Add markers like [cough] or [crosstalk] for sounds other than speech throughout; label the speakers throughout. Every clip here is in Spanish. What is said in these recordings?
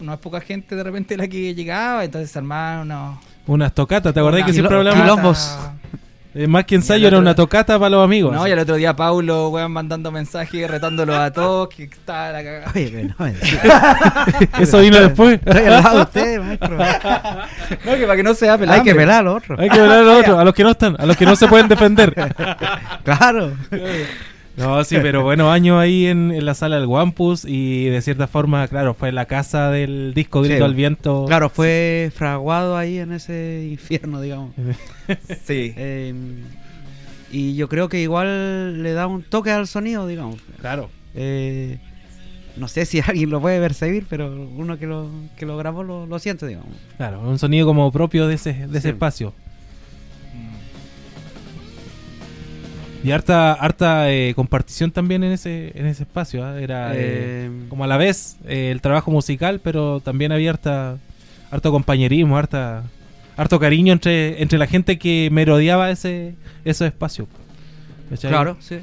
Speaker 1: no es poca gente de repente la que llegaba, entonces se armaban unos...
Speaker 2: Unas tocatas, ¿te acordás
Speaker 1: unas
Speaker 2: que siempre
Speaker 1: tocatas.
Speaker 2: hablamos? Eh, más que
Speaker 1: Y
Speaker 2: ensayo
Speaker 1: al
Speaker 2: era
Speaker 1: otro-
Speaker 2: una tocata para los amigos.
Speaker 1: No, y al otro día Paulo, weón, mandando mensajes, retándolo a todos, que estaba la cagada. [laughs]
Speaker 3: Oye, pero no,
Speaker 2: Eso vino después.
Speaker 3: Estoy al lado de
Speaker 2: [laughs]
Speaker 3: ustedes, maestro.
Speaker 1: No, que para que no se da
Speaker 3: Hay que pelar a los otros.
Speaker 2: Hay que ver a los otros, a los que no están, a los que no se pueden defender.
Speaker 3: Claro.
Speaker 2: No, sí, pero bueno, años ahí en, en la sala del Wampus y de cierta forma, claro, fue la casa del disco Grito
Speaker 3: Sí.
Speaker 2: al Viento.
Speaker 3: Claro, fue fraguado ahí en ese infierno, digamos.
Speaker 1: Sí.
Speaker 3: Eh, y yo creo que igual le da un toque al sonido, digamos.
Speaker 2: Claro.
Speaker 3: Eh, no sé si [laughs] alguien lo puede percibir, pero uno que lo, que lo grabó lo, lo siente, digamos.
Speaker 2: [laughs] Claro, un sonido como propio de ese, de ese
Speaker 3: Sí.
Speaker 2: espacio. Y harta, harta eh, compartición también en ese, en ese espacio. ¿ah? Era eh,
Speaker 3: Eh,
Speaker 2: como a la vez eh, el trabajo musical, pero también había harta, harto compañerismo, harta, harto cariño entre, entre la gente que merodeaba ese, esos espacios. ¿Cachai?
Speaker 3: Claro, sí.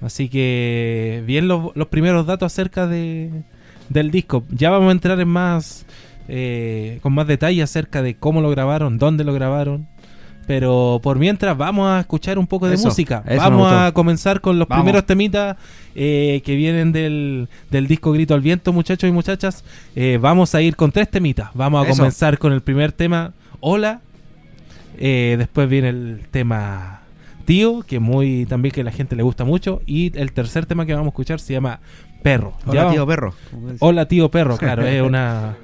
Speaker 2: Así que bien los, los primeros datos acerca de, del disco. Ya vamos a entrar en más eh, con más detalle acerca de cómo lo grabaron, dónde lo grabaron. Pero por mientras vamos a escuchar un poco de
Speaker 3: Eso,
Speaker 2: música.
Speaker 3: eso me
Speaker 2: vamos
Speaker 3: gustó.
Speaker 2: a comenzar con los
Speaker 3: Vamos.
Speaker 2: primeros temitas eh, que vienen del, del disco Grito al Viento, muchachos y muchachas. Eh, vamos a ir con tres temitas. Vamos a
Speaker 3: Eso.
Speaker 2: comenzar con el primer tema, Hola. Eh, después viene el tema Tío, que muy también que la gente le gusta mucho. Y el tercer tema que vamos a escuchar se llama Perro. Ya
Speaker 3: Hola,
Speaker 2: vamos-
Speaker 3: tío perro.
Speaker 2: Hola tío perro, claro, es una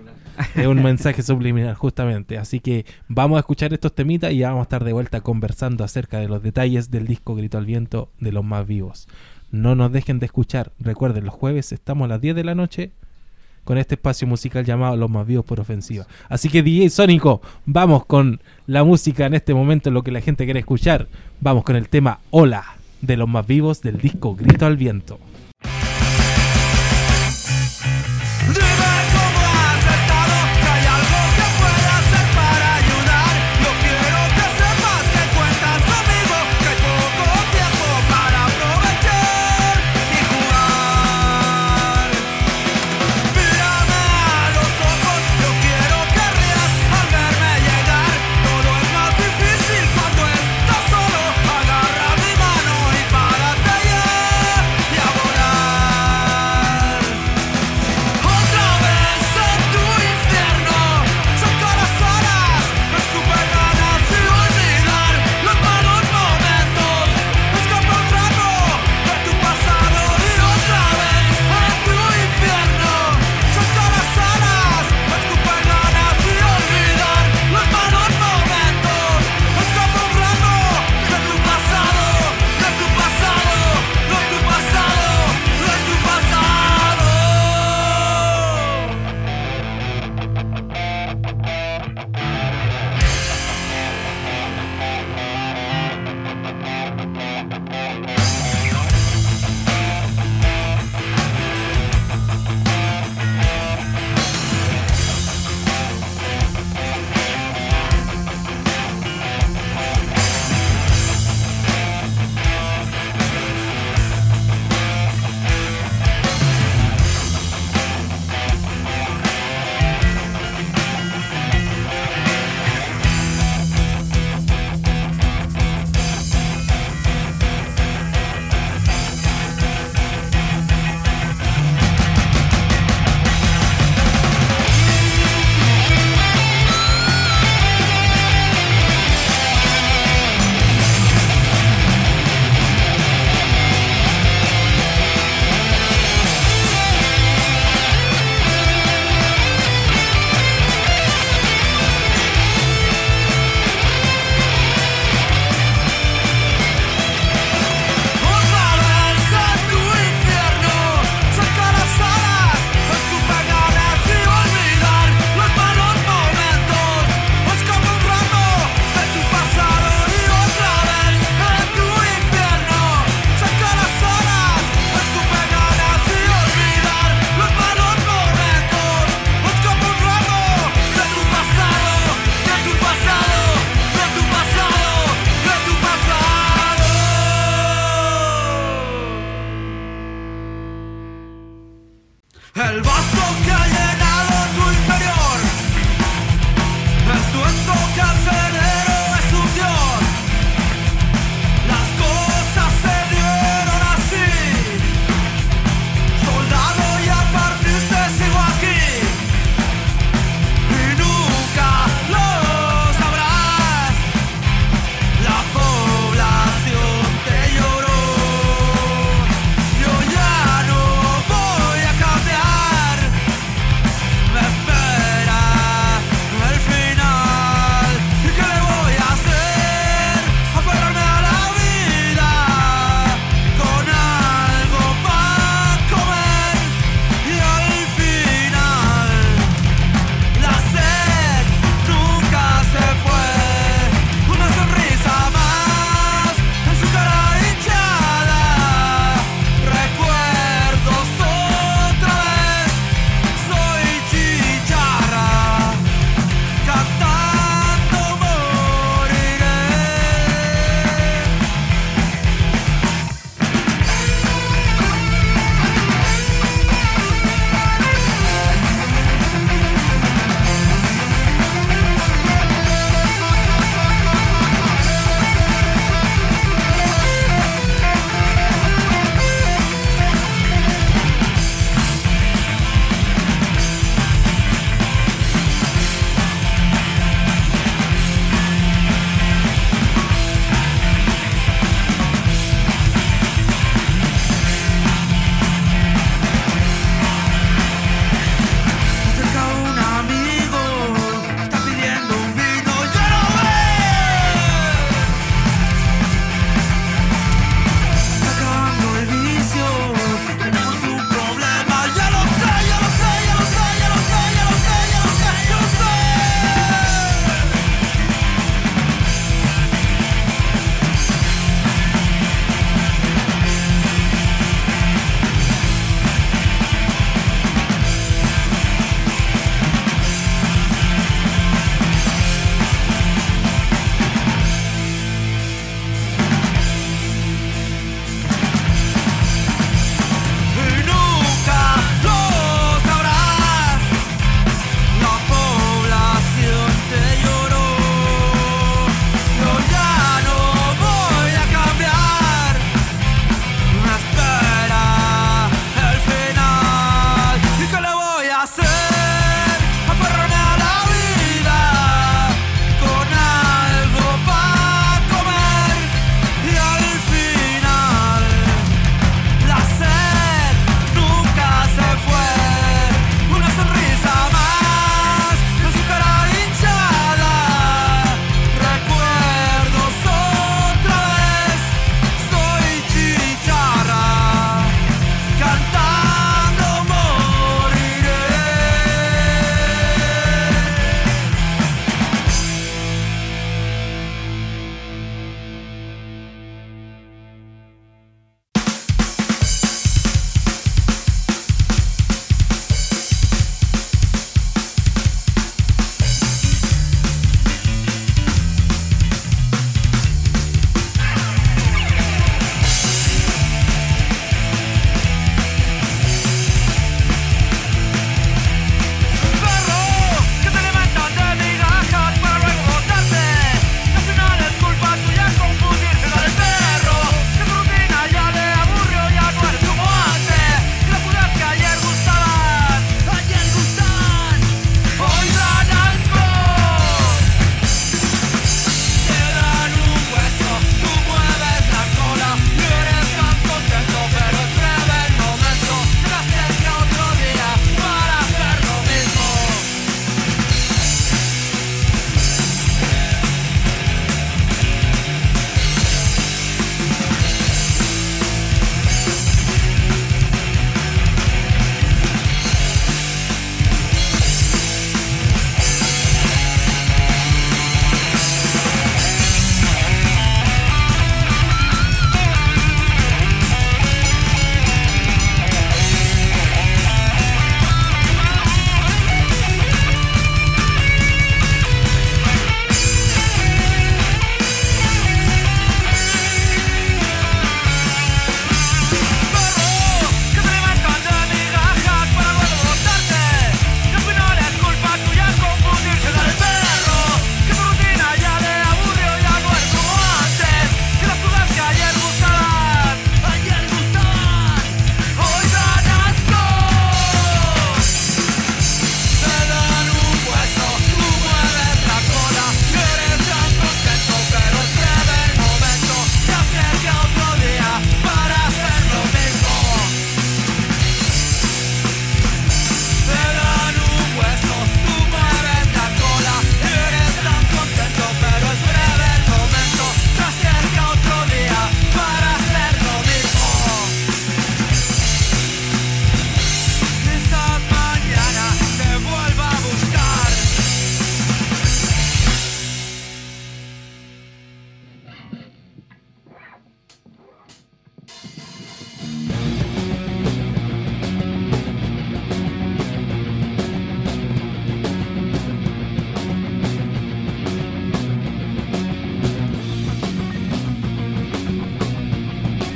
Speaker 2: es un mensaje subliminal justamente. Así que vamos a escuchar estos temitas y ya vamos a estar de vuelta conversando acerca de los detalles del disco Grito al Viento de los más vivos. No nos dejen de escuchar. Recuerden, los jueves estamos a las 10 de la noche con este espacio musical llamado Los más vivos por ofensiva. Así que DJ Sónico, vamos con la música en este momento, lo que la gente quiere escuchar. Vamos con el tema Hola de los más vivos del disco Grito al Viento.
Speaker 4: Dime cómo has estado, que hay algo que pueda hacer para ayudar. Yo quiero que sepas que cuentas conmigo, que hay poco tiempo para aprovechar y jugar. Mírame a los ojos, yo quiero que rías al verme llegar. Todo es más difícil cuando estás solo. Agarra mi mano y párate ya y ahora. pues Pues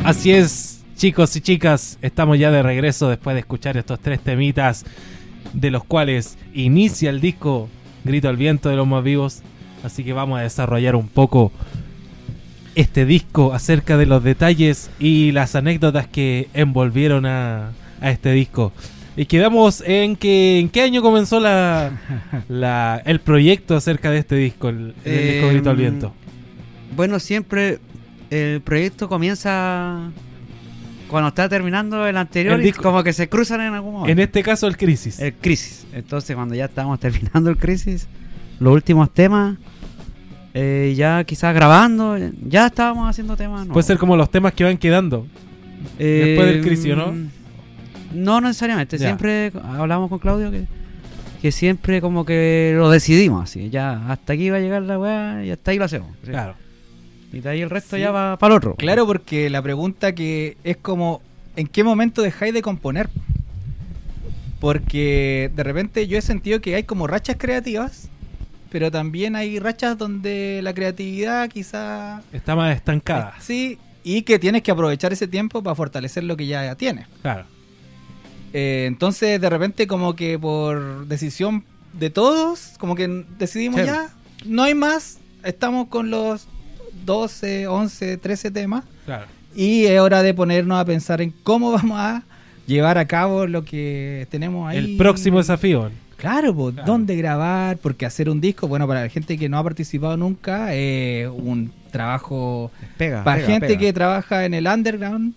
Speaker 2: Así es, chicos y chicas, estamos ya de regreso después de escuchar estos tres temitas, de los cuales inicia el disco Grito al Viento de los Más Vivos. Así que vamos a desarrollar un poco este disco acerca de los detalles y las anécdotas que envolvieron a, a este disco. Y quedamos en que en qué año comenzó la, la- el proyecto acerca de este disco, el, el disco Grito al
Speaker 3: Em,
Speaker 2: Viento.
Speaker 3: Bueno, siempre el proyecto comienza cuando está terminando el anterior
Speaker 2: El
Speaker 3: y
Speaker 2: disco-
Speaker 3: como que se cruzan en algún momento.
Speaker 2: En este caso el Crisis.
Speaker 3: El crisis. Entonces, cuando ya estábamos terminando el crisis, los últimos temas, eh, ya quizás grabando, ya estábamos haciendo temas. nuevos.
Speaker 2: Puede ser como los temas que van quedando. después del crisis, ¿o no?
Speaker 3: mm, No necesariamente.
Speaker 2: Ya.
Speaker 3: Siempre hablamos con Claudio que, que siempre como que lo decidimos así. Ya hasta aquí va a llegar la weá y hasta ahí lo hacemos. ¿sí?
Speaker 2: Claro.
Speaker 3: Y de ahí el resto
Speaker 1: Sí.
Speaker 3: ya va para el otro.
Speaker 1: Claro, porque la pregunta que es como, ¿en qué momento dejáis de componer? Porque de repente yo he sentido que hay como rachas creativas, pero también hay rachas donde la creatividad quizá...
Speaker 2: Está más estancada.
Speaker 1: Eh, Sí, y que tienes que aprovechar ese tiempo para fortalecer lo que ya tienes.
Speaker 2: Claro.
Speaker 1: Eh, entonces, de repente, como que por decisión de todos, como que n- decidimos
Speaker 3: Sí.
Speaker 1: ya, no hay más, estamos con los 12, 11, 13 temas,
Speaker 2: Claro.
Speaker 1: y es hora de ponernos a pensar en cómo [laughs] vamos a llevar a cabo lo que tenemos ahí.
Speaker 2: El próximo desafío.
Speaker 1: Claro, pues,
Speaker 2: Claro.
Speaker 1: dónde grabar, porque hacer un disco, bueno, para la gente que no ha participado nunca, es un trabajo
Speaker 3: Pega.
Speaker 1: para
Speaker 3: pega,
Speaker 1: gente
Speaker 3: pega.
Speaker 1: que trabaja en el underground,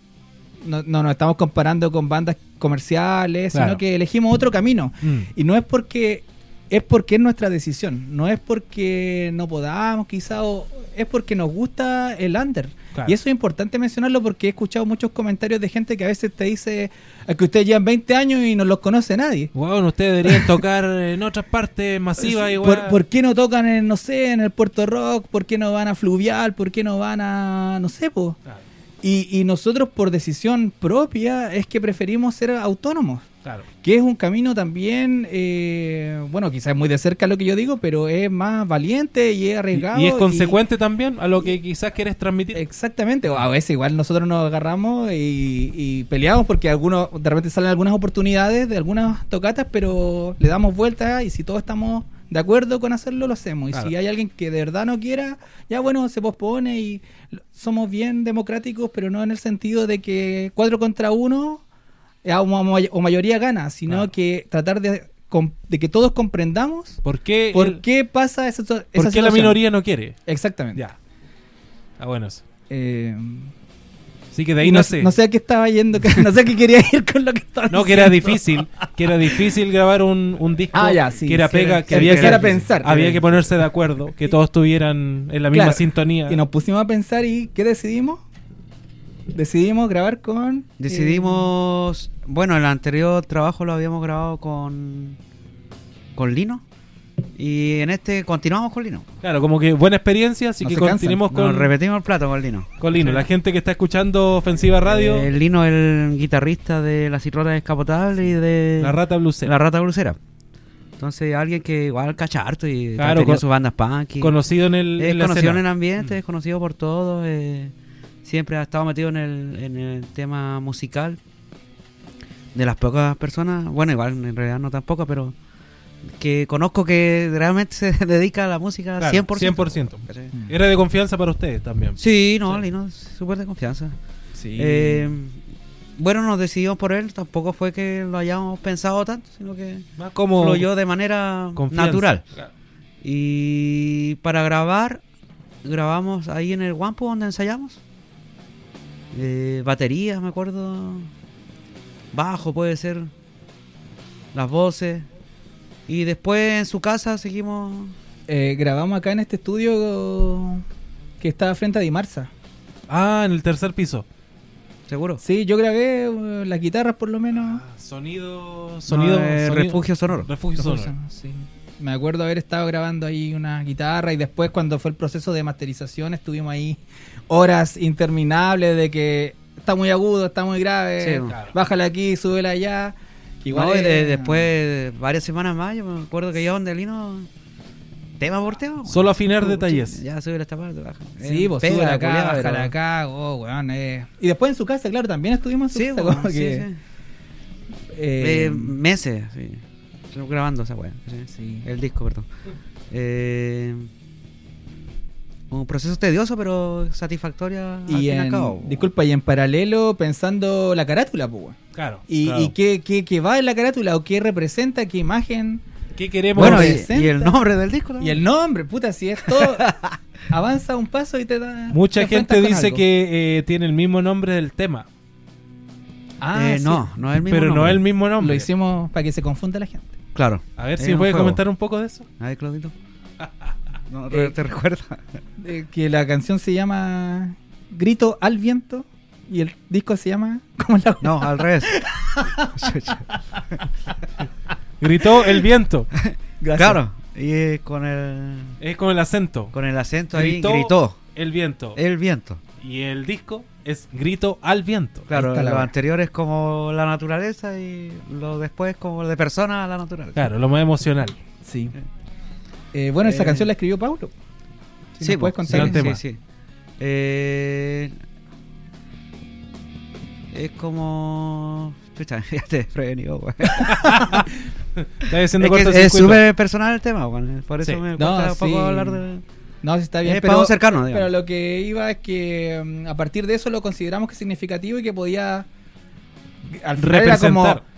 Speaker 1: no, no nos estamos comparando con bandas comerciales,
Speaker 2: Claro.
Speaker 1: sino que elegimos otro camino.
Speaker 2: Mm.
Speaker 1: Y no es porque es porque es nuestra decisión, no es porque no podamos quizá, o es porque nos gusta el under.
Speaker 2: Claro.
Speaker 1: Y eso es importante mencionarlo porque he escuchado muchos comentarios de gente que a veces te dice "Es que ustedes llevan 20 años y no los conoce nadie.
Speaker 2: Weón, ustedes deberían tocar en otras partes masivas y
Speaker 1: ¿Por,
Speaker 2: weón.
Speaker 1: por qué no tocan en, no sé, en el Puerto Rock? ¿Por qué no van a Fluvial? ¿Por qué no van a, no sé, pues?
Speaker 2: Claro,
Speaker 1: Y, y nosotros por decisión propia es que preferimos ser autónomos,
Speaker 2: claro.
Speaker 1: que es un camino también, eh, bueno, quizás muy de cerca lo que yo digo, pero es más valiente y es
Speaker 2: Y,
Speaker 1: arriesgado.
Speaker 2: y es consecuente también a lo que quizás quieres transmitir.
Speaker 1: Exactamente, a veces igual nosotros nos agarramos y, y peleamos porque algunos, de repente salen algunas oportunidades de algunas tocatas, pero le damos vuelta y si todos estamos de acuerdo con hacerlo, lo hacemos. Y
Speaker 2: Claro.
Speaker 1: si hay alguien que de verdad no quiera, ya bueno, se pospone y l- somos bien democráticos, pero no en el sentido de que cuatro contra uno eh, o, ma- o mayoría gana, sino
Speaker 2: Claro.
Speaker 1: que tratar de, com- de que todos comprendamos
Speaker 2: ¿Por qué,
Speaker 1: por
Speaker 2: el-
Speaker 1: qué pasa esa, esa
Speaker 2: por qué la
Speaker 1: situación.
Speaker 2: minoría no quiere?
Speaker 1: Exactamente.
Speaker 2: Ya. Ah, bueno. eso.
Speaker 1: Eh,
Speaker 2: Así que de ahí
Speaker 1: y
Speaker 2: no,
Speaker 1: no,
Speaker 2: sé.
Speaker 1: no sé a qué estaba yendo, [laughs] que- no sé a qué quería ir con lo que estaba
Speaker 2: No, que era
Speaker 1: diciendo.
Speaker 2: difícil, que era difícil grabar un, un disco,
Speaker 1: Ah, ya, sí,
Speaker 2: que era
Speaker 1: sí,
Speaker 2: pega,
Speaker 1: era-
Speaker 2: que había
Speaker 1: empezar
Speaker 2: que,
Speaker 1: a pensar.
Speaker 2: había que ponerse de acuerdo, que todos estuvieran en la misma
Speaker 1: Claro.
Speaker 2: sintonía.
Speaker 1: Y nos pusimos a pensar y ¿qué decidimos? Decidimos grabar con... eh,
Speaker 3: Decidimos. Bueno, el anterior trabajo lo habíamos grabado con. con Lino. Y en este continuamos con Lino.
Speaker 2: Claro, como que buena experiencia, así
Speaker 1: No
Speaker 2: que
Speaker 1: se cansan,
Speaker 2: continuemos
Speaker 3: Nos
Speaker 2: con,
Speaker 3: repetimos el plato con Lino.
Speaker 2: con Lino. La gente que está escuchando Ofensiva Radio,
Speaker 3: Eh, Lino es el guitarrista de La Cirrota Descapotable y de
Speaker 2: La Rata Bluesera.
Speaker 3: La Rata Blusera. Entonces, alguien que igual cacha harto y
Speaker 2: Claro,
Speaker 3: ha tenido
Speaker 2: con-
Speaker 3: sus bandas punk. y-
Speaker 2: Conocido en el,
Speaker 3: es
Speaker 2: en la
Speaker 3: conocido en
Speaker 2: escena. Mm.
Speaker 3: el ambiente, es conocido por todos. eh, siempre ha estado metido en el, en el tema musical. De las pocas personas, bueno, igual en realidad no tan pocas, pero que conozco que realmente se [laughs] dedica a la música
Speaker 2: Claro,
Speaker 3: 100%.
Speaker 2: 100%.
Speaker 1: eh,
Speaker 2: Era de confianza para ustedes también.
Speaker 3: Sí, no,
Speaker 2: Sí.
Speaker 3: Lino, súper de confianza.
Speaker 1: Sí.
Speaker 3: Eh, bueno, nos decidimos por él, tampoco fue que lo hayamos pensado tanto, sino que
Speaker 2: Más como
Speaker 3: fluyó de manera
Speaker 2: confianza.
Speaker 3: natural.
Speaker 2: Claro.
Speaker 3: Y para grabar, grabamos ahí en el Wampo donde ensayamos. Eh, baterías, me acuerdo. Bajo puede ser. Las voces. Y después en su casa seguimos.
Speaker 1: eh, grabamos acá en este estudio que está frente a Dimarsa.
Speaker 2: Ah, en el tercer piso.
Speaker 3: Seguro.
Speaker 1: Sí, yo grabé eh, las guitarras por lo menos.
Speaker 2: Ah, Sonido, sonido,
Speaker 3: No, eh,
Speaker 2: sonido-
Speaker 3: refugio sonoro.
Speaker 2: refugio
Speaker 1: Los
Speaker 2: sonoro.
Speaker 1: usan, sí. Me acuerdo haber estado grabando ahí una guitarra y después cuando fue el proceso de masterización estuvimos ahí horas interminables de que está muy agudo, está muy grave,
Speaker 3: Sí, no.
Speaker 2: Claro.
Speaker 1: bájala aquí, súbela allá.
Speaker 3: No, y de-
Speaker 1: es-
Speaker 3: después, varias semanas más, yo me acuerdo que yo donde Lino tema por tema. weón.
Speaker 2: Solo afinar detalles.
Speaker 3: Ya sube esta parte, baja.
Speaker 1: Sí,
Speaker 3: Eh,
Speaker 1: vos
Speaker 3: pega
Speaker 1: súbela
Speaker 3: la
Speaker 1: acá,
Speaker 3: culiada,
Speaker 1: bájala
Speaker 3: pero-
Speaker 1: acá, oh, weón. eh. Y después en su casa, claro, también estuvimos en su [laughs]
Speaker 3: Sí,
Speaker 1: casa,
Speaker 3: weón,
Speaker 1: como
Speaker 3: sí,
Speaker 1: que,
Speaker 3: sí.
Speaker 1: eh,
Speaker 3: Eh, meses, sí. Estamos grabando esa weá. sí.
Speaker 1: sí.
Speaker 3: El disco, perdón. Eh, un proceso tedioso, pero satisfactorio al
Speaker 1: Y
Speaker 3: fin y al
Speaker 1: en-
Speaker 3: cabo.
Speaker 1: disculpa, y en paralelo pensando la carátula, pues, weón.
Speaker 2: Claro.
Speaker 1: ¿Y,
Speaker 2: claro.
Speaker 1: y qué, qué- qué va en la carátula? ¿O qué representa? ¿Qué imagen?
Speaker 2: ¿Qué queremos?
Speaker 3: Bueno, y,
Speaker 1: presenta-
Speaker 3: y el nombre del disco
Speaker 1: Y
Speaker 3: también. Eh,
Speaker 1: el nombre, puta, si es todo. avanza un paso y te da.
Speaker 2: Mucha
Speaker 1: te
Speaker 2: gente
Speaker 1: enfrentas con
Speaker 2: dice
Speaker 1: algo.
Speaker 2: que eh, tiene el mismo nombre del tema,
Speaker 1: Ah,
Speaker 3: Eh,
Speaker 1: sí,
Speaker 3: No, no es el mismo
Speaker 2: pero no
Speaker 3: nombre.
Speaker 2: es el mismo nombre.
Speaker 1: Lo hicimos para que se confunda la gente.
Speaker 3: Claro.
Speaker 2: A ver
Speaker 3: Es
Speaker 2: si
Speaker 3: un
Speaker 2: puede
Speaker 3: juego.
Speaker 2: comentar un poco de eso.
Speaker 3: A ver, Claudito. No, re- ¿Te recuerda?
Speaker 1: Eh, que la canción se llama Grito al viento y el disco se llama. [laughs] ¿Cómo la.?
Speaker 3: No, al revés.
Speaker 2: Gritó el
Speaker 3: [laughs]
Speaker 2: viento.
Speaker 3: claro. Y eh, con el,
Speaker 2: Es con el acento.
Speaker 3: con el acento ahí gritó Eh.
Speaker 2: el viento.
Speaker 3: el viento.
Speaker 2: Y el disco es Grito al viento.
Speaker 3: Claro,
Speaker 1: está la
Speaker 3: lo
Speaker 1: hora.
Speaker 3: anterior es como la naturaleza y lo después como de persona a la naturaleza.
Speaker 2: Claro, lo más emocional.
Speaker 1: Sí. Eh, bueno, esa
Speaker 3: Eh.
Speaker 1: canción la escribió Paulo. Si nos
Speaker 3: po,
Speaker 1: puedes contar.
Speaker 2: gran tema.
Speaker 3: sí, sí. Eh, es como. Chucha, [laughs] ya te he prevenido, weón.
Speaker 1: Este
Speaker 2: Está haciendo
Speaker 3: Es que es
Speaker 2: cortocircuito.
Speaker 3: súper personal el tema, weón. Por eso
Speaker 2: Sí.
Speaker 3: me
Speaker 1: No,
Speaker 3: cuesta un
Speaker 1: sí.
Speaker 3: poco hablar de.
Speaker 1: No, sí está bien.
Speaker 3: es Eh, para
Speaker 1: pero,
Speaker 3: un cercano, digamos.
Speaker 1: pero lo que iba es que mm, a partir de eso lo consideramos que significativo y que podía. Al final era
Speaker 2: representar.
Speaker 1: como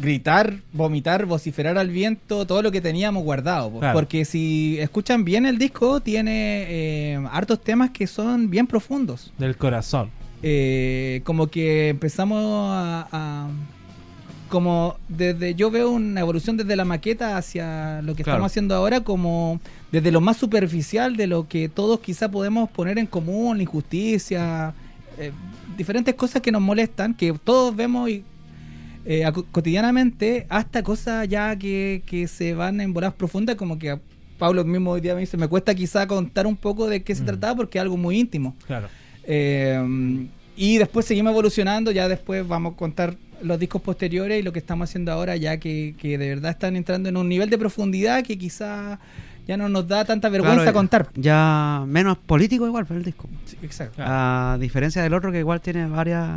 Speaker 1: gritar, vomitar, vociferar al viento todo lo que teníamos guardado. po.
Speaker 2: Claro.
Speaker 1: Porque si escuchan bien el disco, tiene eh, hartos temas que son bien profundos.
Speaker 2: Del corazón.
Speaker 1: Eh, como que empezamos a, a- Como desde. Yo veo una evolución desde la maqueta hacia lo que
Speaker 3: Claro.
Speaker 1: estamos haciendo ahora, como desde lo más superficial de lo que todos quizá podemos poner en común, la injusticia, eh, diferentes cosas que nos molestan, que todos vemos y. eh, acu- cotidianamente hasta cosas ya que, que se van en bolas profundas como que a Pablo mismo hoy día me dice me cuesta quizá contar un poco de qué se
Speaker 2: Mm.
Speaker 1: trataba porque es algo muy íntimo
Speaker 2: Claro.
Speaker 1: eh, y después seguimos evolucionando, ya después vamos a contar los discos posteriores y lo que estamos haciendo ahora, ya que, que de verdad están entrando en un nivel de profundidad que quizá ya no nos da tanta vergüenza
Speaker 3: Claro, eh.
Speaker 1: contar.
Speaker 3: Ya menos político, igual, para el disco.
Speaker 1: Sí, exacto.
Speaker 3: A diferencia del otro que igual tiene varias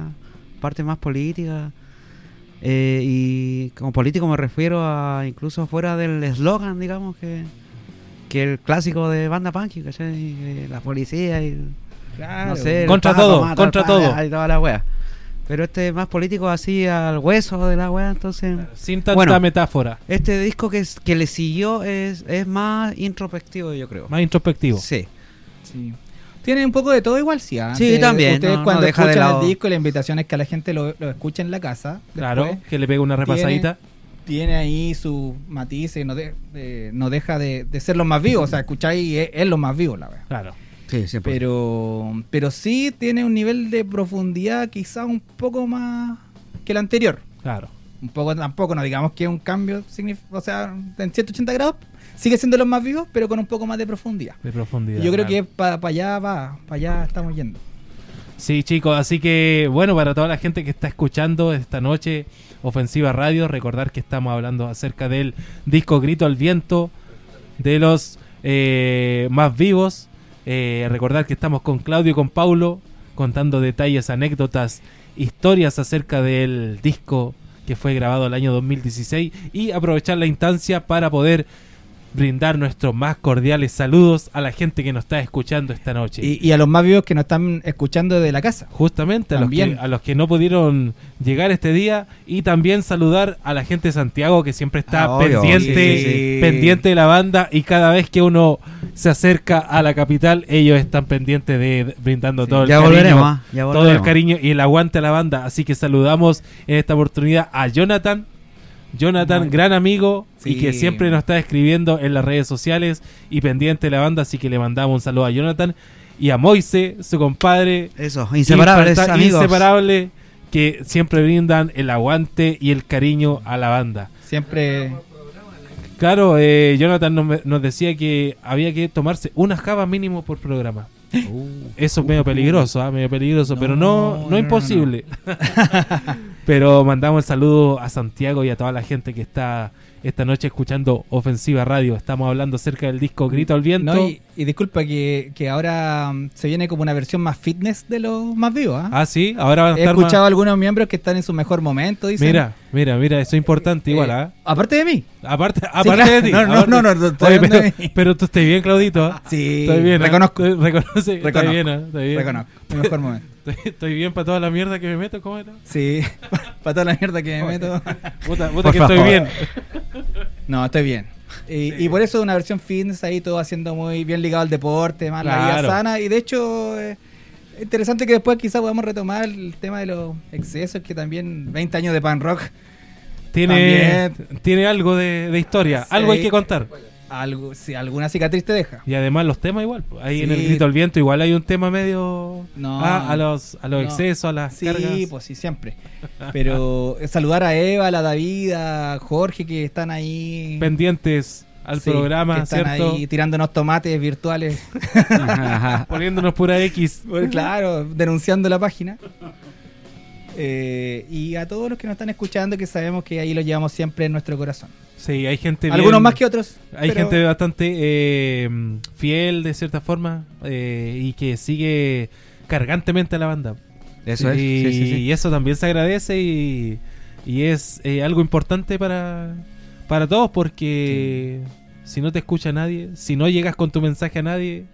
Speaker 3: partes más políticas. Eh, y como político me refiero a incluso fuera del eslogan, digamos, que, que el clásico de banda punk, ¿cachai? Eh, La policía y...
Speaker 1: Claro.
Speaker 3: no sé, el
Speaker 2: Contra
Speaker 3: Papa
Speaker 2: todo,
Speaker 3: mata al
Speaker 2: contra
Speaker 3: Papa
Speaker 2: todo.
Speaker 3: y toda la wea. Pero este es más político así al hueso de la wea, entonces...
Speaker 2: Sin tanta
Speaker 3: Bueno.
Speaker 2: metáfora.
Speaker 3: Este disco que, es- que le siguió es, es más introspectivo, yo creo.
Speaker 2: Más introspectivo.
Speaker 3: Sí.
Speaker 1: Sí. Tiene un poco de todo igual, sí. ah.
Speaker 3: Sí,
Speaker 1: Antes,
Speaker 3: también,
Speaker 1: Ustedes
Speaker 3: no-
Speaker 1: cuando
Speaker 3: no deja de
Speaker 1: escuchan
Speaker 3: lado.
Speaker 1: el disco, la invitación es que la gente lo, lo escuche en la casa.
Speaker 2: Claro.
Speaker 1: después.
Speaker 2: que le pegue una repasadita.
Speaker 1: tiene ahí sus matices, no, de- de- no deja de, de ser los más vivos. O sea, escucháis y es, es lo más vivo, la verdad.
Speaker 2: Claro.
Speaker 3: Sí, pues. siempre.
Speaker 1: Pero, pero sí tiene un nivel de profundidad quizá un poco más que el anterior.
Speaker 2: Claro.
Speaker 1: Un poco tampoco, no digamos que es un cambio, signif- o sea, en 180 grados sigue siendo los más vivos, pero con un poco más de profundidad.
Speaker 2: De profundidad.
Speaker 1: Y yo creo
Speaker 2: claro.
Speaker 1: que para allá va, para allá estamos yendo.
Speaker 2: Sí, chicos, así que bueno, para toda la gente que está escuchando esta noche Ofensiva Radio, recordar que estamos hablando acerca del disco Grito al Viento, de los eh, más vivos. Eh, recordar que estamos con Claudio y con Paulo contando detalles, anécdotas, historias acerca del disco que fue grabado el año 2016 y aprovechar la instancia para poder brindar nuestros más cordiales saludos a la gente que nos está escuchando esta noche.
Speaker 1: Y, y a los más vivos que nos están escuchando de la casa.
Speaker 2: Justamente a los, que,
Speaker 1: También.
Speaker 2: a los que no pudieron llegar este día y también saludar a la gente de Santiago que siempre está
Speaker 3: Ah, obvio,
Speaker 2: pendiente,
Speaker 3: sí, sí,
Speaker 1: sí.
Speaker 2: pendiente de la banda y cada vez que uno se acerca a la capital ellos están pendientes de, de- brindando todo el
Speaker 3: ya
Speaker 2: cariño,
Speaker 3: volveremos, ah, ya volveremos.
Speaker 2: todo el cariño y el aguante a la banda. Así que saludamos en esta oportunidad a Jonathan. Jonathan,
Speaker 1: Muy-
Speaker 2: gran amigo y
Speaker 1: Sí.
Speaker 2: que siempre nos está escribiendo en las redes sociales y pendiente de la banda, así que le mandamos un saludo a Jonathan y a Moise, su compadre,
Speaker 3: Eso, inseparables
Speaker 2: Infalta-
Speaker 3: amigos. [laughs]
Speaker 2: inseparable, que siempre brindan el aguante y el cariño a la banda.
Speaker 1: Siempre
Speaker 2: Claro, eh, Jonathan nos, me- nos decía que había que tomarse unas cava mínimo por programa. Eso es medio peligroso, ah, medio peligroso, pero no, no,
Speaker 1: Uh. no, no,
Speaker 2: [laughs] imposible. pero mandamos el saludo a Santiago y a toda la gente que está esta noche escuchando Ofensiva Radio. Estamos hablando acerca del disco Grito al Viento.
Speaker 1: No, y, y disculpa que, que ahora mm, se viene como una versión más fitness de los más vivos. ¿ah?
Speaker 2: Ah, sí, ahora van a
Speaker 1: He
Speaker 2: estar más-
Speaker 1: escuchado a algunos miembros que están en su mejor momento. Dicen,
Speaker 2: Mira, mira, mira, eso es importante
Speaker 1: eh,
Speaker 2: igual, ¿ah?
Speaker 1: Aparte de mí.
Speaker 2: Aparte, aparte
Speaker 1: claro.
Speaker 2: de ti.
Speaker 1: No, no,
Speaker 2: aparte-
Speaker 1: no, no, no, estoy
Speaker 2: Oye,
Speaker 1: hablando
Speaker 2: pero,
Speaker 1: de mí.
Speaker 2: pero tú estás bien, Claudito. ¿ah?
Speaker 1: [laughs] Sí,
Speaker 2: Estoy bien, ¿ah?
Speaker 1: reconozco.
Speaker 2: Eh, Reconoce, Estoy
Speaker 1: Reconozco.
Speaker 2: bien, ¿ah? Estoy bien. [laughs]
Speaker 1: Reconozco. Mi mejor momento.
Speaker 2: Estoy, estoy bien para toda la mierda que me meto, ¿cómo era?
Speaker 1: Sí, [laughs] para toda la mierda que me meto.
Speaker 2: Puta, puta
Speaker 1: Por
Speaker 2: que
Speaker 1: favor.
Speaker 2: estoy bien.
Speaker 1: No, estoy bien. Y, y por eso una versión fitness ahí, todo haciendo muy bien ligado al deporte, más la
Speaker 2: Claro.
Speaker 1: vida sana. Y de hecho, eh, interesante que después quizás podamos retomar el tema de los excesos, que también 20 años de pan rock,
Speaker 2: Tiene, tiene algo de, de historia,
Speaker 1: Sí.
Speaker 2: algo hay que contar.
Speaker 1: algo, si alguna cicatriz te deja.
Speaker 2: Y además los temas igual. pues, Ahí en
Speaker 1: Sí.
Speaker 2: el grito al viento igual hay un tema medio
Speaker 1: No.
Speaker 2: ah, a los, a los
Speaker 1: No.
Speaker 2: excesos, a las
Speaker 1: Sí,
Speaker 2: cargas.
Speaker 1: pues sí, siempre. Pero eh, saludar a Eva, a la David, a Jorge, que están ahí.
Speaker 2: pendientes al
Speaker 1: Sí, que
Speaker 2: programa,
Speaker 1: están
Speaker 2: ¿cierto?
Speaker 1: ahí tirándonos tomates virtuales.
Speaker 2: Poniéndonos pura X.
Speaker 1: [laughs] Bueno, claro, denunciando la página. Eh, y a todos los que nos están escuchando, que sabemos que ahí los llevamos siempre en nuestro corazón.
Speaker 2: Sí, hay gente.
Speaker 1: Algunos
Speaker 2: bien-
Speaker 1: más que otros.
Speaker 2: Hay
Speaker 1: pero
Speaker 2: gente bastante eh, fiel de cierta forma eh, y que sigue cargantemente a la banda.
Speaker 3: Eso es.
Speaker 2: Y,
Speaker 3: Sí, sí, sí.
Speaker 2: y eso también se agradece y, y es eh, algo importante para, para todos porque si no te escucha nadie, si no llegas con tu mensaje a nadie,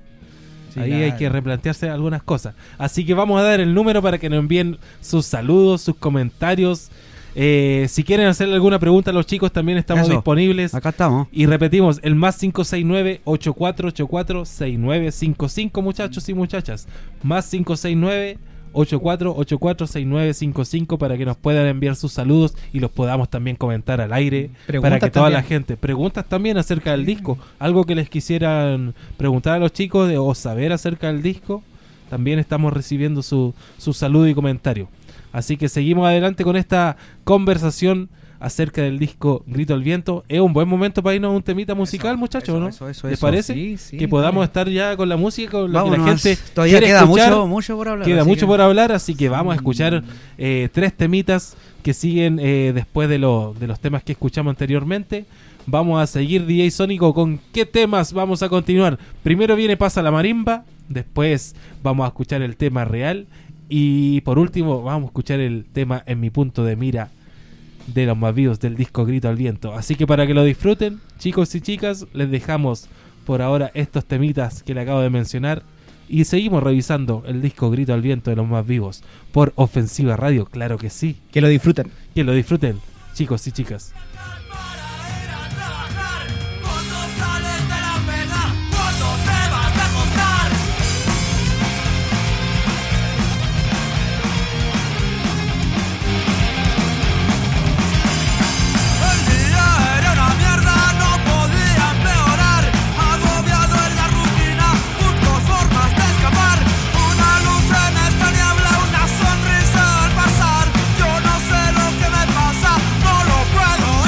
Speaker 1: Sí,
Speaker 2: ahí
Speaker 1: claro.
Speaker 2: hay que replantearse algunas cosas. Así que vamos a dar el número para que nos envíen sus saludos, sus comentarios. Eh, si quieren hacerle alguna pregunta a los chicos, también estamos
Speaker 3: Eso.
Speaker 2: disponibles.
Speaker 3: Acá estamos.
Speaker 2: Y repetimos, el más 569-8484-6955, muchachos y muchachas. Más 569-8484-6955 para que nos puedan enviar sus saludos y los podamos también comentar al aire. para
Speaker 1: Preguntas
Speaker 2: que toda
Speaker 1: también.
Speaker 2: la gente. Preguntas también acerca del disco. Algo que les quisieran preguntar a los chicos de, o saber acerca del disco. También estamos recibiendo su, su saludo y comentario. Así que seguimos adelante con esta conversación acerca del disco Grito al Viento. Es un buen momento para irnos a un temita musical, muchachos,
Speaker 3: eso,
Speaker 2: ¿no?
Speaker 3: eso, eso,
Speaker 2: ¿Les
Speaker 3: eso.
Speaker 2: parece?
Speaker 1: Sí, sí,
Speaker 2: que podamos
Speaker 1: dale.
Speaker 2: estar ya con la música, con lo que la
Speaker 3: Vámonos.
Speaker 2: gente
Speaker 3: Todavía
Speaker 2: quiere
Speaker 3: queda
Speaker 2: escuchar.
Speaker 3: mucho, mucho por hablar.
Speaker 2: Queda
Speaker 3: así
Speaker 2: mucho
Speaker 3: que-
Speaker 2: por hablar, así que vamos a escuchar eh, tres temitas que siguen eh, después de, lo- de los temas que escuchamos anteriormente. Vamos a seguir DJ Sónico con qué temas vamos a continuar. Primero viene Pasa la Marimba, después vamos a escuchar el tema real y por último vamos a escuchar el tema en mi punto de mira de los más vivos del disco Grito al Viento. Así que para que lo disfruten, chicos y chicas, les dejamos por ahora estos temitas que le acabo de mencionar y seguimos revisando el disco Grito al Viento de los más vivos por Ofensiva Radio, claro que sí.
Speaker 1: Que lo disfruten.
Speaker 2: Que lo disfruten, chicos y chicas.
Speaker 4: Para ir a trabajar, cuando sales de la pega, cuando te vas a comprar. El día era una mierda, no podía empeorar. Agobiado en la rutina, busco formas de escapar. Una luz en esta niebla, una sonrisa al pasar. Yo no sé lo que me pasa, no lo puedo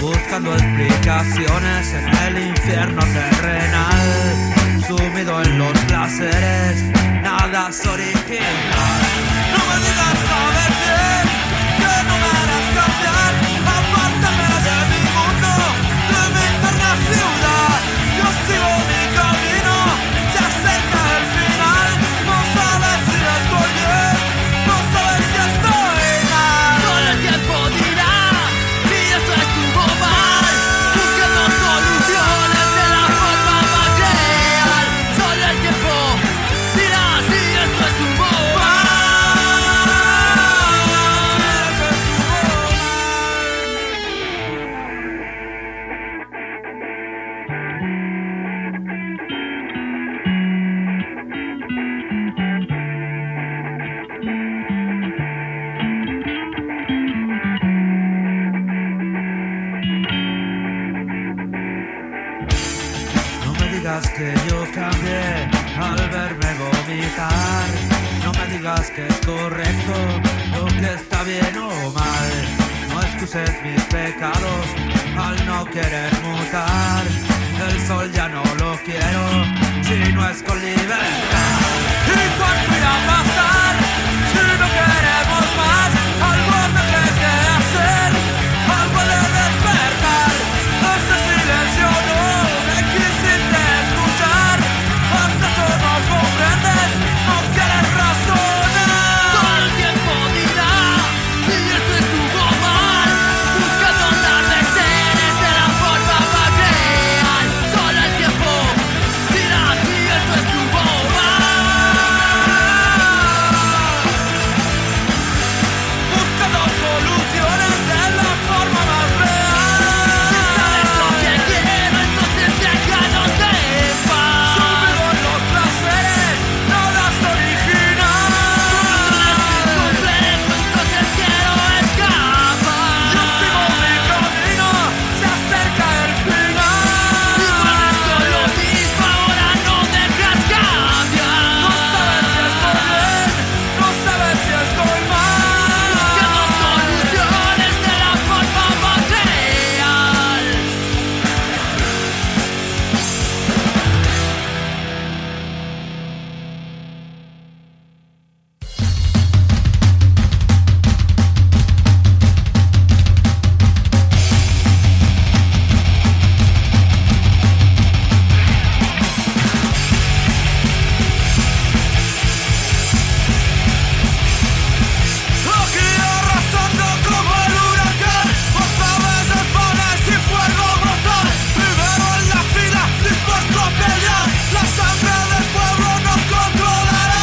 Speaker 4: buscando explicaciones en el infierno terrenal, sumido en los placeres, nada es original. No me digas sabes bien que no me harás cambiar, apártame de mi mundo, de mi interna ciudad. Yo sigo mi camino, se acerca el final, no sabes si estoy bien, no sabes si estoy mal.
Speaker 5: Solo el tiempo dirá si esto estuvo mal. Busquemos soluciones de la forma más real. Solo el tiempo dirá si esto estuvo mal.
Speaker 4: No me digas que yo cambié al verme vomitar. No me digas que es correcto lo que está bien o mal. No excuses mis pecados al no querer mutar. El sol ya no lo quiero si no es con libertad. ¿Y cuánto irá a pasar si no queremos más? Algo tendré que hacer, algo de despertar. Ese silencio no me quisiste escuchar. ¿Acaso no comprendes? ¿No quieres razonar?
Speaker 5: Todo el tiempo dirá si esto estuvo mal. Buscando atardeceres de la forma más real. Solo el tiempo dirá si esto estuvo mal.
Speaker 4: Buscando soluciones de la forma más
Speaker 5: Si sabes lo
Speaker 4: real.
Speaker 5: que quiero, entonces déjanos en paz.
Speaker 4: Sumido en los placeres, nada es original.
Speaker 5: Completo, entonces quiero
Speaker 4: Yo sigo
Speaker 5: escapar.
Speaker 4: mi camino, se acerca el final.
Speaker 5: Igual es con lo mismo, ahora no dejas cambiar.
Speaker 4: No sabes si estoy bien, no sabes si estoy mal.
Speaker 5: Buscando soluciones de la forma más real.
Speaker 4: Aquí arrasando como el huracán, otra vez desvanes y fuego brotar. Primero en la fila, dispuesto a pelear. La sangre del pueblo nos controlará.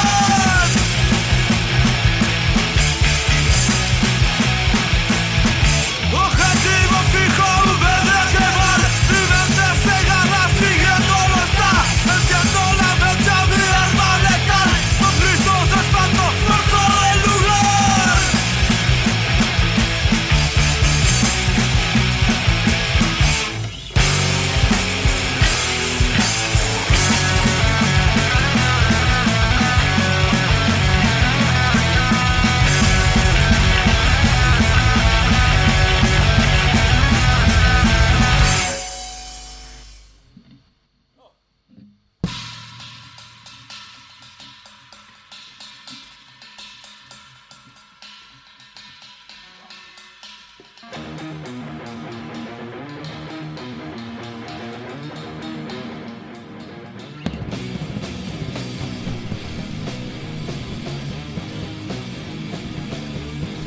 Speaker 4: Objetivo fijo, UVD llevar Mi mente se gana, siguiendo lo está Enciendo la mecha, mi arma letal Los gritos de espanto por todo el lugar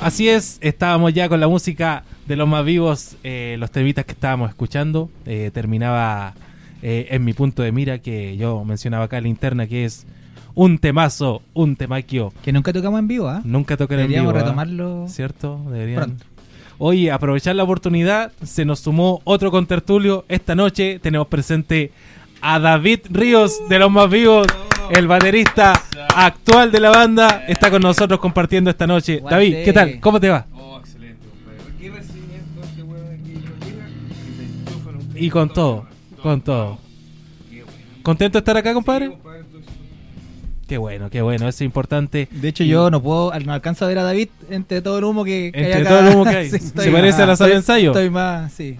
Speaker 2: Así es, estábamos ya con la música de los más vivos, eh, los temitas que estábamos escuchando. Eh, terminaba eh, en mi punto de mira que yo mencionaba acá en la interna, que es un temazo, un temaquio.
Speaker 1: Que nunca tocamos en vivo, ¿ah?
Speaker 2: Nunca tocan en vivo.
Speaker 1: Deberíamos
Speaker 2: ¿ah?
Speaker 1: retomarlo.
Speaker 2: ¿Cierto? Deberían.
Speaker 1: Pronto.
Speaker 2: Oye, aprovechar la oportunidad, se nos sumó otro contertulio. Esta noche tenemos presente a David Ríos de Los Más Vivos,
Speaker 1: Oh.
Speaker 2: el baterista actual de la banda. Está con nosotros compartiendo esta noche.
Speaker 1: Aguante.
Speaker 2: David, ¿qué tal? ¿Cómo te va?
Speaker 6: Oh, excelente, compadre. Aquí recibimiento este weón aquí lo llegan y te enchufan un
Speaker 2: Y con todo, con todo. ¿Contento de estar acá,
Speaker 6: Compadre.
Speaker 2: compadre?
Speaker 6: compadre, estoy-
Speaker 2: Qué bueno, qué bueno, eso es importante.
Speaker 1: De hecho, yo no puedo, no alcanzo a ver a David entre todo el humo que, que hay
Speaker 2: Entre
Speaker 1: acá.
Speaker 2: todo el humo que
Speaker 1: [laughs]
Speaker 2: hay. ¿Se parece a la sala
Speaker 1: estoy-
Speaker 2: de ensayo?
Speaker 1: Estoy más, sí.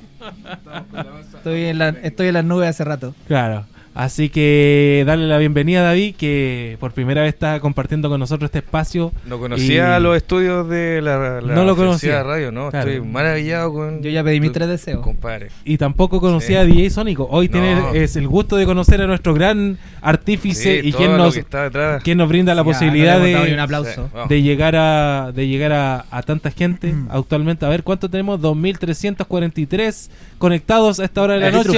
Speaker 1: Estoy en, la- estoy en las nubes hace rato.
Speaker 2: Claro. Así que darle la bienvenida a David, que por primera vez está compartiendo con nosotros este espacio.
Speaker 7: No conocía
Speaker 2: Y-
Speaker 7: los estudios de la, la
Speaker 2: No lo
Speaker 7: Universidad
Speaker 2: conocía.
Speaker 7: de Radio, no.
Speaker 2: Claro.
Speaker 7: Estoy maravillado con.
Speaker 1: Yo ya pedí mis
Speaker 7: tu-
Speaker 1: tres deseos.
Speaker 7: Compadre.
Speaker 2: Y tampoco conocía
Speaker 7: Sí.
Speaker 2: a DJ Sónico. Hoy
Speaker 7: No.
Speaker 2: tiene es el gusto de conocer a nuestro gran artífice
Speaker 7: Sí,
Speaker 2: y
Speaker 7: todo
Speaker 2: quien
Speaker 7: lo
Speaker 2: nos,
Speaker 7: que está detrás.
Speaker 2: quien nos brinda la
Speaker 1: Ya,
Speaker 2: posibilidad
Speaker 1: no le hemos dado ni un
Speaker 2: de,
Speaker 1: aplauso.
Speaker 7: Sí, vamos.
Speaker 2: de llegar a de llegar a, a tanta gente
Speaker 1: Mm.
Speaker 2: actualmente. A ver, ¿cuánto tenemos? 2.343 conectados a esta hora de la
Speaker 1: De
Speaker 2: noche.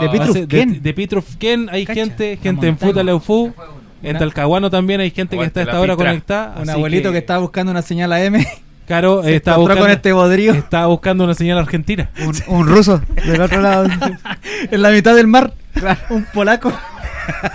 Speaker 1: Pitrufquén, de
Speaker 2: Va a ser
Speaker 1: Pitrufquén.
Speaker 2: Ah, De, de Pitrufquén hay
Speaker 1: Cacha,
Speaker 2: gente,
Speaker 1: la
Speaker 2: gente en
Speaker 1: montaña.
Speaker 2: Futaleufú. En
Speaker 1: Una-
Speaker 2: Talcahuano también hay gente que está
Speaker 7: Aguante
Speaker 2: a esta
Speaker 7: la
Speaker 2: hora
Speaker 7: pitra.
Speaker 2: conectada.
Speaker 1: Un
Speaker 2: así
Speaker 1: abuelito que, estaba buscando una señal AM.
Speaker 2: Claro,
Speaker 1: se
Speaker 2: está
Speaker 1: encontró
Speaker 2: buscando,
Speaker 1: con este
Speaker 8: [laughs]
Speaker 1: bodrío
Speaker 2: está buscando una
Speaker 1: [laughs]
Speaker 2: señal argentina.
Speaker 8: Un, Este, un ruso del otro lado.
Speaker 1: en la mitad del mar. Un polaco.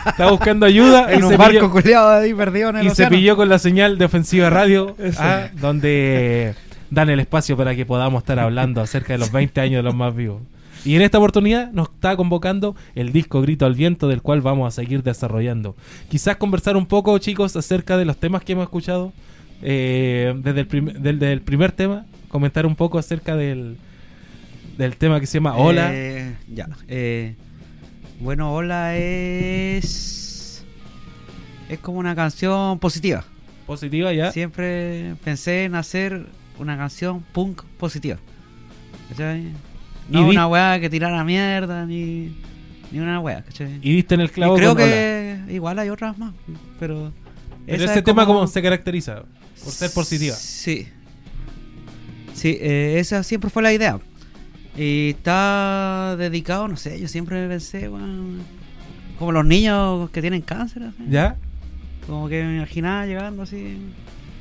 Speaker 2: Está buscando ayuda y
Speaker 8: en
Speaker 2: se
Speaker 8: un barco
Speaker 2: pilló,
Speaker 8: culeado ahí perdido en el
Speaker 2: y se
Speaker 8: océano.
Speaker 2: pilló con la señal de
Speaker 8: [laughs]
Speaker 2: ofensiva radio, ah, donde dan el espacio para que podamos estar hablando acerca de los 20 años de los más vivos. Y en esta oportunidad nos está convocando el disco Grito al Viento, del cual vamos a seguir desarrollando. Quizás conversar un poco, chicos, acerca de los temas que hemos escuchado. eh, desde, el prim- del- del primer tema, comentar un poco acerca del, del tema que se llama Ah, Hola.
Speaker 3: Eh, ya. eh, bueno, hola es. Es como una canción positiva.
Speaker 2: Positiva ya.
Speaker 3: Siempre pensé en hacer una canción punk positiva. ¿Cachai?
Speaker 2: Y
Speaker 3: No
Speaker 2: vi-
Speaker 3: una weá que tirara mierda, ni, ni una weá, ¿cachai?
Speaker 2: Y diste en el clavo
Speaker 3: Y creo
Speaker 2: con Hola.
Speaker 3: que igual hay otras más, pero...
Speaker 2: Pero
Speaker 3: esa
Speaker 2: ese
Speaker 3: es
Speaker 2: tema como se caracteriza por ser positiva.
Speaker 3: Sí. Sí, eh, esa siempre fue la idea. Y está dedicado, no sé, yo siempre pensé, weón, como los niños que tienen cáncer, así.
Speaker 2: ¿Ya?
Speaker 3: como que me imaginaba llegando así.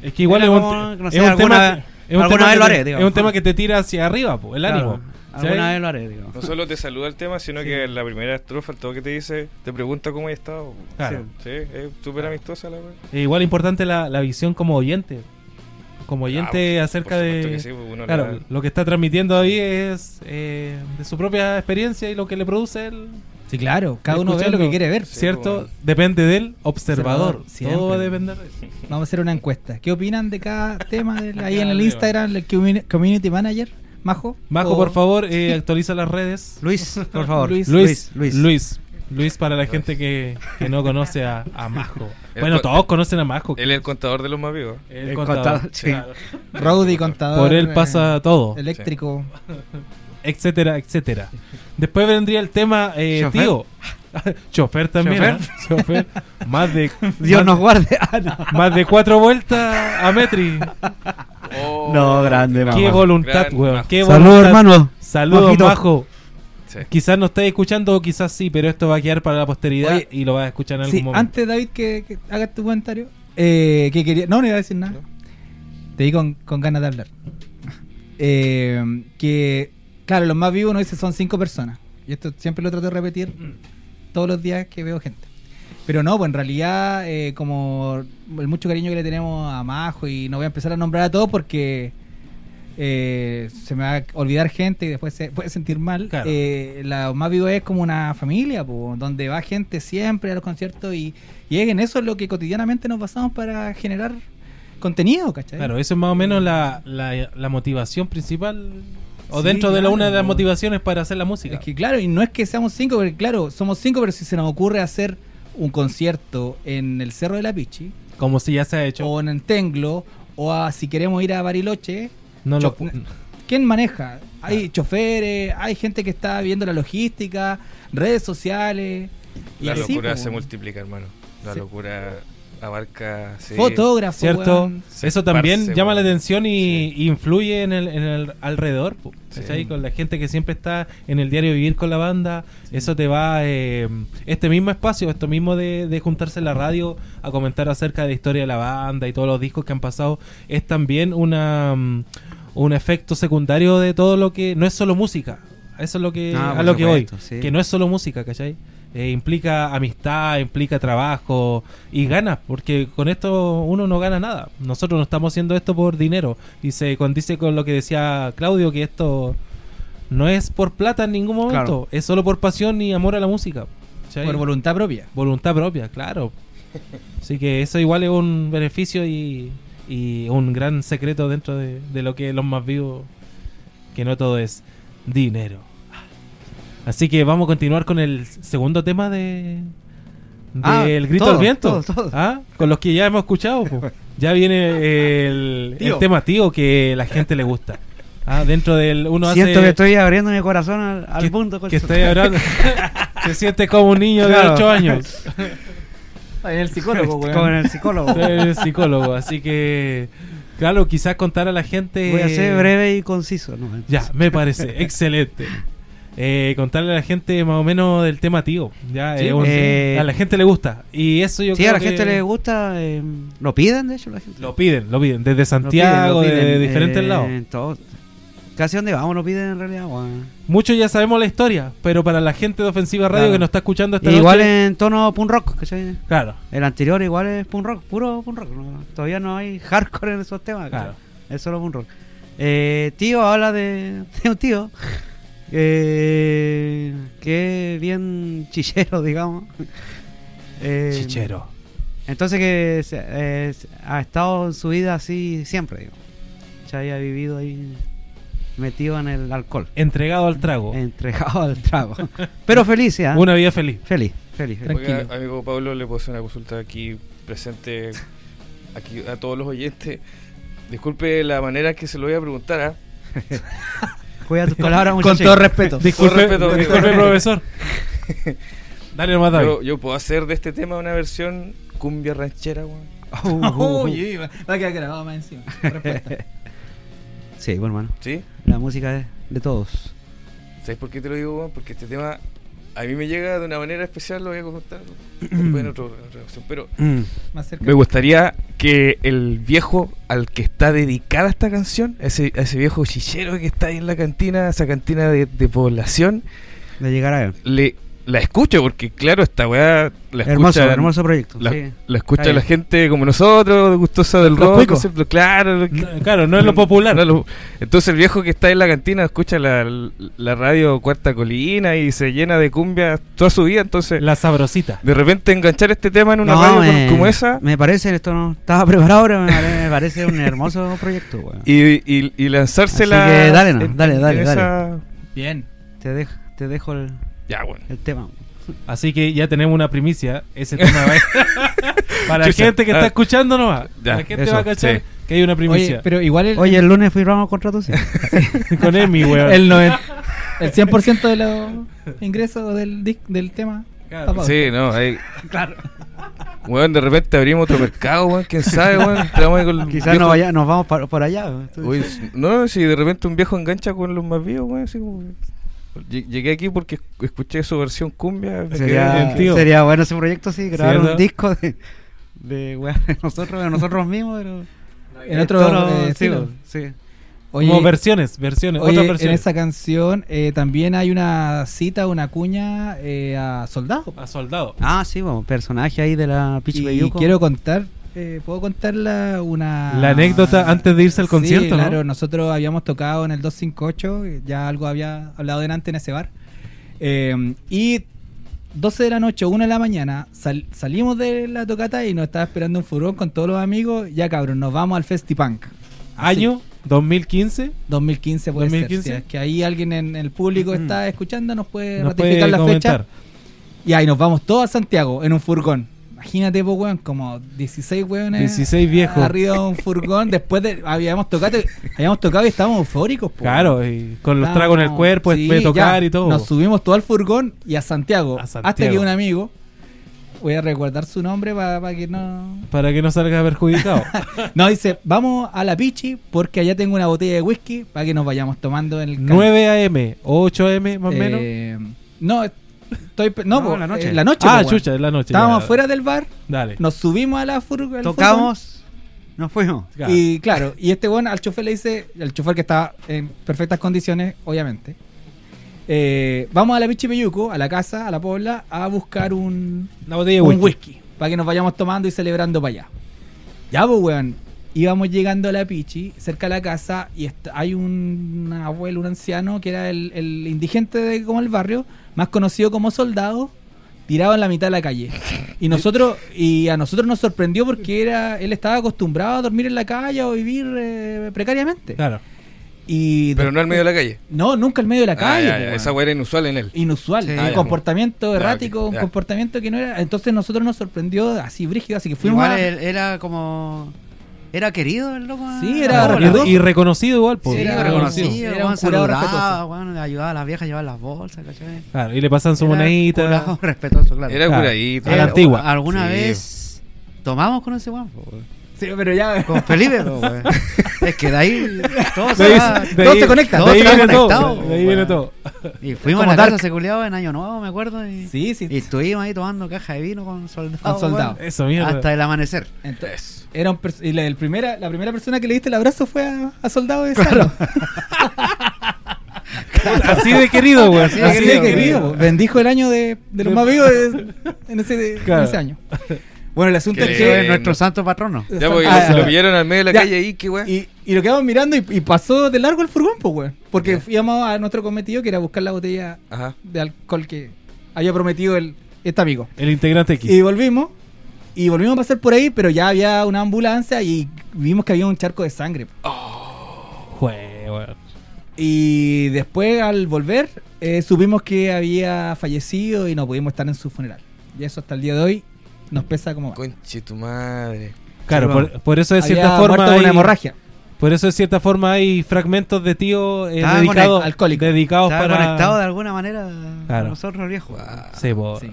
Speaker 2: Es que igual es
Speaker 3: Era
Speaker 2: un,
Speaker 3: como,
Speaker 2: te-
Speaker 3: no sé,
Speaker 2: es un
Speaker 3: alguna
Speaker 2: tema,
Speaker 3: vez-
Speaker 2: es un
Speaker 3: alguna
Speaker 2: tema
Speaker 3: vez
Speaker 2: que
Speaker 3: lo
Speaker 2: te-
Speaker 3: haré, digamos.
Speaker 2: es un tema que te tira hacia arriba, po, el
Speaker 3: Claro,
Speaker 2: ánimo. ¿sí?
Speaker 3: Alguna vez lo haré, digo.
Speaker 7: No solo te saluda el tema, sino que en la primera estrofa, el todo que te dice, te pregunta cómo has estado.
Speaker 2: Claro.
Speaker 7: Sí, es súper amistosa la wea.
Speaker 2: E igual importante la, la visión como oyente. Como oyente
Speaker 7: Ah, por-
Speaker 2: acerca
Speaker 7: por
Speaker 2: de...
Speaker 7: supuesto que sí, pues, uno
Speaker 2: claro,
Speaker 7: la-
Speaker 2: lo que está transmitiendo ahí es eh, de su propia experiencia y lo que le produce él.
Speaker 1: Sí, claro. Cada uno ve lo que quiere ver.
Speaker 7: Sí, pues,
Speaker 2: ¿Cierto?
Speaker 7: bueno.
Speaker 2: Depende del observador.
Speaker 1: Observador, siempre.
Speaker 2: Todo va a depender de
Speaker 3: Oh.
Speaker 2: eso.
Speaker 1: Vamos a hacer una encuesta. ¿Qué opinan de cada tema? del- ahí
Speaker 2: Cada
Speaker 1: en el
Speaker 2: tema.
Speaker 1: Instagram, el comuni- community manager, Majo.
Speaker 2: Majo,
Speaker 1: O-
Speaker 2: por favor,
Speaker 3: [laughs]
Speaker 2: eh, actualiza las redes.
Speaker 3: Luis, por favor.
Speaker 1: Luis.
Speaker 2: Luis, Luis,
Speaker 3: Luis.
Speaker 2: Luis. para la gente que, que no conoce a, a Majo.
Speaker 7: [laughs] El
Speaker 2: Bueno,
Speaker 7: co-
Speaker 2: todos conocen a Majo.
Speaker 7: Él es el contador de los más vivos.
Speaker 2: El
Speaker 8: El
Speaker 2: contador.
Speaker 8: contador, sí.
Speaker 2: Claro.
Speaker 1: Rowdy contador.
Speaker 2: Por él pasa
Speaker 1: eh,
Speaker 2: todo,
Speaker 1: Eléctrico.
Speaker 2: etcétera, etcétera. Después vendría el tema, eh,
Speaker 8: Chofer.
Speaker 2: tío. [laughs] Chofer también. ¿eh? Chofer. Más de
Speaker 8: Dios
Speaker 2: más-
Speaker 8: nos
Speaker 3: [laughs]
Speaker 8: guarde. Ah, no.
Speaker 2: más de cuatro vueltas a Metri.
Speaker 7: oh,
Speaker 8: No, grande,
Speaker 2: Qué
Speaker 8: mamá.
Speaker 2: voluntad,
Speaker 7: Gran
Speaker 2: weón.
Speaker 7: Majo.
Speaker 2: Qué
Speaker 8: Saludos,
Speaker 2: voluntad.
Speaker 8: hermano.
Speaker 2: Saludos,
Speaker 8: Majito.
Speaker 2: Majo.
Speaker 7: Sí.
Speaker 2: Quizás no estáis escuchando, o quizás sí, pero esto va a quedar para la posteridad
Speaker 1: Oye,
Speaker 2: y lo vas a escuchar en algún
Speaker 1: Sí,
Speaker 2: momento.
Speaker 1: antes, David, que, que hagas tu comentario. Eh, que quería... No, no iba a decir nada. Te di con, con ganas de hablar. [laughs] Eh, que, claro, los más vivos, uno dice, son cinco personas. Y esto siempre lo trato de repetir todos los días que veo gente. Pero no, pues en realidad, eh, como el mucho cariño que le tenemos a Majo, y no voy a empezar a nombrar a todos porque eh, se me va a olvidar gente y después se [laughs] puede sentir mal.
Speaker 2: Claro.
Speaker 1: Eh, la más vivo es como una familia, po, donde va gente siempre a los conciertos y lleguen. Eso es lo que cotidianamente nos basamos para generar contenido, ¿cachai?
Speaker 2: Claro, eso es más o menos la, la- la motivación principal. O
Speaker 1: Sí,
Speaker 2: dentro de la
Speaker 1: claro.
Speaker 2: una de las motivaciones para hacer la música.
Speaker 1: Es que claro, y no es que seamos cinco, porque claro, somos cinco, pero si se nos ocurre hacer un concierto en el Cerro de la Pichi,
Speaker 2: Como si ya se ha hecho.
Speaker 1: o en Entenglo, o a- si queremos ir a Bariloche,
Speaker 2: no lo,
Speaker 1: Yo- ¿quién maneja? Hay choferes, hay gente que está viendo la logística, redes sociales. y
Speaker 7: La
Speaker 1: así,
Speaker 2: pues,
Speaker 7: locura
Speaker 1: po,
Speaker 7: se
Speaker 1: weón.
Speaker 7: multiplica, hermano. La
Speaker 1: Sí.
Speaker 7: locura abarca. sí.
Speaker 1: Fotógrafo,
Speaker 2: ¿Cierto?
Speaker 1: weón.
Speaker 7: Sí,
Speaker 2: Eso también
Speaker 7: parce,
Speaker 2: llama la
Speaker 7: weón.
Speaker 2: atención y, y influye en el, en el alrededor. po,
Speaker 7: Sí.
Speaker 2: ¿cachai? Con la gente que siempre está en el diario vivir con la banda. Eso te va. eh, este mismo espacio, esto mismo de, de juntarse en la radio a comentar acerca de la historia de la banda y todos los discos que han pasado. Es también una. mm, un efecto secundario de todo lo que no es solo música. Eso es lo que
Speaker 3: Ah,
Speaker 2: a
Speaker 3: por
Speaker 2: lo que voy,
Speaker 3: supuesto, sí.
Speaker 2: que no es solo música, ¿cachai? Eh, implica amistad, implica trabajo y ganas, porque con esto uno no gana nada. Nosotros no estamos haciendo esto por dinero y se condice con lo que decía Claudio que esto no es por plata en ningún momento, es solo por pasión y amor a la música. ¿cachai?
Speaker 1: Por voluntad propia.
Speaker 2: Voluntad propia, claro. Así que eso igual es un beneficio y, y un gran secreto dentro de, de lo que es los más vivos, que no todo es dinero. Así que vamos a continuar con el segundo tema de del
Speaker 8: Ah,
Speaker 2: grito
Speaker 8: todo,
Speaker 2: al viento,
Speaker 8: todo, todo.
Speaker 2: ¿Ah? con los que ya hemos escuchado. po. Ya viene el, el
Speaker 8: Tío.
Speaker 2: tema tío que la gente le gusta. Ah, dentro del uno
Speaker 3: Siento
Speaker 2: hace-
Speaker 3: que estoy abriendo mi corazón al, al mundo.
Speaker 2: que estoy
Speaker 3: [laughs]
Speaker 2: hablando. [laughs] Se siente como un niño de
Speaker 8: Claro. [laughs]
Speaker 2: 8 años.
Speaker 8: el psicólogo,
Speaker 3: Con el psicólogo.
Speaker 2: Soy psicólogo, así que claro, quizás contar a la gente
Speaker 3: Voy a ser breve y conciso. ¿no?
Speaker 2: Ya, me parece excelente. Eh, contarle a la gente más o menos del tema tío. Ya,
Speaker 3: Sí,
Speaker 2: es un-
Speaker 3: eh,
Speaker 2: a la gente le gusta y eso yo
Speaker 3: Sí,
Speaker 2: creo
Speaker 3: a la
Speaker 2: que
Speaker 3: gente le gusta. eh, lo piden, de hecho, la gente.
Speaker 2: lo piden, lo piden desde
Speaker 3: Lo piden, lo
Speaker 2: Santiago, de- de
Speaker 3: piden,
Speaker 2: diferentes
Speaker 3: eh,
Speaker 2: lados.
Speaker 3: en todo- Casi donde vamos, lo piden en realidad. weón.
Speaker 2: Muchos ya sabemos la historia, pero para la gente de Ofensiva Radio
Speaker 3: Claro.
Speaker 2: que nos está escuchando esta
Speaker 3: Igual
Speaker 2: noche-
Speaker 3: en tono punk rock, ¿cachai?
Speaker 2: claro,
Speaker 3: El anterior igual es punk rock, puro punk rock. ¿no? Todavía no hay hardcore en esos temas.
Speaker 2: Claro.
Speaker 3: Claro. Es solo punk rock. Eh, tío habla de, [laughs] de un tío eh, que es bien chichero, [laughs] digamos. Eh,
Speaker 2: chichero.
Speaker 3: Entonces que se- eh, se- ha estado en su vida así siempre, digo. Ya había vivido ahí metido en el alcohol,
Speaker 2: Entregado al trago.
Speaker 3: entregado al trago. Pero feliz, ¿eh?
Speaker 2: Oh. [laughs] Una vida feliz.
Speaker 3: Feliz, feliz, feliz.
Speaker 7: Oiga,
Speaker 1: Tranquilo.
Speaker 7: amigo Pablo, le puedo hacer una consulta aquí presente aquí a todos los oyentes. Disculpe la manera que se lo voy a preguntar. ¿ah?
Speaker 3: Cuida tus palabras,
Speaker 1: [laughs] Con
Speaker 3: muchacho.
Speaker 1: todo
Speaker 3: [laughs]
Speaker 1: respeto.
Speaker 2: Disculpe,
Speaker 7: Con respeto,
Speaker 2: disculpe,
Speaker 7: amigo. [laughs]
Speaker 2: profesor. Dale nomás, David.
Speaker 7: Yo, yo puedo hacer de este tema una versión cumbia ranchera,
Speaker 1: [laughs]
Speaker 7: weón.
Speaker 3: Ah.
Speaker 1: Uy, uy, va va a quedar grabado más encima. [laughs] Respuesta.
Speaker 3: Sí, bueno, hermano.
Speaker 7: ¿Sí?
Speaker 3: La música es de todos.
Speaker 7: ¿Sabes por qué te lo digo, weón? Porque este tema a mí me llega de una manera especial, lo voy a comentar después en, otro- en otra ocasión. Pero
Speaker 1: Más cerca.
Speaker 7: me gustaría que el viejo al que está dedicada esta canción, a ese, a ese viejo chichero que está ahí en la cantina, esa cantina de- de población,
Speaker 3: De llegar a él.
Speaker 7: le, la escucho, porque claro, esta weá la escucha,
Speaker 3: Hermoso, hermoso proyecto.
Speaker 7: La,
Speaker 3: sí.
Speaker 7: la escucha
Speaker 3: Está
Speaker 7: la
Speaker 3: bien.
Speaker 7: gente como nosotros, gustosa del
Speaker 2: Los
Speaker 7: rock,
Speaker 2: cuicos.
Speaker 7: concepto- claro. lo que-
Speaker 2: No, claro, no es lo popular.
Speaker 7: no es lo- entonces el viejo que está en la cantina escucha la, la radio Cuarta Colina y se llena de cumbia toda su vida, entonces
Speaker 2: La sabrosita.
Speaker 7: de repente enganchar este tema en una
Speaker 3: No, eh.
Speaker 7: radio con-
Speaker 3: me-
Speaker 7: como esa
Speaker 3: Me parece, esto no estaba [laughs] preparado, pero me pare- me parece un hermoso proyecto, weón.
Speaker 7: y, y, y lanzársela...
Speaker 3: Así que dale, no,
Speaker 7: en-
Speaker 3: dale, dale,
Speaker 7: en
Speaker 3: dale.
Speaker 7: esa-
Speaker 1: Bien.
Speaker 3: Te, dejo, te dejo el,
Speaker 7: Ya, bueno.
Speaker 3: el tema.
Speaker 2: Así que ya tenemos una primicia. Ese tema va Para la
Speaker 7: Chucha,
Speaker 2: gente que
Speaker 7: a
Speaker 2: está
Speaker 7: ver.
Speaker 2: escuchando nomás.
Speaker 7: Ya,
Speaker 2: la gente
Speaker 7: eso,
Speaker 2: va a cachar
Speaker 7: sí.
Speaker 2: que hay una primicia.
Speaker 1: Oye, pero igual el,
Speaker 3: Oye, el lunes firmamos contrato,
Speaker 7: [laughs]
Speaker 3: sí.
Speaker 2: [laughs] Con Emi, weón.
Speaker 1: el, noven- el 100% de los ingresos del, disc- del tema.
Speaker 2: Claro.
Speaker 1: tapado.
Speaker 7: Sí, no, ahí... Weón, de repente abrimos otro mercado, weón, quién sabe, weón. Entramos ahí con el
Speaker 3: Quizás
Speaker 7: viejo-
Speaker 3: nos, vaya- nos vamos para, por allá. weón. Tú-
Speaker 7: Uy, s- no, si de repente un viejo engancha con los más vivos, güey, así como- Lle- Llegué aquí porque esc- escuché su versión cumbia. me quedé-
Speaker 3: Sería,
Speaker 2: bien, tío.
Speaker 3: sería bueno ese proyecto, sí, grabar
Speaker 2: ¿Cierto?
Speaker 3: un disco de, de, weón, de nosotros, de nosotros mismos. Pero
Speaker 1: En otro
Speaker 3: Esto no-
Speaker 1: eh,
Speaker 3: sí,
Speaker 1: estilo.
Speaker 3: weón, sí.
Speaker 1: Oye,
Speaker 2: Como versiones, [laughs] versiones,
Speaker 1: oye,
Speaker 2: otras
Speaker 1: en
Speaker 2: versiones.
Speaker 1: esa canción eh, también hay una cita, una cuña eh, a soldado.
Speaker 2: A soldado.
Speaker 3: Ah, sí, bueno, personaje ahí de la Pitch
Speaker 1: Y
Speaker 3: Bayuco.
Speaker 1: quiero contar, eh, puedo contarla una...
Speaker 2: La anécdota antes de irse al
Speaker 1: Sí,
Speaker 2: concierto, ¿no?
Speaker 1: claro, nosotros habíamos tocado en el 258, eh, ya algo había hablado delante en ese bar. Eh, y 12 de la noche, 1 de la mañana, sal- salimos de la tocata y nos estaba esperando un furgón con todos los amigos. Ya cabrón, nos vamos al Festipunk.
Speaker 2: Año 2015.
Speaker 1: 2015 puede
Speaker 2: 2015.
Speaker 1: ser. Si es que ahí alguien en el público está escuchando, nos puede
Speaker 2: Mm. Nos
Speaker 1: Eh, ratificar
Speaker 2: puede
Speaker 1: la
Speaker 2: comentar.
Speaker 1: fecha. Y ahí nos vamos todos a Santiago en un furgón. Imagínate, po, weón, como 16 weones.
Speaker 2: 16 viejos.
Speaker 1: Arriba de un furgón. Después de. Habíamos tocado, habíamos tocado y estábamos eufóricos, po.
Speaker 2: Claro, y con los
Speaker 1: Estábamos-
Speaker 2: tragos en el cuerpo,
Speaker 1: sí,
Speaker 2: después de tocar
Speaker 1: ya.
Speaker 2: y todo.
Speaker 1: Nos subimos todo al furgón y a Santiago.
Speaker 2: A
Speaker 1: Hasta
Speaker 2: Santiago.
Speaker 1: que un amigo. Voy a recordar su nombre para que no.
Speaker 2: Para que no
Speaker 1: [laughs]
Speaker 2: salga perjudicado.
Speaker 1: No, dice, vamos a la Pichi porque allá tengo una botella de whisky para que nos vayamos tomando en el camino.
Speaker 2: 9 AM, 8 AM más o menos.
Speaker 1: Eh, no, estoy. pe- No,
Speaker 3: No,
Speaker 1: po, eh, la
Speaker 3: la noche.
Speaker 1: noche.
Speaker 2: ah,
Speaker 1: po, weón.
Speaker 2: chucha, es la noche.
Speaker 1: Estábamos
Speaker 2: ya.
Speaker 1: afuera del bar,
Speaker 2: Dale.
Speaker 1: nos subimos a la furgo- al
Speaker 3: Tocamos, nos fuimos.
Speaker 1: furgón, Y claro, y este weón al chofer le dice, al chofer que estaba en perfectas condiciones, obviamente. eh, vamos a la Pichi Peyuco, a la casa, a la Pobla, a buscar un,
Speaker 2: Una botella de
Speaker 1: un
Speaker 2: whisky.
Speaker 1: whisky. para que nos vayamos tomando y celebrando para allá. Ya, pues, weón. Íbamos llegando a la Pichi, cerca de la casa, y est- hay un abuelo, un anciano, que era el, el indigente de como el barrio, más conocido como soldado, tirado en la mitad de la calle. Y nosotros y a nosotros nos sorprendió porque era él estaba acostumbrado a dormir en la calle o vivir eh, precariamente.
Speaker 2: Claro.
Speaker 1: Y
Speaker 7: Pero no al medio de la calle.
Speaker 1: No, nunca al medio de la
Speaker 7: Ah,
Speaker 1: calle.
Speaker 7: ya,
Speaker 1: po,
Speaker 7: ya,
Speaker 1: weón.
Speaker 7: esa weá era inusual en él.
Speaker 1: Inusual,
Speaker 3: Sí.
Speaker 1: un
Speaker 3: Ah,
Speaker 7: ya,
Speaker 1: comportamiento
Speaker 7: ya,
Speaker 1: errático,
Speaker 7: ok,
Speaker 1: un
Speaker 7: ya.
Speaker 1: comportamiento que no era. Entonces nosotros nos sorprendió así brígido, así que fuimos
Speaker 3: Igual
Speaker 1: a-
Speaker 3: él era como. Era querido el loco.
Speaker 1: Sí,
Speaker 3: eh,
Speaker 1: era
Speaker 3: la bola.
Speaker 1: respetuoso.
Speaker 2: y, y reconocido igual, po.
Speaker 1: Sí,
Speaker 3: Era
Speaker 1: era
Speaker 3: reconocido.
Speaker 1: reconocido.
Speaker 3: el
Speaker 1: Era
Speaker 3: weón
Speaker 1: un curado
Speaker 3: saludaba,
Speaker 1: respetuoso.
Speaker 3: weón, ayudaba a las viejas a llevar las bolsas, ¿cachai?
Speaker 2: Claro, y le pasan su
Speaker 3: Era
Speaker 2: monedita.
Speaker 3: curado, [laughs] respetuoso, claro.
Speaker 7: Era
Speaker 2: Claro.
Speaker 7: curadito.
Speaker 2: A la
Speaker 3: Era-
Speaker 2: antigua.
Speaker 3: ¿Alguna
Speaker 7: Sí.
Speaker 3: vez tomamos con ese guapo? weón?
Speaker 1: [laughs] Sí, pero ya.
Speaker 3: Con Felipe, po, weón. Es que de ahí todo
Speaker 2: De
Speaker 3: se
Speaker 2: ahí-
Speaker 3: va-
Speaker 2: de
Speaker 1: todo
Speaker 2: ahí-
Speaker 1: se conecta,
Speaker 2: de
Speaker 3: todo
Speaker 2: ahí
Speaker 3: se
Speaker 2: viene
Speaker 3: conecta,
Speaker 2: todo,
Speaker 3: po,
Speaker 2: de ahí viene
Speaker 3: weón.
Speaker 2: todo.
Speaker 3: Y fuimos a
Speaker 1: como
Speaker 3: la
Speaker 1: Dark.
Speaker 3: casa seculeado en Año Nuevo, me acuerdo. Y,
Speaker 1: [laughs] Sí, sí.
Speaker 3: y estuvimos ahí tomando caja de vino con soldados.
Speaker 1: Con soldados.
Speaker 3: weón,
Speaker 2: Eso, mierda.
Speaker 3: Hasta el amanecer.
Speaker 1: Entonces, era un pers- y la, el primera, la primera persona que le diste el abrazo fue a, a Soldado de [laughs] Sarno.
Speaker 2: Así de querido, güey.
Speaker 3: Así de
Speaker 1: Así de
Speaker 3: querido,
Speaker 1: querido.
Speaker 3: güey.
Speaker 1: Bendijo el año de, de los más vivos de- en, ese, de- en
Speaker 2: Claro.
Speaker 1: ese año. [laughs] Bueno, el asunto
Speaker 7: Qué
Speaker 1: es
Speaker 3: Que
Speaker 1: que.
Speaker 3: es nuestro
Speaker 7: no.
Speaker 3: santo patrono.
Speaker 7: Ya, porque
Speaker 1: Ah,
Speaker 7: lo,
Speaker 1: ya.
Speaker 7: lo pillaron al medio de la
Speaker 1: Ya.
Speaker 7: calle ahí, qué weá.
Speaker 1: Y, y lo quedamos mirando y, y pasó de largo el furgón, pues, güey. Porque íbamos a nuestro cometido que era buscar la botella
Speaker 7: Ajá.
Speaker 1: de alcohol que había prometido el, este amigo.
Speaker 2: El integrante X.
Speaker 1: Y volvimos. Y volvimos a pasar por ahí, pero ya había una ambulancia y vimos que había un charco de sangre.
Speaker 2: Jue, weón.
Speaker 1: Y después, al volver, eh, supimos que había fallecido y no pudimos estar en su funeral. Y eso hasta el día de hoy nos pesa como...
Speaker 7: Conche tu madre.
Speaker 2: Claro,
Speaker 1: Sí,
Speaker 2: por, por eso de
Speaker 1: Había
Speaker 2: cierta
Speaker 1: muerto
Speaker 2: forma
Speaker 1: de
Speaker 2: hay,
Speaker 1: una hemorragia.
Speaker 2: por eso de cierta forma hay fragmentos de tío eh,
Speaker 3: Estaba
Speaker 2: dedicados
Speaker 1: conect- alcohólico.
Speaker 2: dedicados
Speaker 3: Estaba
Speaker 2: para
Speaker 3: conectado de alguna manera
Speaker 2: Claro.
Speaker 3: a nosotros viejos.
Speaker 2: Ah, Sí, po.
Speaker 1: Sí.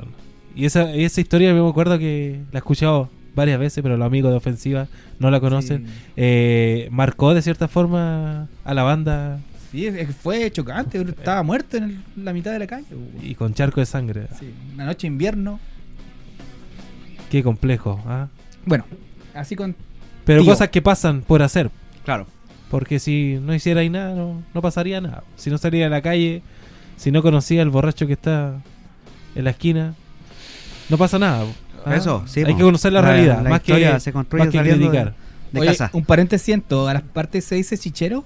Speaker 2: Y esa, y esa historia me acuerdo que la he escuchado varias veces, pero los amigos de ofensiva no la conocen.
Speaker 1: Sí.
Speaker 2: Eh, marcó de cierta forma a la banda
Speaker 1: Sí, es que fue chocante. uno Estaba muerto en el- la mitad de la calle.
Speaker 2: y con charco de sangre.
Speaker 1: Sí, una noche de invierno.
Speaker 2: Qué complejo. ¿ah?
Speaker 1: Bueno, así con...
Speaker 2: Pero
Speaker 1: Tío.
Speaker 2: cosas que pasan por hacer.
Speaker 3: Claro.
Speaker 2: Porque si no hiciera ahí nada, no, no pasaría nada. Si no saliera a la calle, si no conocía al borracho que está en la esquina, no pasa nada. ¿ah?
Speaker 3: Eso, sí,
Speaker 2: Hay
Speaker 3: po.
Speaker 2: que conocer la,
Speaker 3: La-
Speaker 2: realidad,
Speaker 3: la
Speaker 2: más que,
Speaker 3: historia se construye
Speaker 2: más que
Speaker 3: saliendo
Speaker 2: criticar.
Speaker 3: De
Speaker 1: Oye,
Speaker 3: casa.
Speaker 1: un paréntesis en todas las partes se dice chichero.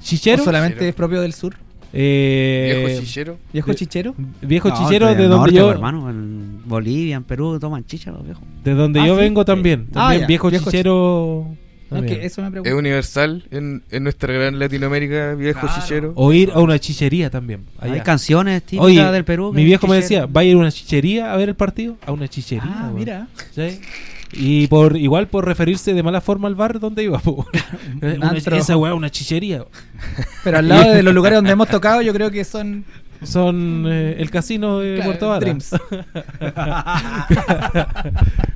Speaker 2: ¿Chichero?
Speaker 1: ¿O solamente
Speaker 7: Chichero.
Speaker 1: es propio del sur?
Speaker 2: eh,
Speaker 7: Viejo chichero.
Speaker 1: ¿Viejo
Speaker 2: De-
Speaker 1: chichero?
Speaker 2: Viejo
Speaker 3: No,
Speaker 2: chichero
Speaker 3: entre
Speaker 2: de
Speaker 3: el
Speaker 2: donde
Speaker 3: norte,
Speaker 2: yo
Speaker 3: po, hermano, en Bolivia, en Perú toman chicha los viejos.
Speaker 2: de donde
Speaker 1: Ah,
Speaker 2: yo
Speaker 1: sí.
Speaker 2: vengo también,
Speaker 1: Ah,
Speaker 2: también
Speaker 1: ya,
Speaker 2: viejo,
Speaker 1: viejo
Speaker 2: chichero.
Speaker 1: No, es
Speaker 2: también.
Speaker 1: que eso me
Speaker 7: Es
Speaker 1: pregunto.
Speaker 7: universal en, en nuestra gran Latinoamérica, viejo
Speaker 3: Claro.
Speaker 7: chichero.
Speaker 2: O ir a una chichería también. allá.
Speaker 3: Hay canciones típicas
Speaker 2: Oye,
Speaker 3: del Perú. que
Speaker 2: mi viejo me
Speaker 3: chichero.
Speaker 2: decía, ¿va a ir a una chichería a ver el partido? A una chichería.
Speaker 1: Ah,
Speaker 2: weón.
Speaker 1: mira.
Speaker 2: ¿Sí? Y por igual por referirse de mala forma al bar donde iba.
Speaker 1: [laughs]
Speaker 2: po. [laughs] Una-
Speaker 1: antro.
Speaker 2: esa weá, una chichería.
Speaker 1: Pero al lado de los lugares donde hemos tocado, yo creo que son
Speaker 2: Son eh, el casino de
Speaker 1: Claro,
Speaker 2: Puerto Vara.
Speaker 1: Dreams.
Speaker 2: [laughs]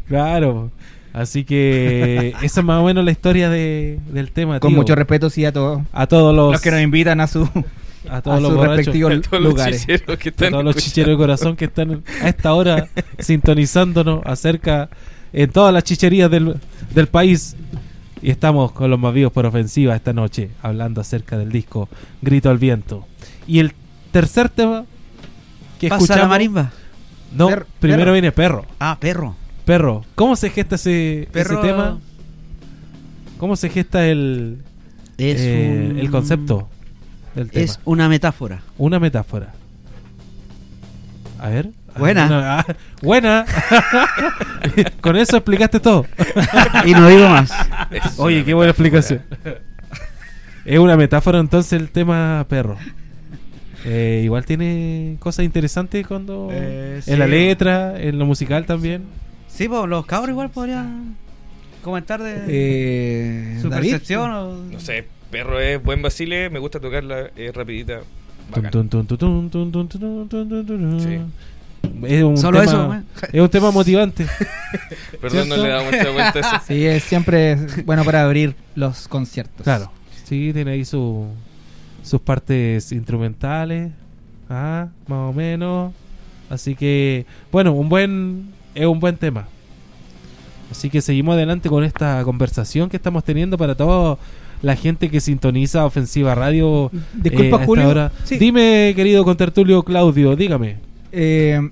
Speaker 2: claro. Así que esa es más o menos la historia de- del tema.
Speaker 1: Con
Speaker 2: tío.
Speaker 1: mucho respeto, sí, a todos
Speaker 2: a todos los,
Speaker 1: los que nos invitan a su
Speaker 2: a todos
Speaker 1: a
Speaker 2: los
Speaker 1: sus
Speaker 2: borrachos,
Speaker 1: respectivos
Speaker 7: A todos
Speaker 1: lugares.
Speaker 7: los chicheros que
Speaker 2: a
Speaker 7: están
Speaker 2: todos los
Speaker 7: escuchando.
Speaker 2: chicheros de corazón que están a
Speaker 1: [laughs]
Speaker 2: esta hora sintonizándonos acerca en todas las chicherías del, del país. Y estamos con los más vivos por ofensiva esta noche, hablando acerca del disco Grito al Viento. Y el tercer tema que
Speaker 3: ¿Pasa la
Speaker 2: escuchamos.
Speaker 3: marimba?
Speaker 2: no,
Speaker 1: Per-
Speaker 2: primero
Speaker 1: perro.
Speaker 2: viene perro.
Speaker 3: Ah, perro.
Speaker 2: Perro. ¿Cómo se gesta ese, ese
Speaker 3: Perro-
Speaker 2: tema? ¿Cómo se gesta el,
Speaker 3: Es
Speaker 2: eh,
Speaker 3: un-
Speaker 2: el concepto del tema?
Speaker 3: Es
Speaker 2: [laughs]
Speaker 3: una metáfora.
Speaker 2: Una metáfora. A ver.
Speaker 3: Buena.
Speaker 2: Una- ah, buena. [laughs] Con eso explicaste todo.
Speaker 3: y no digo más.
Speaker 7: Es
Speaker 2: Oye,
Speaker 7: una
Speaker 2: qué buena
Speaker 7: metáfora.
Speaker 2: explicación. Es una metáfora entonces el tema perro. Eh, igual tiene cosas interesantes cuando
Speaker 3: Eh, sí.
Speaker 2: en la letra, en lo musical también.
Speaker 3: Sí, po, los cabros igual podrían comentar de
Speaker 1: Eh,
Speaker 3: su
Speaker 1: David,
Speaker 3: percepción. O...
Speaker 7: No sé, perro es buen basile, me gusta tocarla, es rapidita. bacán.
Speaker 2: Tun, tun, tun, tun, tun, tun, tun, tun, tun, tun.
Speaker 7: Sí.
Speaker 2: Es un
Speaker 3: Solo
Speaker 2: tema-
Speaker 3: eso, ¿eh? güey.
Speaker 2: es un
Speaker 1: [laughs]
Speaker 2: tema motivante.
Speaker 7: Perdón, no le he dado mucha vuelta a eso.
Speaker 1: Sí, es siempre es bueno para abrir los conciertos.
Speaker 2: Claro, sí, tiene ahí su- sus partes instrumentales, ah, más o menos. Así que, bueno, un buen es un buen tema. Así que seguimos adelante con esta conversación que estamos teniendo para toda la gente que sintoniza Ofensiva Radio. eh,
Speaker 1: Disculpa,
Speaker 2: a esta
Speaker 1: Julio.
Speaker 2: hora.
Speaker 1: Sí.
Speaker 2: Dime, querido contertulio Claudio, dígame.
Speaker 1: Eh,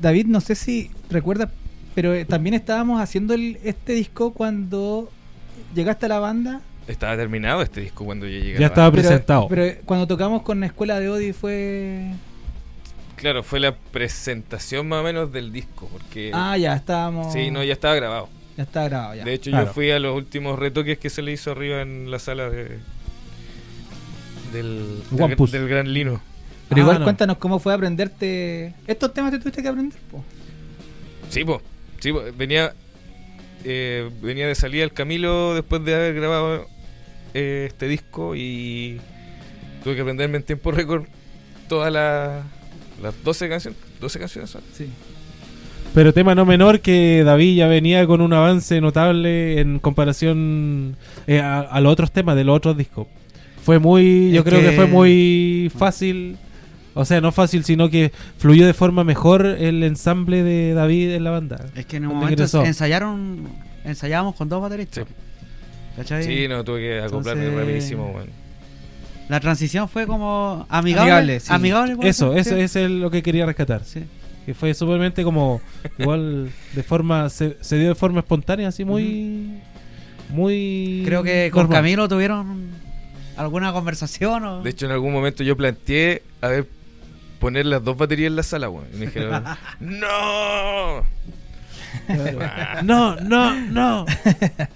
Speaker 1: David, no sé si recuerdas, pero eh, también estábamos haciendo el- este disco cuando llegaste a la banda.
Speaker 7: Estaba terminado este disco cuando yo llegué.
Speaker 2: Ya
Speaker 7: a la banda.
Speaker 2: estaba
Speaker 1: pero- eh,
Speaker 2: presentado.
Speaker 1: Pero, eh, cuando tocamos con la escuela de Odi fue
Speaker 7: claro, fue la presentación más o menos del disco, porque
Speaker 1: Ah, ya estábamos.
Speaker 7: sí, no, ya estaba grabado.
Speaker 1: ya está grabado. Ya.
Speaker 7: De hecho,
Speaker 2: Claro.
Speaker 7: yo fui a los últimos retoques que se le hizo arriba en la sala de del, del-
Speaker 2: Wampus.
Speaker 7: del Gran Lino.
Speaker 1: Pero
Speaker 2: Ah,
Speaker 1: igual
Speaker 2: no.
Speaker 1: cuéntanos cómo fue aprenderte. Estos temas te tuviste que aprender, po.
Speaker 7: Sí, po. Sí, po. Venía, eh, venía de salida el Camilo después de haber grabado eh, este disco y tuve que aprenderme en tiempo récord todas las, las 12 canciones. 12 canciones son.
Speaker 1: Sí.
Speaker 2: Pero tema no menor que David ya venía con un avance notable en comparación eh, a, a los otros temas de los otros discos. Fue muy, yo
Speaker 3: Es
Speaker 2: creo que...
Speaker 3: que-
Speaker 2: fue muy fácil, o sea, no fácil, sino que fluyó de forma mejor el ensamble de David en la banda.
Speaker 3: Es que en un
Speaker 2: Cuando
Speaker 3: momento
Speaker 2: ingresó.
Speaker 3: ensayaron, ensayábamos con dos bateristas.
Speaker 7: Sí.
Speaker 3: ¿Cachai?
Speaker 7: Sí, no, tuve que acoplarme
Speaker 3: Entonces-
Speaker 7: rapidísimo, weón.
Speaker 3: La transición fue como amigable.
Speaker 1: Amigable,
Speaker 3: Amigable,
Speaker 1: sí.
Speaker 3: por
Speaker 2: Eso, eso
Speaker 3: decir, sí.
Speaker 2: es el- lo que quería rescatar.
Speaker 3: Sí.
Speaker 2: Que fue supermente como, igual, de forma, se, se dio de forma espontánea, así muy, muy...
Speaker 3: Creo que con
Speaker 2: normal.
Speaker 3: Camilo tuvieron alguna conversación o...
Speaker 7: De hecho, en algún momento yo planteé a ver poner las dos baterías en la sala, weón. Y
Speaker 2: [laughs]
Speaker 7: me dijeron, ¡No!
Speaker 2: No, no, no.
Speaker 3: pues,
Speaker 2: Mira,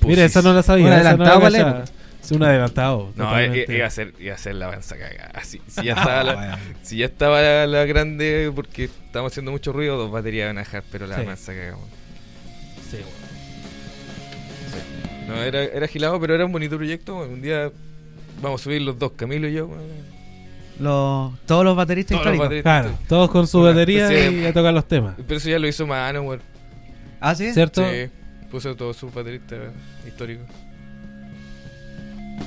Speaker 7: Pusis.
Speaker 2: esa no la sabía.
Speaker 1: Un
Speaker 2: esa
Speaker 1: adelantado
Speaker 2: no
Speaker 1: para
Speaker 2: la
Speaker 1: la
Speaker 2: cachaba. Sí, un adelantado.
Speaker 7: No, eh,
Speaker 2: totalmente.
Speaker 7: eh, iba a ser, iba a ser la avanza cagada. Así-
Speaker 2: [laughs]
Speaker 7: Si, ya estaba, la, si ya estaba la, la grande, porque estamos haciendo mucho ruido, dos baterías van a dejar, pero la
Speaker 2: Sí.
Speaker 7: avanza cagada. weón.
Speaker 2: Sí, bueno.
Speaker 7: No, era, era agilado, pero era un bonito proyecto. weón. Un día vamos a subir los dos, Camilo y yo. weón.
Speaker 3: Los, todos los bateristas
Speaker 7: Todos los
Speaker 3: históricos.
Speaker 7: bateristas.
Speaker 2: Claro, todos con su
Speaker 7: Una
Speaker 2: batería
Speaker 7: especie
Speaker 2: y a tocar los temas.
Speaker 7: Pero eso ya lo hizo mano, weón.
Speaker 3: ¿Ah, sí?
Speaker 2: ¿Cierto?
Speaker 7: Sí, puso todos sus bateristas históricos.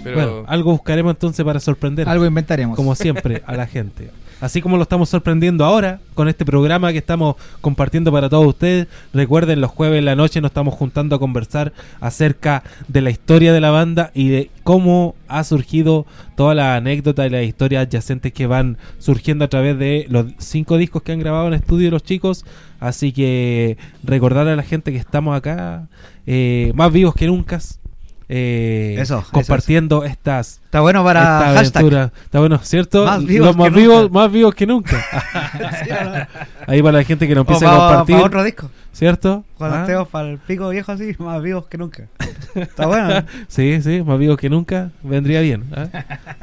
Speaker 7: Pero
Speaker 2: Bueno, algo buscaremos entonces para sorprender,
Speaker 1: Algo inventaremos.
Speaker 2: como siempre, a la gente. Así como lo estamos sorprendiendo ahora con este programa que estamos compartiendo para todos ustedes. Recuerden, los jueves en la noche nos estamos juntando a conversar acerca de la historia de la banda y de cómo ha surgido toda la anécdota y las historias adyacentes que van surgiendo a través de los cinco discos que han grabado en estudio los chicos. Así que recordar a la gente que estamos acá eh, más vivos que nunca. eh,
Speaker 3: Eso, eso,
Speaker 2: compartiendo estas
Speaker 3: Está bueno para
Speaker 2: esta
Speaker 3: hashtag. [laughs]
Speaker 2: aventura. Está bueno, ¿cierto?
Speaker 3: Más
Speaker 2: Los
Speaker 3: vivos
Speaker 2: más
Speaker 3: que
Speaker 2: vivos,
Speaker 3: nunca.
Speaker 2: más vivos que
Speaker 3: [laughs]
Speaker 2: nunca. Ah, Ahí para la gente que nos
Speaker 3: O
Speaker 2: empieza
Speaker 3: pa-
Speaker 2: a compartir,
Speaker 3: pa' otro disco.
Speaker 2: ¿cierto?
Speaker 3: Cuando
Speaker 2: Ah,
Speaker 3: estemos para el pico viejo así, más vivos que nunca. Está bueno.
Speaker 2: Sí, sí, más vivos que nunca. Vendría bien. ¿ah?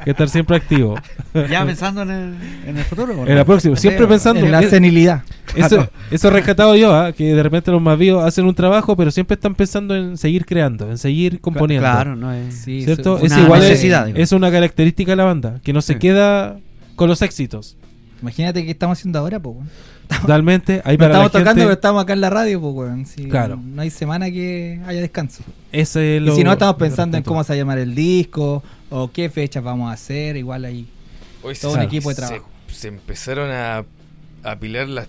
Speaker 2: Que estar siempre
Speaker 3: [laughs]
Speaker 2: activo. [laughs]
Speaker 3: Ya pensando en el, en el futuro. ¿no?
Speaker 2: En la próxima, siempre
Speaker 3: Sí,
Speaker 2: pensando.
Speaker 1: En la senilidad.
Speaker 2: Eso, eso he rescatado yo, ¿ah? que de repente los más vivos hacen un trabajo, pero siempre están pensando en seguir creando, en seguir componiendo.
Speaker 3: Claro, no es.
Speaker 1: Sí,
Speaker 2: ¿Cierto?
Speaker 1: eso-
Speaker 2: Es
Speaker 3: una
Speaker 2: igual es,
Speaker 3: necesidad, digo.
Speaker 2: es una característica de la banda, que no se
Speaker 3: Sí.
Speaker 2: queda con los éxitos.
Speaker 1: Imagínate qué estamos haciendo ahora, po. weón.
Speaker 2: Totalmente. Ahí
Speaker 1: No
Speaker 2: para la
Speaker 1: estamos tocando,
Speaker 2: gente-
Speaker 1: pero estamos acá en la radio, po, weón. Sí,
Speaker 2: Claro.
Speaker 1: No hay semana que haya descanso.
Speaker 2: Ese es
Speaker 1: Y
Speaker 2: lo-
Speaker 1: si no, estamos
Speaker 2: lo
Speaker 1: pensando en
Speaker 2: respeto.
Speaker 1: cómo se va a llamar el disco o qué fechas vamos a hacer. Igual ahí.
Speaker 7: hoy se-
Speaker 1: todo
Speaker 2: un
Speaker 7: se-
Speaker 1: equipo de trabajo.
Speaker 7: Se, se empezaron a a apilar las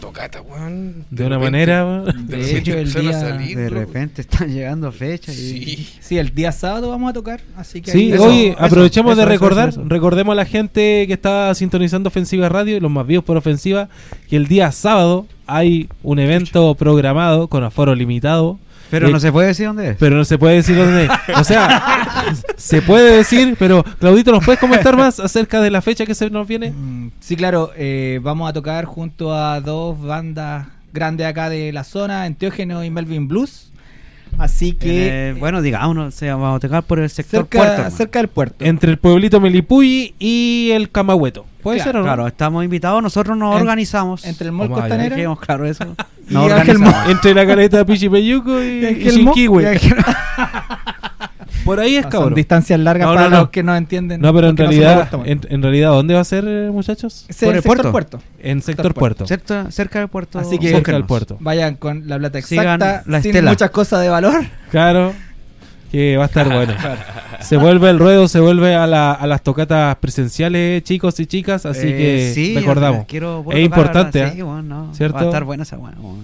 Speaker 7: tocatas, weón.
Speaker 2: De una
Speaker 3: [laughs]
Speaker 7: repente-
Speaker 2: manera, weón.
Speaker 7: De,
Speaker 1: De
Speaker 7: repente
Speaker 1: hecho, el
Speaker 7: empezaron
Speaker 1: día-
Speaker 7: a salir,
Speaker 3: De
Speaker 7: loco.
Speaker 3: repente están llegando fechas y.
Speaker 7: Sí.
Speaker 1: Sí, el día sábado vamos a tocar. Así que
Speaker 2: Sí,
Speaker 1: ahí-
Speaker 3: eso,
Speaker 2: oye,
Speaker 3: eso,
Speaker 2: aprovechemos
Speaker 3: eso,
Speaker 2: de
Speaker 3: eso,
Speaker 2: recordar,
Speaker 3: eso, eso.
Speaker 2: recordemos a la gente que está sintonizando Ofensiva Radio y los más vivos por Ofensiva, que el día sábado hay un evento programado con aforo limitado,
Speaker 3: Pero
Speaker 2: Eh,
Speaker 3: no se puede decir dónde es.
Speaker 2: pero no se puede decir dónde. es. O sea, se puede decir, pero Claudito, ¿nos puedes comentar más acerca de la fecha que se nos viene?
Speaker 1: Mm, Sí, claro, eh, vamos a tocar junto a dos bandas grandes acá de la zona, Enteógeno y Melvin Blues. Así que
Speaker 3: En el- bueno, ah, digamos, no sé, vamos a tocar por el sector
Speaker 1: cerca,
Speaker 3: puerto. hermano.
Speaker 1: cerca del puerto.
Speaker 2: Entre el pueblito Melipulli y el Camahueto. ¿Puede
Speaker 1: Claro,
Speaker 2: ser o no?
Speaker 3: Claro, estamos invitados, nosotros nos
Speaker 1: En-
Speaker 3: organizamos.
Speaker 1: Entre el Mall
Speaker 2: Vamos allá.
Speaker 1: Costanera
Speaker 3: Dejemos claro eso. [laughs]
Speaker 1: y
Speaker 3: Nos
Speaker 1: Ángel Mo-
Speaker 3: organizamos.
Speaker 2: Entre la caleta de Pichipeyuco y,
Speaker 1: y
Speaker 2: y,
Speaker 1: Ángel Mo-
Speaker 2: Chinquihue.
Speaker 1: y Ángel-
Speaker 2: [laughs] Por ahí es,
Speaker 1: Son
Speaker 2: cabrón.
Speaker 1: distancias largas
Speaker 2: No,
Speaker 1: para
Speaker 2: no, no.
Speaker 1: los que no entienden.
Speaker 2: No, pero
Speaker 1: los
Speaker 2: en
Speaker 1: que son de
Speaker 2: realidad,
Speaker 1: Puerto Montt.
Speaker 2: en, en realidad, ¿dónde va a ser, eh, muchachos?
Speaker 1: Es el,
Speaker 3: ¿por el
Speaker 1: sector puerto.
Speaker 3: puerto?
Speaker 2: En sector
Speaker 1: Sector
Speaker 2: puerto.
Speaker 3: Cerca, cerca del puerto.
Speaker 1: Así que-
Speaker 2: cerca del
Speaker 3: búsquenos.
Speaker 2: puerto.
Speaker 1: Vayan con la plata
Speaker 3: Sigan
Speaker 1: exacta,
Speaker 3: la
Speaker 1: sin
Speaker 3: estela.
Speaker 1: muchas cosas de valor.
Speaker 2: Claro, que va
Speaker 1: [laughs]
Speaker 2: a estar bueno. Se vuelve el ruedo, se vuelve a, la- a las tocatas presenciales, eh, chicos y chicas, así
Speaker 3: Eh,
Speaker 2: que
Speaker 3: sí,
Speaker 2: recordamos.
Speaker 3: quiero volver
Speaker 2: Es
Speaker 3: a tocar,
Speaker 2: importante,
Speaker 3: ¿verdad? Sí,
Speaker 2: ¿eh?
Speaker 3: bueno, no,
Speaker 2: ¿Cierto?
Speaker 3: Va a estar buena esa buena. bueno.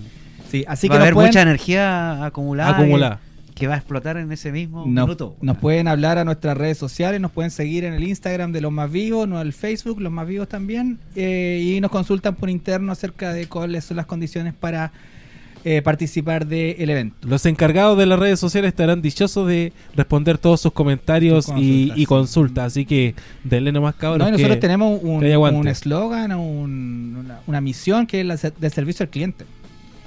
Speaker 1: Sí, así
Speaker 3: va
Speaker 1: que
Speaker 3: a
Speaker 1: nos
Speaker 3: haber
Speaker 1: pueden-
Speaker 3: mucha energía acumulada.
Speaker 2: Acumulada.
Speaker 3: Que, que va a explotar en ese mismo
Speaker 1: Nos,
Speaker 3: minuto.
Speaker 1: nos pueden hablar a nuestras redes sociales, nos pueden seguir en el Instagram de los más vivos, no el Facebook, los más vivos también, eh, y nos consultan por interno acerca de cuáles son las condiciones para eh, participar del evento.
Speaker 2: Los encargados de las redes sociales estarán dichosos de responder todos sus comentarios
Speaker 1: Sus
Speaker 2: y,
Speaker 1: consultas,
Speaker 2: y
Speaker 1: sí.
Speaker 2: consultas. Así que denle nomás cabros.
Speaker 1: No, y nosotros
Speaker 2: que-
Speaker 1: tenemos un
Speaker 2: que hay aguante.
Speaker 1: un eslogan, un- una, una misión que es la se- de servicio al cliente.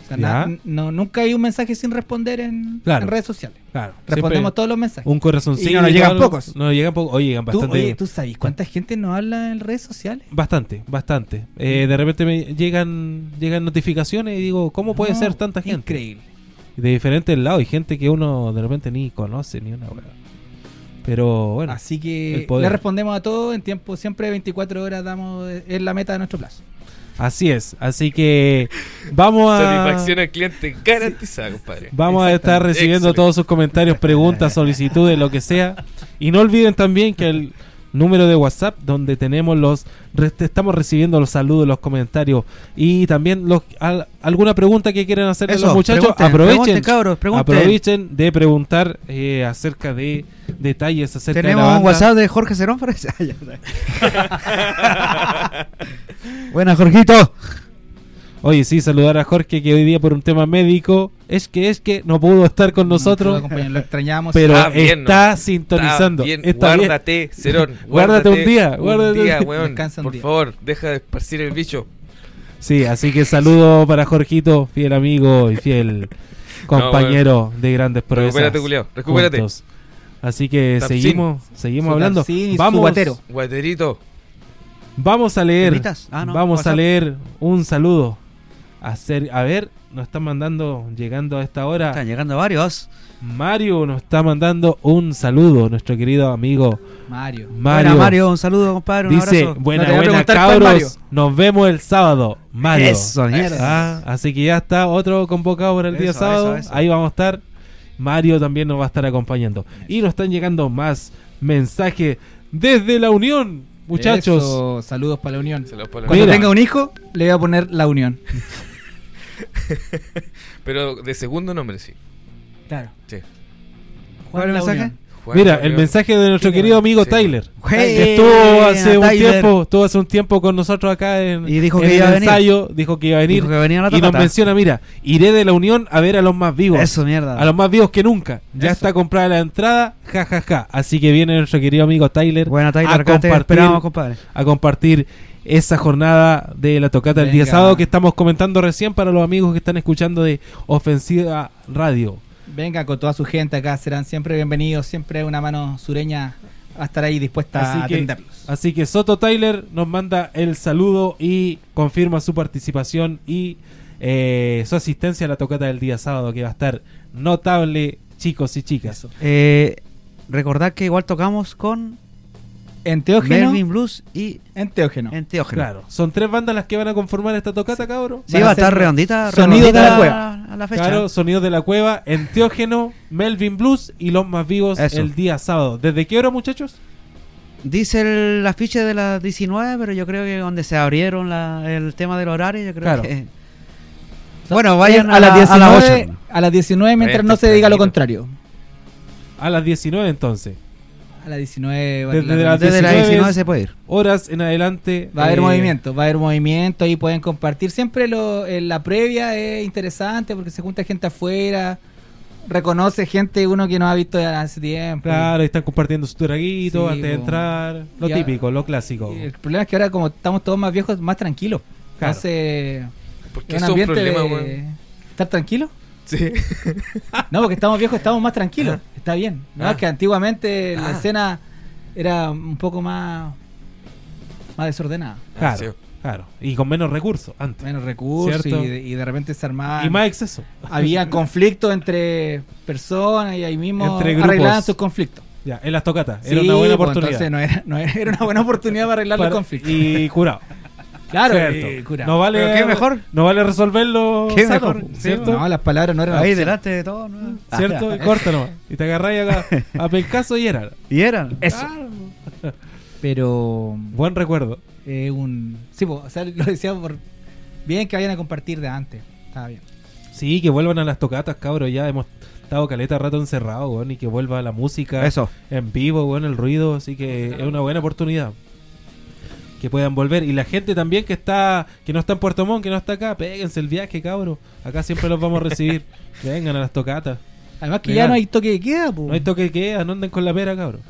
Speaker 1: O sea,
Speaker 2: Ya.
Speaker 1: na- no, nunca hay un mensaje sin responder en,
Speaker 2: Claro.
Speaker 1: en redes sociales.
Speaker 2: Claro,
Speaker 1: Respondemos
Speaker 2: siempre
Speaker 1: todos los mensajes.
Speaker 2: Un corazoncito.
Speaker 1: Y no nos llegan
Speaker 2: todo lo-
Speaker 1: pocos.
Speaker 2: No nos llegan pocos. Oye, llegan
Speaker 1: ¿Tú,
Speaker 2: bastante.
Speaker 1: oye, ¿tú sabes cuánta gente nos habla en redes sociales?
Speaker 2: Bastante, bastante. Eh, de repente me llegan llegan notificaciones y digo, ¿cómo puede
Speaker 1: No,
Speaker 2: ser tanta gente?
Speaker 1: Increíble.
Speaker 2: De diferentes lados y gente que uno de repente ni conoce ni una hueá. Pero bueno,
Speaker 1: Así
Speaker 2: el
Speaker 1: que
Speaker 2: poder.
Speaker 1: le respondemos a todo en tiempo, siempre 24 horas damos, eh, es la meta de nuestro plazo.
Speaker 2: así es. Así que
Speaker 1: [laughs]
Speaker 2: vamos a
Speaker 7: Satisfacción al cliente garantizada, compadre.
Speaker 2: vamos a estar
Speaker 7: Exactamente.
Speaker 2: recibiendo
Speaker 7: Excelente.
Speaker 2: todos sus comentarios, preguntas, solicitudes, lo que sea. Y no olviden también que el número de WhatsApp donde tenemos los re- estamos recibiendo los saludos, los comentarios y también los al- alguna pregunta que quieran hacerle a los muchachos,
Speaker 3: pregunten,
Speaker 2: aprovechen.
Speaker 3: pregunten, cabros, pregunten.
Speaker 2: Aprovechen de preguntar eh, acerca de detalles acerca de la
Speaker 3: Tenemos un
Speaker 2: banda.
Speaker 3: WhatsApp de Jorge Cerón
Speaker 2: [laughs]
Speaker 3: para [laughs] ese. Ah, ya está. Buena, Jorgito.
Speaker 2: Oye, sí, saludar a Jorge que hoy día por un tema médico es que es que no pudo estar con
Speaker 1: Nosotros,
Speaker 2: nosotros,
Speaker 1: compañeros, lo extrañamos.
Speaker 2: pero
Speaker 7: Está bien,
Speaker 2: está
Speaker 7: ¿no?
Speaker 2: sintonizando.
Speaker 7: Está bien,
Speaker 2: Está bien.
Speaker 7: guárdate, Cerón.
Speaker 2: [laughs] Guárdate un día, guárdate un
Speaker 7: un día,
Speaker 2: día.
Speaker 7: weón.
Speaker 1: Descansa un
Speaker 7: por
Speaker 1: día.
Speaker 7: favor, deja de esparcir el bicho.
Speaker 2: Sí, así que saludo para Jorgito, fiel amigo y
Speaker 7: [laughs]
Speaker 2: fiel compañero de grandes proezas.
Speaker 7: Recupérate, culiao, recupérate.
Speaker 2: juntos. Así que
Speaker 7: Tapsin.
Speaker 2: seguimos, seguimos
Speaker 1: Su
Speaker 2: hablando.
Speaker 1: Tapsin y su
Speaker 2: Vamos,
Speaker 1: guatero.
Speaker 7: Guaterito.
Speaker 2: vamos a leer,
Speaker 3: ¿Temitas? Ah, no,
Speaker 2: vamos a
Speaker 3: WhatsApp.
Speaker 2: leer un saludo. A, ser- a ver, nos están mandando, llegando a esta hora.
Speaker 3: Están llegando varios.
Speaker 2: Mario nos está mandando un saludo, nuestro querido amigo
Speaker 1: Mario.
Speaker 2: Mario.
Speaker 3: Buena, Mario. Un saludo, compadre. Un
Speaker 2: Dice,
Speaker 3: abrazo.
Speaker 2: buena,
Speaker 1: No te voy a
Speaker 2: buena,
Speaker 1: preguntar cuál Mario.
Speaker 2: cabros. Nos vemos el sábado, Mario.
Speaker 3: Eso, mierda.
Speaker 2: Ah, así que ya está otro convocado para el día
Speaker 3: Eso,
Speaker 2: sábado.
Speaker 3: eso, eso.
Speaker 2: Ahí vamos a estar. Mario también nos va a estar acompañando. Y nos están llegando más mensajes desde la Unión, muchachos.
Speaker 1: Eso, saludos para la Unión.
Speaker 7: Se los pone.
Speaker 1: Cuando
Speaker 2: Mira.
Speaker 1: tenga un hijo, le voy a poner la Unión.
Speaker 7: Pero de segundo nombre, sí.
Speaker 1: Claro.
Speaker 7: Sí.
Speaker 3: ¿Cuál es el
Speaker 1: La
Speaker 3: mensaje?
Speaker 1: Unión.
Speaker 7: Juan
Speaker 2: Mira,
Speaker 7: Gabriel.
Speaker 2: el mensaje de nuestro
Speaker 1: Sí,
Speaker 2: querido
Speaker 1: bueno.
Speaker 2: amigo
Speaker 7: Sí.
Speaker 2: Tyler.
Speaker 3: Buena,
Speaker 2: que estuvo hace un
Speaker 3: Tyler.
Speaker 2: tiempo, estuvo hace un tiempo con nosotros acá en,
Speaker 3: Y dijo que
Speaker 2: en
Speaker 3: iba a
Speaker 2: el
Speaker 3: venir.
Speaker 2: ensayo, dijo que iba a venir
Speaker 3: Dijo que venía la
Speaker 2: y nos
Speaker 3: totata.
Speaker 2: menciona, mira, iré de la Unión a ver a los más vivos.
Speaker 3: Eso, mierda.
Speaker 2: A los más vivos que nunca. Ya
Speaker 1: Eso.
Speaker 2: está comprada la entrada, ja ja ja. Así que viene nuestro querido amigo Tyler,
Speaker 3: Buena, Tyler.
Speaker 2: a
Speaker 3: Acá te
Speaker 2: compartir
Speaker 3: esperamos, compadre.
Speaker 2: a compartir esa jornada de la tocata el día
Speaker 1: Venga.
Speaker 2: sábado que estamos comentando recién para los amigos que están escuchando de Ofensiva Radio.
Speaker 1: Venga con toda su gente acá, serán siempre bienvenidos, siempre una mano sureña va a estar ahí dispuesta a
Speaker 2: Así que,
Speaker 1: atenderlos.
Speaker 2: así que Soto Tyler nos manda el saludo y confirma su participación y eh, su asistencia a la tocata del día sábado que va a estar notable, chicos y chicas.
Speaker 3: Eh, recordad que igual tocamos con
Speaker 1: Enteógeno,
Speaker 3: Melvin Blues y
Speaker 1: enteógeno.
Speaker 3: Enteógeno.
Speaker 2: Claro, son tres bandas las que van a conformar esta tocata, cabro.
Speaker 3: Sí,
Speaker 1: Van a
Speaker 3: va a
Speaker 1: ser
Speaker 3: estar redondita.
Speaker 1: sonido de
Speaker 3: redondita
Speaker 1: la cueva.
Speaker 3: A la fecha.
Speaker 2: Claro, Sonidos de la Cueva, Enteógeno, Melvin Blues y Los Más Vivos
Speaker 3: Eso.
Speaker 2: el día sábado. ¿Desde qué hora, muchachos?
Speaker 3: Dice el afiche de las 19, pero yo creo que donde se abrieron la- el tema del horario, yo creo
Speaker 2: Claro.
Speaker 3: que. Bueno, vayan
Speaker 1: a, las 19,
Speaker 3: la
Speaker 1: a,
Speaker 3: 8.
Speaker 1: las 19 mientras
Speaker 7: Vayan
Speaker 1: no se diga lo
Speaker 7: tempranito.
Speaker 1: contrario.
Speaker 2: A las 19 entonces.
Speaker 1: A las 19 va,
Speaker 2: Desde
Speaker 1: la-
Speaker 2: las
Speaker 3: Desde las
Speaker 2: 19
Speaker 3: 19 se puede ir.
Speaker 2: Horas en adelante.
Speaker 1: va a haber
Speaker 2: eh,
Speaker 1: movimiento, va a haber movimiento y pueden compartir. Siempre lo, en la previa es interesante porque se junta gente afuera, reconoce gente uno que no ha visto ya hace tiempo.
Speaker 2: Claro, ahí están compartiendo su traguito
Speaker 1: Sí,
Speaker 2: antes de
Speaker 1: bo.
Speaker 2: entrar. Lo
Speaker 1: Ya.
Speaker 2: típico, lo clásico.
Speaker 1: Y El problema es que ahora como estamos todos más viejos, más tranquilos.
Speaker 2: Claro.
Speaker 1: Entonces,
Speaker 7: ¿Por qué
Speaker 1: es un
Speaker 7: eso es un
Speaker 1: ambiente
Speaker 7: problema,
Speaker 1: de-
Speaker 7: weón?
Speaker 1: ¿Estar
Speaker 2: [laughs]
Speaker 1: tranquilo?
Speaker 7: Sí.
Speaker 1: No, porque estamos viejos, estamos más tranquilos. Está bien. No,
Speaker 7: Ah.
Speaker 1: es que antiguamente
Speaker 7: Ah.
Speaker 1: la escena era un poco más más desordenada.
Speaker 2: Claro,
Speaker 7: Sí.
Speaker 2: claro. Y con menos recursos antes.
Speaker 1: Menos recursos y
Speaker 2: Cierto.
Speaker 1: de, y de repente se armaban.
Speaker 2: Y más exceso. [laughs]
Speaker 1: Había conflictos entre personas y ahí mismo
Speaker 2: Entre grupos.
Speaker 1: arreglaban sus conflictos.
Speaker 2: Ya, en las tocatas. Era
Speaker 1: Sí,
Speaker 2: una buena
Speaker 1: pues,
Speaker 2: oportunidad.
Speaker 1: entonces no era, no era, era una buena oportunidad para arreglar
Speaker 2: [laughs] Para-
Speaker 1: los conflictos.
Speaker 2: Y curado.
Speaker 1: [laughs] claro,
Speaker 2: Cierto.
Speaker 1: y curado.
Speaker 2: No vale,
Speaker 3: Pero qué mejor.
Speaker 2: No vale resolverlo.
Speaker 3: Qué
Speaker 2: sano,
Speaker 3: mejor, sí,
Speaker 2: ¿Cierto?
Speaker 1: No, las palabras no eran
Speaker 3: Ahí
Speaker 1: opción.
Speaker 3: delante de todo, ¿no?
Speaker 2: ¿Cierto?
Speaker 1: [laughs]
Speaker 2: Y Corta nomás. Y te agarráis acá a pencaso y era.
Speaker 3: Y eran.
Speaker 1: Eso. Pero
Speaker 2: Buen recuerdo.
Speaker 1: eh, un sí, po, o sea, lo decía por bien que vayan a compartir de antes. Está bien.
Speaker 2: Sí, que vuelvan a las tocatas, cabros. Ya hemos estado caleta rato encerrado, weón. Y que vuelva la música
Speaker 3: Eso.
Speaker 2: en vivo, weón, el ruido. Así que es una buena oportunidad. que puedan volver. Y la gente también que está que no está en Puerto Montt, que no está acá, péguense el viaje, cabros. Acá siempre los vamos a recibir. Vengan a las tocatas.
Speaker 1: Además que
Speaker 2: Legal.
Speaker 1: ya no hay toque de queda, pues. po.
Speaker 2: No hay toque de queda, no anden con la pera, cabros.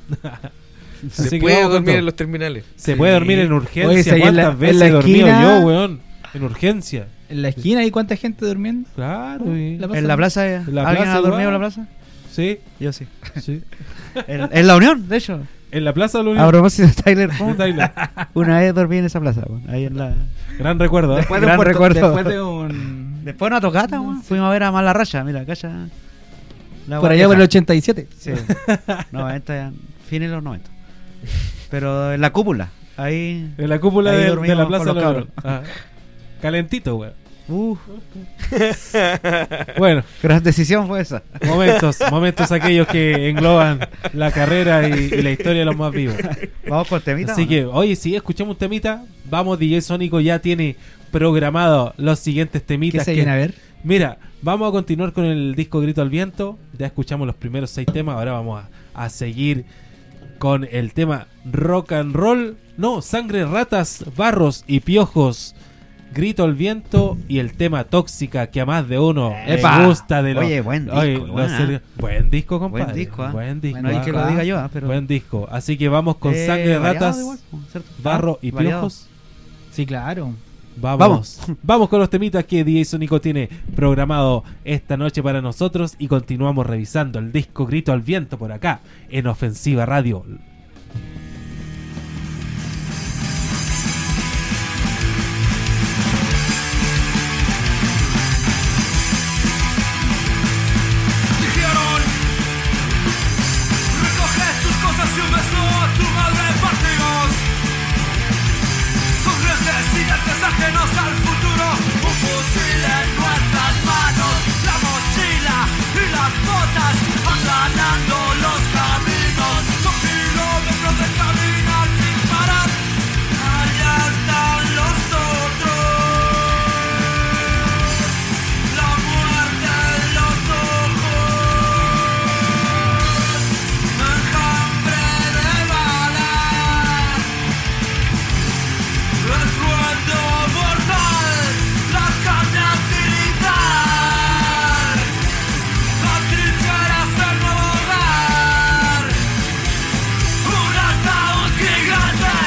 Speaker 7: Se
Speaker 2: Así que
Speaker 7: puede
Speaker 2: vamos con
Speaker 7: dormir
Speaker 2: todo.
Speaker 7: en los terminales.
Speaker 2: Se
Speaker 1: Sí.
Speaker 2: puede dormir en
Speaker 1: Oye, si
Speaker 2: urgencia.
Speaker 1: ahí en la-
Speaker 2: ¿Cuántas
Speaker 1: en
Speaker 2: veces
Speaker 1: la
Speaker 2: he dormido
Speaker 1: esquina-
Speaker 2: yo, weón? En urgencia.
Speaker 1: En la esquina hay cuánta gente durmiendo.
Speaker 2: Claro. y-
Speaker 1: La-
Speaker 3: ¿En Uh, la plaza? eh?
Speaker 2: En la
Speaker 3: ¿Alguien
Speaker 2: plaza
Speaker 3: ha dormido en
Speaker 2: igual.
Speaker 3: la plaza?
Speaker 2: Sí,
Speaker 3: Yo
Speaker 2: [laughs]
Speaker 3: sí.
Speaker 2: sí.
Speaker 3: En, en la Unión, de hecho.
Speaker 2: En la Plaza de la Unión.
Speaker 3: A propósito de
Speaker 2: [laughs]
Speaker 3: Tyler,
Speaker 2: Vamos, Taylor.
Speaker 3: una vez dormí en esa plaza, weón, ahí en la...
Speaker 2: Gran recuerdo. ¿eh?
Speaker 1: Después de,
Speaker 3: Gran
Speaker 1: un puerto-
Speaker 3: recuerdo.
Speaker 1: después de un.
Speaker 3: Después de una tocata, weón, fuimos a ver a Mala Raya, mira, acá ya... la
Speaker 1: por allá
Speaker 3: guateja.
Speaker 1: por el 87.
Speaker 3: Sí, 90, ya, fines de los 90. Pero en la cúpula, ahí...
Speaker 2: En la cúpula
Speaker 3: Ahí
Speaker 2: de,
Speaker 3: dormimos
Speaker 2: de la
Speaker 3: con
Speaker 2: Plaza de
Speaker 3: los
Speaker 2: la Unión.
Speaker 3: cabros.
Speaker 2: Ajá. Calentito, weón.
Speaker 3: Uh,
Speaker 2: Bueno,
Speaker 3: gran decisión fue esa.
Speaker 2: momentos, momentos aquellos que engloban la carrera y, y la historia de los más vivos.
Speaker 3: Vamos con temita.
Speaker 2: Así
Speaker 3: ¿o no?
Speaker 2: que, oye, sí, escuchamos un temita. Vamos, DJ Sónico ya tiene programado los siguientes
Speaker 1: ¿Qué
Speaker 2: temitas.
Speaker 1: se
Speaker 2: que-
Speaker 1: viene a ver?
Speaker 2: Mira, vamos a continuar con el disco Grito al Viento. Ya escuchamos los primeros seis temas. Ahora vamos a, a seguir con el tema rock and roll. No, sangre, ratas, barros y piojos. Grito al viento y el tema tóxica que a más de uno
Speaker 3: Epa.
Speaker 2: le gusta de los.
Speaker 3: Oye, buen disco,
Speaker 2: lo
Speaker 3: buena. ¿eh?
Speaker 2: serio- buen disco, compadre.
Speaker 3: Buen disco, ¿ah?
Speaker 2: Buen disco.
Speaker 3: Bueno, hay
Speaker 2: ¿ah?
Speaker 3: que lo diga yo, ah, pero...
Speaker 2: Buen disco. Así que vamos con
Speaker 3: Eh,
Speaker 2: sangre,
Speaker 3: variado
Speaker 2: ratas,
Speaker 3: igual, ¿cierto? Ah,
Speaker 2: barro y
Speaker 3: Variado.
Speaker 2: piojos.
Speaker 1: Sí, claro.
Speaker 2: Vamos. [laughs] Vamos. con los temitas que DJ Sónico tiene programado esta noche para nosotros y continuamos revisando el disco Grito al Viento por acá en Ofensiva Radio.
Speaker 4: dijeron Recoge tus cosas y un beso a tu madre partimos Con residentes ajenos al futuro Un fusil en nuestras manos La mochila y las botas Aplanando los caminos Son kilómetros de caminar sin parar Allá están los otros la muerte en los ojos, enjambre de balas, estruendo mortal, la carne actividad, las trincheras del nuevo hogar, un ataúd gigante.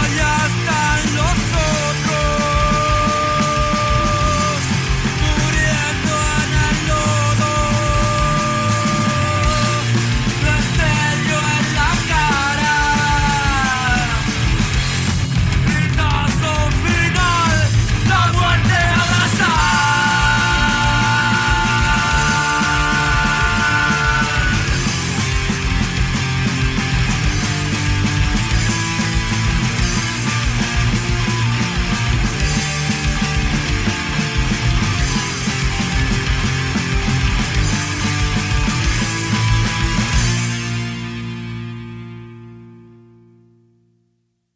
Speaker 4: Allá están los otros, muriendo en el lodo, destello en la cara, gritazo final, la muerte abrazar.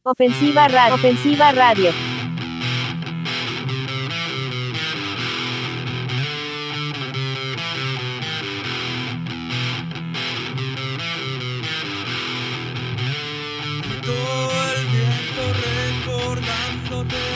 Speaker 9: Ofensiva Radio. Ofensiva Radio.
Speaker 4: Todo el viento recorre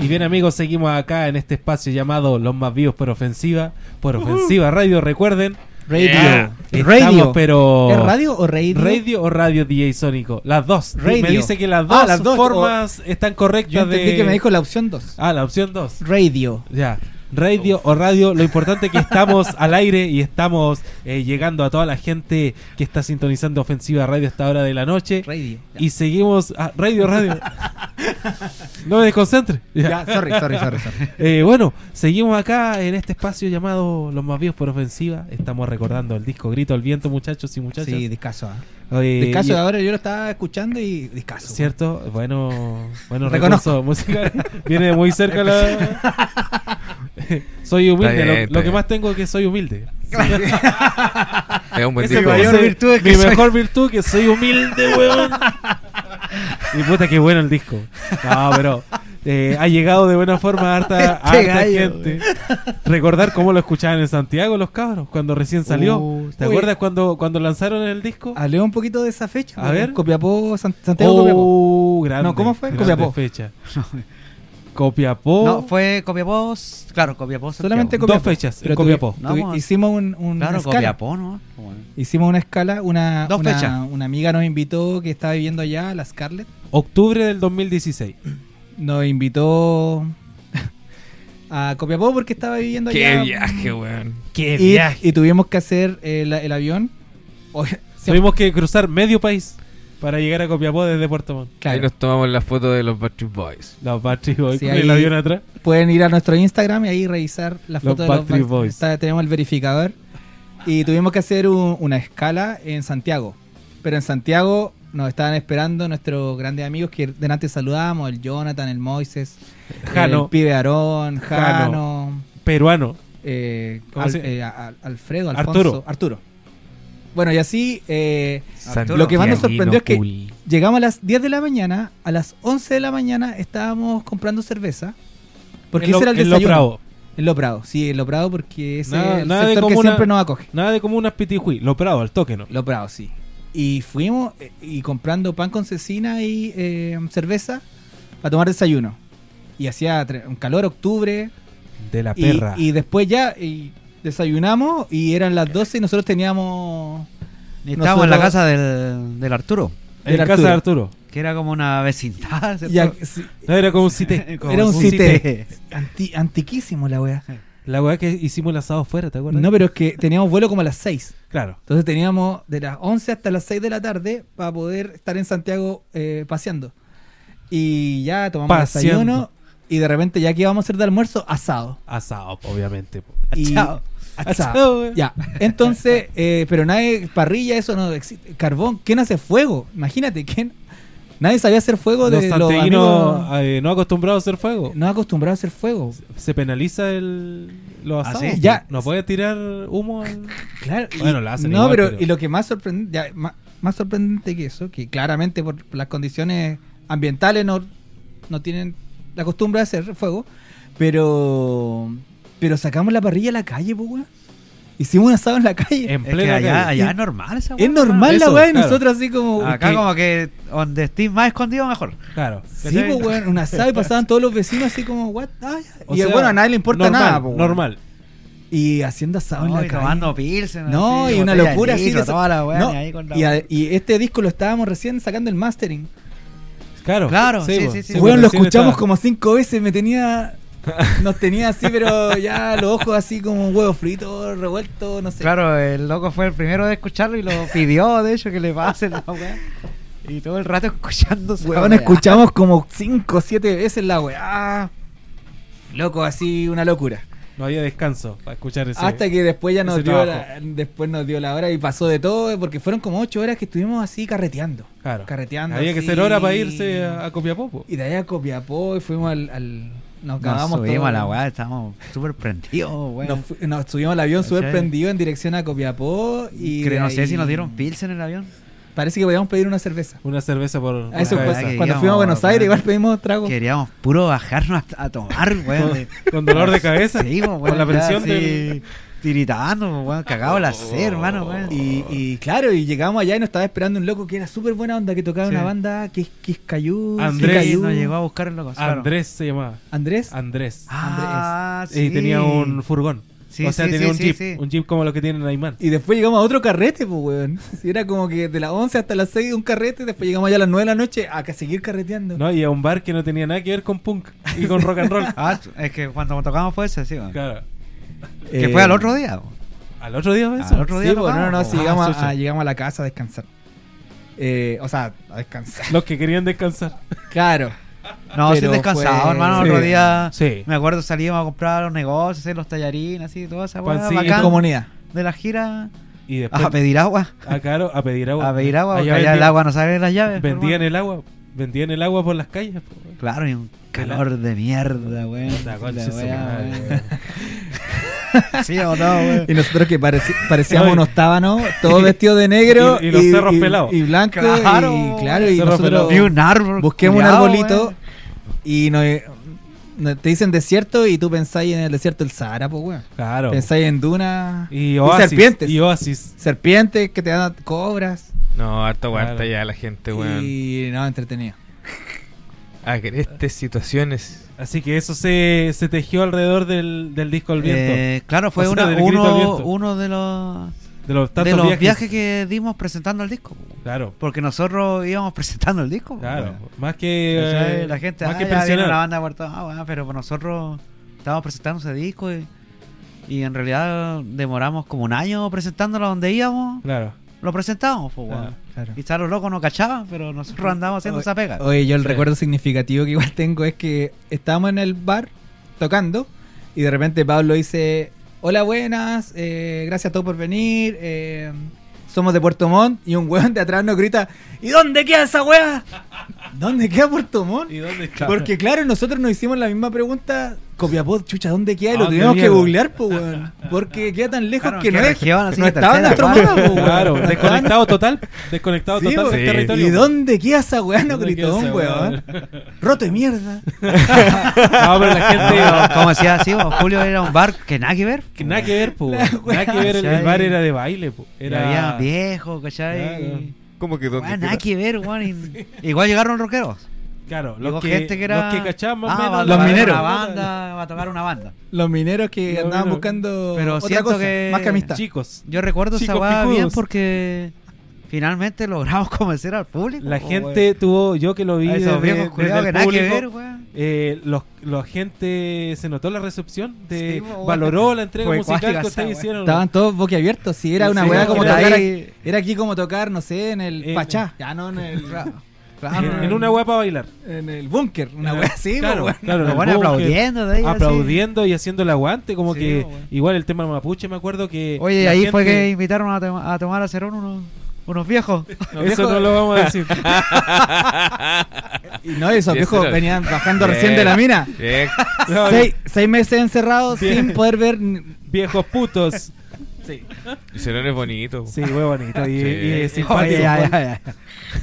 Speaker 2: Y bien amigos, seguimos acá en este espacio llamado Los Más Vivos por Ofensiva, por Ofensiva Radio, recuerden.
Speaker 1: Radio.
Speaker 7: Yeah.
Speaker 1: Es
Speaker 2: Estamos,
Speaker 1: Eh, radio.
Speaker 2: pero...
Speaker 1: ¿Es radio o radio?
Speaker 2: Radio o radio DJ Sónico? Las dos.
Speaker 1: Radio.
Speaker 2: Me dice que las dos,
Speaker 1: Ah, las dos,
Speaker 2: formas están correctas
Speaker 1: Yo entendí
Speaker 2: de-
Speaker 1: que me dijo la opción 2.
Speaker 2: Ah, la opción dos.
Speaker 1: Radio.
Speaker 2: Ya. Radio o radio, lo importante es que estamos al aire y estamos eh, llegando a toda la gente que está sintonizando Ofensiva Radio a esta hora de la noche.
Speaker 1: Radio. Ya.
Speaker 2: Y seguimos. ah, radio, radio. No me desconcentre.
Speaker 1: Ya, sorry, sorry, sorry, sorry.
Speaker 2: Eh, bueno, seguimos acá en este espacio llamado Los Más Vivos por Ofensiva. Estamos recordando el disco Grito al Viento, [laughs] muchachos y muchachas.
Speaker 1: Sí, discaso. ah.
Speaker 2: Eh,
Speaker 1: Discaso
Speaker 2: y-
Speaker 1: de ahora yo lo estaba escuchando y discaso.
Speaker 2: ¿Cierto? Bueno, bueno
Speaker 1: Reconozco.
Speaker 2: reconozco. Música viene de muy cerca la.
Speaker 8: [laughs]
Speaker 2: soy humilde.
Speaker 7: Está bien,
Speaker 2: lo-
Speaker 7: está
Speaker 2: lo, que
Speaker 7: bien.
Speaker 2: más tengo es que soy humilde.
Speaker 7: Es un buen
Speaker 2: Esa
Speaker 7: disco.
Speaker 2: puede
Speaker 8: mayor
Speaker 2: ser
Speaker 8: virtud es que
Speaker 2: mi
Speaker 8: soy-
Speaker 2: mejor virtud que soy humilde,
Speaker 8: [laughs]
Speaker 2: weón. y puta, qué bueno el disco. No, pero eh, ha llegado de buena forma a harta, a
Speaker 8: Este
Speaker 2: harta
Speaker 8: gallo,
Speaker 2: gente. Recordar cómo lo escuchaban en Santiago los cabros cuando recién salió.
Speaker 1: Uh,
Speaker 2: ¿Te
Speaker 1: oye.
Speaker 2: acuerdas cuando, cuando lanzaron el disco?
Speaker 1: Hablemos un poquito de esa fecha.
Speaker 2: A ver.
Speaker 1: Copiapó, San- Santiago Copiapó.
Speaker 2: Oh, grande.
Speaker 1: No, ¿cómo fue?
Speaker 2: grande
Speaker 1: Copiapó.
Speaker 2: Fecha. [laughs] Copiapó.
Speaker 3: No, fue Copiapó. Claro, Copiapó.
Speaker 1: Oh. Solamente
Speaker 3: Santiago.
Speaker 2: Dos
Speaker 1: Copiapó.
Speaker 2: fechas,
Speaker 1: Pero
Speaker 2: en Copiapó.
Speaker 1: tuvi-
Speaker 3: No,
Speaker 1: tuvi-
Speaker 3: vamos a-
Speaker 1: hicimos un, un
Speaker 3: Claro,
Speaker 1: escala.
Speaker 3: Copiapó, ¿no? Bueno.
Speaker 1: Hicimos una escala. Una,
Speaker 3: Dos
Speaker 1: una,
Speaker 3: fechas.
Speaker 1: una amiga nos invitó que estaba viviendo allá, la Scarlett.
Speaker 2: Octubre del 2016.
Speaker 1: Nos invitó [laughs] a Copiapó porque estaba viviendo
Speaker 7: Qué
Speaker 1: allá.
Speaker 7: viaje, weón.
Speaker 2: ¡Qué
Speaker 1: Y, y tuvimos que hacer el, el avión. O- [laughs]
Speaker 2: Tuvimos que cruzar medio país para llegar a Copiapó desde Puerto Montt.
Speaker 7: Ahí
Speaker 1: claro.
Speaker 7: nos tomamos la foto de los Backstreet Boys.
Speaker 2: Los Backstreet Boys
Speaker 1: Sí,
Speaker 2: con
Speaker 1: ahí-
Speaker 2: el avión atrás.
Speaker 1: Pueden ir a nuestro Instagram y ahí revisar la
Speaker 2: Los
Speaker 1: foto de
Speaker 2: Backstreet
Speaker 1: Back-
Speaker 2: Boys.
Speaker 1: Está- tenemos el verificador. Y tuvimos que hacer un- una escala en Santiago. Pero en Santiago nos estaban esperando nuestros grandes amigos que delante saludábamos, el Jonathan, el Moises,
Speaker 2: Jano.
Speaker 1: el pibe Aarón, Jano,
Speaker 2: Peruano.
Speaker 1: eh,
Speaker 2: ¿Cómo
Speaker 1: Al-
Speaker 2: se-
Speaker 1: eh, a- a- Alfredo, Alfonso,
Speaker 2: Arturo.
Speaker 1: Arturo. Bueno, y así eh,
Speaker 3: Santiago.
Speaker 1: lo que más nos
Speaker 7: Santiaguino
Speaker 1: sorprendió es que
Speaker 7: cool.
Speaker 1: Llegamos a las 10 de la mañana, a las 11 de la mañana estábamos comprando cerveza. Porque
Speaker 2: En lo-
Speaker 1: ese era el
Speaker 2: en lo
Speaker 1: desayuno.
Speaker 2: Bravo.
Speaker 1: En Lo Prado, sí, en Lo Prado porque ese
Speaker 2: Nada-
Speaker 1: es el
Speaker 2: nada de
Speaker 1: sector que
Speaker 2: comuna-
Speaker 1: siempre nos acoge.
Speaker 2: Nada de como unas pitijuí. Lo Prado, al toque, ¿no?
Speaker 1: Lo Prado, sí. Y fuimos eh, y comprando pan con cecina y eh, cerveza para tomar desayuno. Y hacía tre- un calor octubre.
Speaker 2: De la
Speaker 1: Y,
Speaker 2: perra.
Speaker 1: y después ya y desayunamos y eran las 12 y nosotros teníamos...
Speaker 3: Y Estábamos en la
Speaker 1: nosotros-
Speaker 3: casa del, del Arturo,
Speaker 2: en
Speaker 1: del
Speaker 2: casa de Arturo.
Speaker 3: que era como una vecindad. ¿cierto?
Speaker 1: y a- sí,
Speaker 2: No, era como un cité.
Speaker 1: [laughs]
Speaker 3: Como
Speaker 1: era un cité.
Speaker 2: cité.
Speaker 1: [laughs] Anti- antiquísimo la weá.
Speaker 2: La weá que hicimos el asado fuera, ¿te acuerdas?
Speaker 1: No, pero es que teníamos vuelo como a las 6.
Speaker 2: Claro.
Speaker 1: Entonces teníamos de las 11 hasta las 6 de la tarde para poder estar en Santiago eh, paseando. Y ya tomamos
Speaker 2: Paseando.
Speaker 1: desayuno y de repente ya que íbamos a hacer de almuerzo, asado.
Speaker 2: Asado, obviamente. po.
Speaker 1: Y,
Speaker 3: Chao.
Speaker 1: asado.
Speaker 2: Asado, güey.
Speaker 1: Ya, entonces, [laughs] eh, pero nadie, parrilla, eso no existe. Carbón, ¿quién hace fuego? Imagínate, ¿quién? Nadie sabía hacer fuego
Speaker 2: Los
Speaker 1: de los
Speaker 2: santiaguinos
Speaker 1: amigos,
Speaker 2: eh, no acostumbrados a hacer fuego.
Speaker 1: no acostumbrado a hacer fuego.
Speaker 2: Se penaliza el, los
Speaker 3: ¿Ah,
Speaker 2: asados.
Speaker 3: sí?
Speaker 2: po.
Speaker 1: Ya.
Speaker 2: No puede tirar humo al...
Speaker 1: Claro. y-
Speaker 2: Bueno, la hacen
Speaker 1: No,
Speaker 2: igual,
Speaker 1: pero,
Speaker 2: pero-
Speaker 1: y lo que más sorprendente, más, más sorprendente que eso, que claramente por las condiciones ambientales no, no tienen la costumbre de hacer fuego, pero pero sacamos la parrilla a la calle, pues, weón. Hicimos un asado en la calle.
Speaker 2: En
Speaker 3: Es que
Speaker 2: plena
Speaker 3: allá,
Speaker 2: calle.
Speaker 3: allá es normal esa
Speaker 1: es
Speaker 3: weá,
Speaker 1: normal la
Speaker 2: eso,
Speaker 1: weá y
Speaker 2: claro.
Speaker 1: nosotros así como...
Speaker 3: hermano. Acá como que donde estés más escondido mejor.
Speaker 2: Claro.
Speaker 1: Sí, pues, weón, un
Speaker 3: [laughs]
Speaker 1: asado y pasaban todos los vecinos así como, what? Ah, ya.
Speaker 2: O
Speaker 1: y
Speaker 2: sea,
Speaker 1: bueno, a nadie le importa
Speaker 2: normal,
Speaker 1: nada, pues, weón.
Speaker 2: Normal.
Speaker 1: Y haciendo asado en
Speaker 3: No,
Speaker 1: la
Speaker 3: y
Speaker 1: calle.
Speaker 3: tomando pilsen.
Speaker 1: No,
Speaker 3: así,
Speaker 1: y una
Speaker 3: botella de
Speaker 1: locura así.
Speaker 3: litro,
Speaker 1: de-
Speaker 3: toda la weá,
Speaker 1: no,
Speaker 3: y ahí con la-
Speaker 1: y, a- y este disco lo estábamos recién sacando el mastering.
Speaker 2: Claro.
Speaker 3: Claro, sí,
Speaker 2: po.
Speaker 3: sí, sí.
Speaker 2: po,
Speaker 1: Weón, lo
Speaker 2: recién
Speaker 1: escuchamos
Speaker 2: estaba-
Speaker 1: como cinco veces, me
Speaker 3: [laughs]
Speaker 1: tenía... Nos tenía así, pero ya los ojos así como un huevo frito, revuelto, no sé.
Speaker 3: Claro, el loco fue el primero de escucharlo
Speaker 1: [laughs]
Speaker 3: y lo pidió, de hecho, que le pasen la weá. Y todo el rato escuchando su
Speaker 1: Weón,
Speaker 3: weá.
Speaker 1: escuchamos como cinco o siete veces la weá. Loco, así una locura.
Speaker 2: No había descanso para escuchar ese.
Speaker 1: Hasta que después ya nos
Speaker 2: ese
Speaker 1: dio la,
Speaker 2: trabajo.
Speaker 1: después nos dio la hora y pasó de todo, porque fueron como ocho horas que estuvimos así carreteando.
Speaker 2: Claro.
Speaker 1: Carreteando.
Speaker 2: Había que
Speaker 1: así.
Speaker 2: ser hora para irse a, a Copiapó. po.
Speaker 1: Y de allá a Copiapó y fuimos al. al- nos
Speaker 3: Nos
Speaker 1: cagamos
Speaker 3: subimos
Speaker 1: todo.
Speaker 3: a la weá, estábamos súper prendidos, weón.
Speaker 1: Nos, fu- nos subimos al avión súper
Speaker 3: ¿Cachai?
Speaker 1: prendido en dirección a Copiapó y.
Speaker 3: Creo-
Speaker 1: de
Speaker 3: no sé
Speaker 1: ahí-
Speaker 3: si nos dieron pilsen en el avión.
Speaker 1: Parece que podíamos pedir una cerveza.
Speaker 2: Una cerveza por.
Speaker 1: A eso fue-
Speaker 2: por
Speaker 3: verdad
Speaker 2: cabeza.
Speaker 3: que
Speaker 1: cuando
Speaker 3: íbamos,
Speaker 1: fuimos a Buenos Aires,
Speaker 3: weón.
Speaker 1: igual pedimos trago.
Speaker 3: Queríamos puro bajarnos a, a tomar, weón.
Speaker 2: Con dolor de cabeza.
Speaker 3: Sí, weón,
Speaker 2: Por la
Speaker 3: ya,
Speaker 2: presión
Speaker 3: sí.
Speaker 2: del-
Speaker 3: tiritando, pues, weón, cagado la sed, hermano, weón.
Speaker 1: Y, y claro, y llegamos allá y nos estaba esperando un loco que era súper buena onda, que tocaba
Speaker 3: Sí.
Speaker 1: una banda que es que es Cayú.
Speaker 2: Andrés.
Speaker 1: Sí,
Speaker 3: Sí,
Speaker 1: Cayú.
Speaker 3: nos llegó a buscar el loco.
Speaker 1: pues,
Speaker 3: claro.
Speaker 2: Andrés se llamaba.
Speaker 1: Andrés.
Speaker 2: Andrés.
Speaker 3: Ah, sí.
Speaker 2: Y tenía un furgón.
Speaker 3: Sí,
Speaker 2: o sea,
Speaker 3: sí,
Speaker 2: tenía
Speaker 3: sí,
Speaker 2: un
Speaker 3: sí,
Speaker 2: jeep.
Speaker 3: sí.
Speaker 2: Un jeep como los que tienen Ayman.
Speaker 1: Y después llegamos a otro carrete, pues, weón. [laughs] Sí, Era como que de las 11 hasta las 6 un carrete, después llegamos allá a las 9 de la noche a ca- seguir carreteando.
Speaker 2: No, y a un bar que no tenía nada que ver con punk y con rock
Speaker 1: [laughs]
Speaker 2: and roll.
Speaker 3: Ah, es que cuando tocamos fue ese, sí, weón.
Speaker 2: Claro.
Speaker 3: Que
Speaker 1: Eh,
Speaker 3: fue al otro día. weón.
Speaker 2: Al otro día, ¿ves?
Speaker 3: Al otro día
Speaker 1: Sí, pues, no, no, no,
Speaker 3: tocamos,
Speaker 1: sí,
Speaker 3: po.
Speaker 1: llegamos,
Speaker 2: Ah,
Speaker 1: a,
Speaker 2: sí, sí.
Speaker 1: llegamos a la casa a descansar. Eh, o sea, a
Speaker 2: [laughs]
Speaker 1: descansar.
Speaker 2: Los que querían descansar.
Speaker 1: Claro.
Speaker 3: No, sí
Speaker 1: Pero
Speaker 3: descansado,
Speaker 1: fue-
Speaker 3: hermano.
Speaker 2: sí.
Speaker 3: Otro día,
Speaker 2: Sí.
Speaker 3: me acuerdo, salíamos a comprar los negocios, hacer los tallarines, así, toda esa weá
Speaker 2: Pancito.
Speaker 3: bacán
Speaker 1: Comunidad.
Speaker 3: de la gira.
Speaker 2: Y Pues después.
Speaker 3: A pedir agua.
Speaker 2: Ah, claro, a pedir agua.
Speaker 3: A pedir agua, porque
Speaker 2: Allá
Speaker 3: allá el
Speaker 2: vendían-
Speaker 3: agua no sale de las llaves.
Speaker 2: Vendían
Speaker 3: hermano.
Speaker 2: el agua. Vendían el agua por las calles. po.
Speaker 3: Claro, y un calor de mierda, weón.
Speaker 2: Puta, concha
Speaker 3: La
Speaker 2: de su
Speaker 3: weá,
Speaker 2: madre,
Speaker 3: weón.
Speaker 2: weón.
Speaker 3: [laughs] Sí, o
Speaker 2: [laughs]
Speaker 3: no, weón.
Speaker 1: Y nosotros que pareci- parecíamos
Speaker 2: No, y-
Speaker 1: unos tábanos,
Speaker 2: [laughs]
Speaker 1: todos vestidos de negro.
Speaker 2: Y- y los cerros pelados.
Speaker 1: Y blanco.
Speaker 3: Claro,
Speaker 1: y claro, y
Speaker 2: cerros
Speaker 1: nosotros
Speaker 2: pelados.
Speaker 3: Vi un árbol.
Speaker 1: busquemos un
Speaker 3: culiao,
Speaker 1: arbolito
Speaker 3: weón.
Speaker 1: y nos, nos- te dicen desierto y tú pensáis en el desierto del Sahara, pues, weón.
Speaker 2: [laughs] Claro.
Speaker 1: Pensáis en dunas
Speaker 2: Y oasis.
Speaker 1: serpientes.
Speaker 2: Y oasis.
Speaker 1: serpientes que te dan cobras.
Speaker 7: No, harta weá,
Speaker 2: Claro.
Speaker 7: harta ya la gente, weón.
Speaker 1: Y no, entretenido.
Speaker 7: Agreste situaciones.
Speaker 2: Así que eso se, se tejió alrededor del, del disco El Viento.
Speaker 3: Eh, claro, fue
Speaker 2: O sea,
Speaker 3: una-
Speaker 2: del grito al
Speaker 3: uno,
Speaker 2: viento.
Speaker 3: uno de los,
Speaker 2: de los
Speaker 3: de
Speaker 2: tantos
Speaker 3: los viajes.
Speaker 2: viajes.
Speaker 3: que dimos presentando el disco. weón.
Speaker 2: Claro,
Speaker 3: Porque nosotros íbamos [laughs] presentando el disco.
Speaker 2: claro.
Speaker 3: weón.
Speaker 2: Más que.
Speaker 3: O sea,
Speaker 2: eh,
Speaker 3: la gente,
Speaker 2: Más
Speaker 3: ah,
Speaker 2: que
Speaker 3: ya viene
Speaker 2: impresionar.
Speaker 3: la banda de Puerto Ah, weón, pero nosotros estábamos presentando ese disco y, y en realidad demoramos como un año presentándolo donde íbamos.
Speaker 2: Claro.
Speaker 3: Lo presentábamos, pues, weón.
Speaker 2: Claro.
Speaker 1: Claro.
Speaker 3: Quizás los locos no cachaban, pero nosotros andábamos haciendo esa pega.
Speaker 1: Oye, yo el
Speaker 2: Sí.
Speaker 1: recuerdo significativo que igual [laughs] tengo es que estábamos en el bar tocando y de repente Pablo dice, hola buenas, eh, gracias a todos por venir, eh, somos de Puerto Montt y un weón de atrás nos grita, ¿y dónde queda esa wea? ¿Dónde queda Puerto Montt?
Speaker 2: ¿Y dónde está?
Speaker 1: Porque claro, nosotros nos hicimos la misma pregunta, copiapod, chucha, ¿dónde queda? Y
Speaker 2: Ah,
Speaker 1: lo
Speaker 2: qué
Speaker 1: tuvimos que
Speaker 2: mierda.
Speaker 1: googlear, po, weón, porque queda tan lejos
Speaker 3: Claro,
Speaker 1: que no
Speaker 3: qué
Speaker 1: es,
Speaker 3: región, así
Speaker 1: no
Speaker 3: que
Speaker 1: estaba en nuestro
Speaker 3: Ah,
Speaker 2: [laughs]
Speaker 3: tercera,
Speaker 1: mapa, po, weón.
Speaker 2: Claro,
Speaker 1: No estaba en-
Speaker 2: desconectado total. Desconectado
Speaker 1: Sí,
Speaker 2: total
Speaker 1: po.
Speaker 2: del
Speaker 7: sí.
Speaker 2: territorio.
Speaker 1: ¿Y
Speaker 2: po.
Speaker 1: dónde queda esa weá? No
Speaker 2: ¿Dónde
Speaker 1: gritó
Speaker 2: queda
Speaker 1: un
Speaker 2: esa
Speaker 1: weón.
Speaker 2: [laughs]
Speaker 1: Roto de mierda.
Speaker 2: No,
Speaker 3: [laughs]
Speaker 2: pero la gente.
Speaker 3: Pero, como decía así, vos, Julio era un bar que nada que ver.
Speaker 2: que nada que ver, po. weón. Nada que ver, el,
Speaker 3: ¿Cachai?
Speaker 2: el bar era de baile, po.
Speaker 3: Era
Speaker 2: Era.
Speaker 3: viejo, ¿cachai?
Speaker 2: Claro.
Speaker 7: ¿Cómo que
Speaker 3: Weón,
Speaker 7: dónde?
Speaker 3: nada que ver,
Speaker 2: [laughs]
Speaker 3: weón. y- Igual llegaron rockeros.
Speaker 2: Claro,
Speaker 3: Llegó
Speaker 2: los que,
Speaker 3: gente que era.
Speaker 2: los que cachaban más o
Speaker 3: Ah,
Speaker 2: menos
Speaker 3: va
Speaker 2: la-
Speaker 3: a
Speaker 1: los
Speaker 3: tocar
Speaker 1: mineros.
Speaker 3: Una banda, va a tocar una banda.
Speaker 1: Los mineros que
Speaker 2: Los
Speaker 1: andaban
Speaker 2: mineros.
Speaker 1: buscando
Speaker 3: Pero
Speaker 1: otra
Speaker 3: siento
Speaker 1: cosa,
Speaker 3: que-
Speaker 1: más que amistad.
Speaker 2: Chicos,
Speaker 3: Yo recuerdo esa
Speaker 2: Chicos
Speaker 3: weá
Speaker 2: picudos.
Speaker 3: bien porque finalmente logramos [laughs] convencer al público.
Speaker 2: la
Speaker 3: po,
Speaker 2: gente tuvo. Yo que lo vi.
Speaker 3: weón. A esos
Speaker 2: desde-
Speaker 3: viejos
Speaker 2: desde
Speaker 3: culiados
Speaker 2: el
Speaker 3: que nada que
Speaker 2: público,
Speaker 3: ver, weón.
Speaker 2: eh, los, los gente se notó la recepción de
Speaker 3: Sí, po,
Speaker 2: valoró
Speaker 3: weón.
Speaker 2: la entrega
Speaker 3: Fue
Speaker 2: musical
Speaker 3: cuática
Speaker 2: que
Speaker 3: esa,
Speaker 2: ustedes
Speaker 3: weón.
Speaker 2: hicieron
Speaker 1: Estaban todos boquiabiertos, sí, era una
Speaker 2: Sí,
Speaker 1: weá
Speaker 2: no,
Speaker 1: como
Speaker 2: era
Speaker 1: tocar.
Speaker 3: ahí-
Speaker 1: Era aquí como tocar, no sé, en el
Speaker 2: En-
Speaker 1: Pachá. Ya no en [laughs] el.
Speaker 2: en, en una weá para bailar
Speaker 1: En el búnker, una weá así,
Speaker 2: claro,
Speaker 1: po, weón.
Speaker 2: claro, en
Speaker 3: Los
Speaker 2: el
Speaker 3: buenos
Speaker 2: búnker,
Speaker 3: aplaudiendo de ahí, así.
Speaker 2: aplaudiendo y haciendo el aguante como
Speaker 3: Sí,
Speaker 2: que
Speaker 3: weón.
Speaker 2: igual el tema mapuche me acuerdo que
Speaker 3: Oye,
Speaker 2: la
Speaker 3: ahí fue que
Speaker 2: gente-
Speaker 3: invitaron a, to- a tomar a Cerón unos,
Speaker 2: [laughs]
Speaker 3: unos viejos.
Speaker 1: Los
Speaker 2: eso
Speaker 1: viejos-
Speaker 2: no lo vamos a
Speaker 3: [laughs]
Speaker 2: decir
Speaker 1: Y no, esos
Speaker 7: Sí,
Speaker 1: viejos
Speaker 7: eso era-
Speaker 1: venían
Speaker 3: [laughs]
Speaker 1: bajando
Speaker 7: Bien.
Speaker 1: recién de la mina.
Speaker 7: [laughs] Bien.
Speaker 2: [laughs] No,
Speaker 1: Seis, seis meses encerrados
Speaker 2: Bien.
Speaker 1: sin poder ver. ni-
Speaker 2: viejos
Speaker 1: [laughs]
Speaker 2: putos
Speaker 7: El Cerón es bonito.
Speaker 2: sí muy bonito y,
Speaker 7: Sí.
Speaker 2: y es
Speaker 3: Oye,
Speaker 2: simpático
Speaker 3: ya, ya, ya.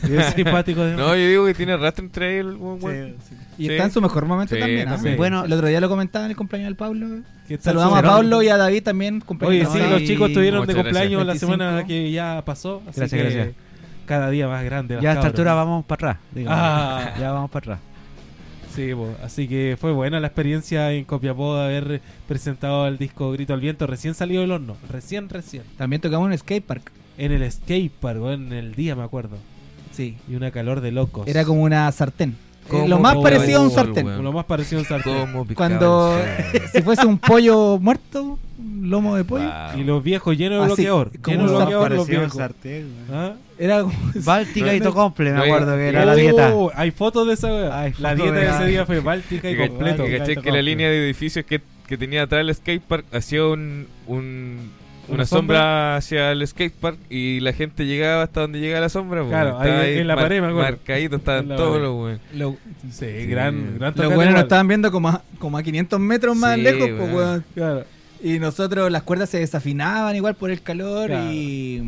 Speaker 2: y es simpático
Speaker 1: [laughs]
Speaker 2: de-
Speaker 7: No, yo digo que tiene rastro entre él, weón.
Speaker 1: Y
Speaker 7: Sí.
Speaker 1: está en su mejor momento
Speaker 7: Sí,
Speaker 1: también. ¿ah?
Speaker 7: también.
Speaker 1: Bueno, el otro día lo comentaba en el cumpleaños del Pablo.
Speaker 2: que está
Speaker 1: Saludamos a
Speaker 2: súper-
Speaker 1: Pablo y a David también,
Speaker 2: Oye,
Speaker 1: cumpleaños.
Speaker 2: sí,
Speaker 3: Ay,
Speaker 2: los chicos tuvieron de
Speaker 7: muchas gracias.
Speaker 2: cumpleaños la
Speaker 1: 25.
Speaker 2: semana que ya pasó. Así
Speaker 3: Gracias,
Speaker 2: que
Speaker 3: gracias.
Speaker 2: Cada día más grande. los
Speaker 3: Ya a esta
Speaker 2: cabros.
Speaker 3: altura vamos para atrás. digamos.
Speaker 2: Ah.
Speaker 3: Ya vamos para atrás.
Speaker 2: Sí, po. así que fue buena la experiencia en Copiapó de haber presentado el disco Grito al Viento recién salido del horno. Recién, recién.
Speaker 1: También tocamos en un skatepark.
Speaker 2: En el skate park, o en el día, me acuerdo.
Speaker 1: Sí.
Speaker 2: Y una calor de locos.
Speaker 1: Era como una sartén.
Speaker 7: Como
Speaker 1: Eh, lo más
Speaker 2: un
Speaker 1: parecido a un
Speaker 7: bol,
Speaker 1: sartén.
Speaker 7: weón.
Speaker 2: Lo más parecido a un sartén.
Speaker 7: Cómo picaba
Speaker 1: Cuando
Speaker 7: el Cerón.
Speaker 1: [laughs] si fuese un pollo muerto, un lomo de pollo,
Speaker 7: Wow.
Speaker 2: Y los viejos llenos de
Speaker 1: Así,
Speaker 2: bloqueador.
Speaker 1: como
Speaker 2: Llenos de
Speaker 1: un
Speaker 2: bloqueador los viejos. [laughs]
Speaker 3: sartén.
Speaker 2: ¿Ah?
Speaker 1: era como
Speaker 3: Báltica y Tocomple,
Speaker 7: No,
Speaker 3: me acuerdo que era
Speaker 2: Oh,
Speaker 3: la dieta.
Speaker 2: Hay fotos de esa wea.
Speaker 3: Hay
Speaker 2: La
Speaker 3: fotos
Speaker 2: dieta
Speaker 3: de
Speaker 2: de
Speaker 3: la-
Speaker 2: ese día fue báltica y
Speaker 7: Que-
Speaker 2: completo.
Speaker 7: Que, caché
Speaker 3: Completo,
Speaker 7: que la
Speaker 3: completo.
Speaker 7: línea de edificios que, que tenía atrás el skatepark hacía un, un-
Speaker 2: Una
Speaker 7: una, sombra, hacia el skatepark y la gente llegaba hasta donde llegaba la sombra. po,
Speaker 2: Claro,
Speaker 7: estaba
Speaker 2: ahí en la pared, me acuerdo.
Speaker 7: Marcadito,
Speaker 2: En
Speaker 7: estaban
Speaker 2: la
Speaker 7: todos
Speaker 2: pared.
Speaker 7: los weón.
Speaker 1: lo-
Speaker 2: Sí, gran, gran
Speaker 1: los
Speaker 2: tocata
Speaker 1: buenos nos
Speaker 2: igual.
Speaker 1: estaban viendo como a, como a 500 metros más
Speaker 7: Sí,
Speaker 1: lejos, po,
Speaker 7: weón.
Speaker 1: weón.
Speaker 2: Claro.
Speaker 1: Y nosotros las cuerdas se desafinaban igual por el calor
Speaker 2: Claro.
Speaker 1: y,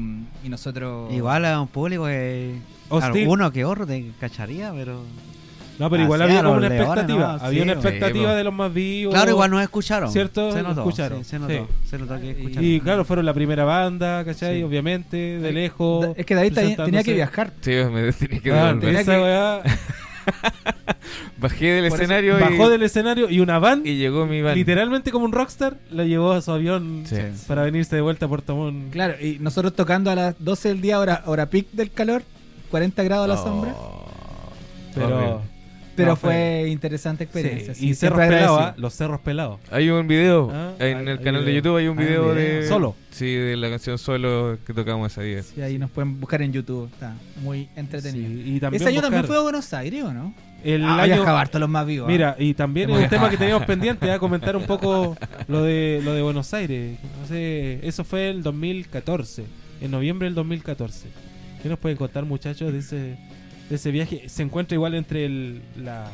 Speaker 1: y nosotros
Speaker 3: Igual a un público que.
Speaker 2: Hostil.
Speaker 3: Alguno que otro te cacharía, pero.
Speaker 2: No, pero igual
Speaker 8: Hacían
Speaker 2: había como
Speaker 8: los
Speaker 2: una
Speaker 8: leones,
Speaker 2: expectativa.
Speaker 8: ¿no?
Speaker 2: había
Speaker 8: Sí,
Speaker 2: una
Speaker 8: po.
Speaker 2: expectativa
Speaker 7: Sí, po.
Speaker 2: de los más vivos.
Speaker 3: Claro, igual nos escucharon.
Speaker 2: ¿Cierto?
Speaker 3: Se notó.
Speaker 2: Escucharon.
Speaker 3: sí, se notó.
Speaker 2: Sí.
Speaker 3: Se notó que escucharon.
Speaker 2: Y claro, fueron la primera banda, ¿cachai?
Speaker 3: Sí.
Speaker 2: Obviamente, de lejos.
Speaker 1: Es que David tenía- tenía que
Speaker 2: presentándose.
Speaker 1: viajar.
Speaker 7: Sí, me tenía que
Speaker 2: Claro,
Speaker 7: devolver.
Speaker 2: esa weá
Speaker 7: Bajé del
Speaker 2: por eso
Speaker 7: escenario y,
Speaker 2: bajó del escenario y una van,
Speaker 7: y llegó mi van.
Speaker 2: literalmente como un rockstar, la llevó a su avión
Speaker 7: Sí.
Speaker 2: para venirse de vuelta a Puerto Montt.
Speaker 1: Claro, y nosotros tocando a las 12 del día, hora, hora pic del calor, 40 grados a la
Speaker 7: Oh,
Speaker 1: sombra.
Speaker 2: Pero,
Speaker 7: horrible.
Speaker 1: Pero
Speaker 2: no,
Speaker 1: fue interesante experiencia.
Speaker 2: sí,
Speaker 1: sí,
Speaker 2: y cerros
Speaker 1: siempre
Speaker 2: pelados, ¿ah?
Speaker 1: agradecido.
Speaker 2: los cerros pelados.
Speaker 7: Hay un video
Speaker 2: Ah,
Speaker 7: en
Speaker 2: hay-
Speaker 7: el
Speaker 2: hay
Speaker 7: canal de
Speaker 2: video.
Speaker 7: YouTube, hay un
Speaker 2: Ah,
Speaker 7: video
Speaker 2: video.
Speaker 7: de...
Speaker 2: Solo.
Speaker 7: Sí, de la canción Solo que tocamos ese día.
Speaker 1: Sí, ahí nos pueden buscar en YouTube. Está muy entretenido.
Speaker 2: ah, Sí, y también
Speaker 1: Ese año también
Speaker 2: buscar
Speaker 1: fue a Buenos Aires, ¿o no?
Speaker 2: el
Speaker 1: Ah,
Speaker 2: año-
Speaker 1: viajaba harto los más vivos. ¿eh?
Speaker 2: Mira, y también
Speaker 1: Qué
Speaker 2: es un
Speaker 1: bueno.
Speaker 2: tema que
Speaker 3: [laughs]
Speaker 2: teníamos pendiente, a comentar un poco lo de lo de Buenos Aires. No sé, eso fue el 2014, en noviembre del 2014. ¿Qué nos pueden contar, muchachos, de ese, de ese viaje? Se encuentra igual entre el la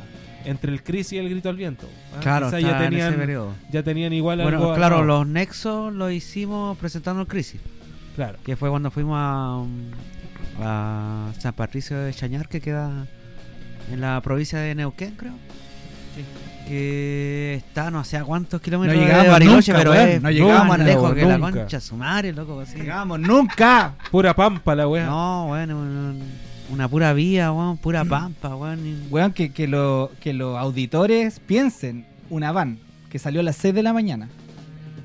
Speaker 2: entre el Cris y el Grito al Viento. ¿ah?
Speaker 3: Claro,
Speaker 2: Quizá
Speaker 3: está
Speaker 2: ya
Speaker 3: en ese
Speaker 2: tenían
Speaker 3: periodo.
Speaker 2: ya tenían igual
Speaker 3: Bueno,
Speaker 2: algo
Speaker 3: claro,
Speaker 2: armado.
Speaker 3: los nexos los hicimos presentando el Crisis,
Speaker 2: claro.
Speaker 3: que fue cuando fuimos a, mm, a San Patricio de Chañar, que queda en la provincia de Neuquén, creo. Que está no sé a cuántos kilómetros
Speaker 1: No
Speaker 3: de
Speaker 1: llegábamos
Speaker 3: Bariloche,
Speaker 1: nunca,
Speaker 3: pero
Speaker 1: weón,
Speaker 3: es
Speaker 1: no llegábamos
Speaker 3: más
Speaker 1: a
Speaker 3: lejos
Speaker 1: Nahuel,
Speaker 3: que la
Speaker 2: nunca.
Speaker 3: concha su madre, loco. Así.
Speaker 1: Llegamos ah. nunca.
Speaker 2: Pura pampa la wea.
Speaker 3: No, bueno, un- una pura vía, weón, pura
Speaker 1: Mm.
Speaker 3: pampa, weón. y-
Speaker 1: Weón, que, que, lo- que los auditores piensen una van que salió a las 6 de la mañana.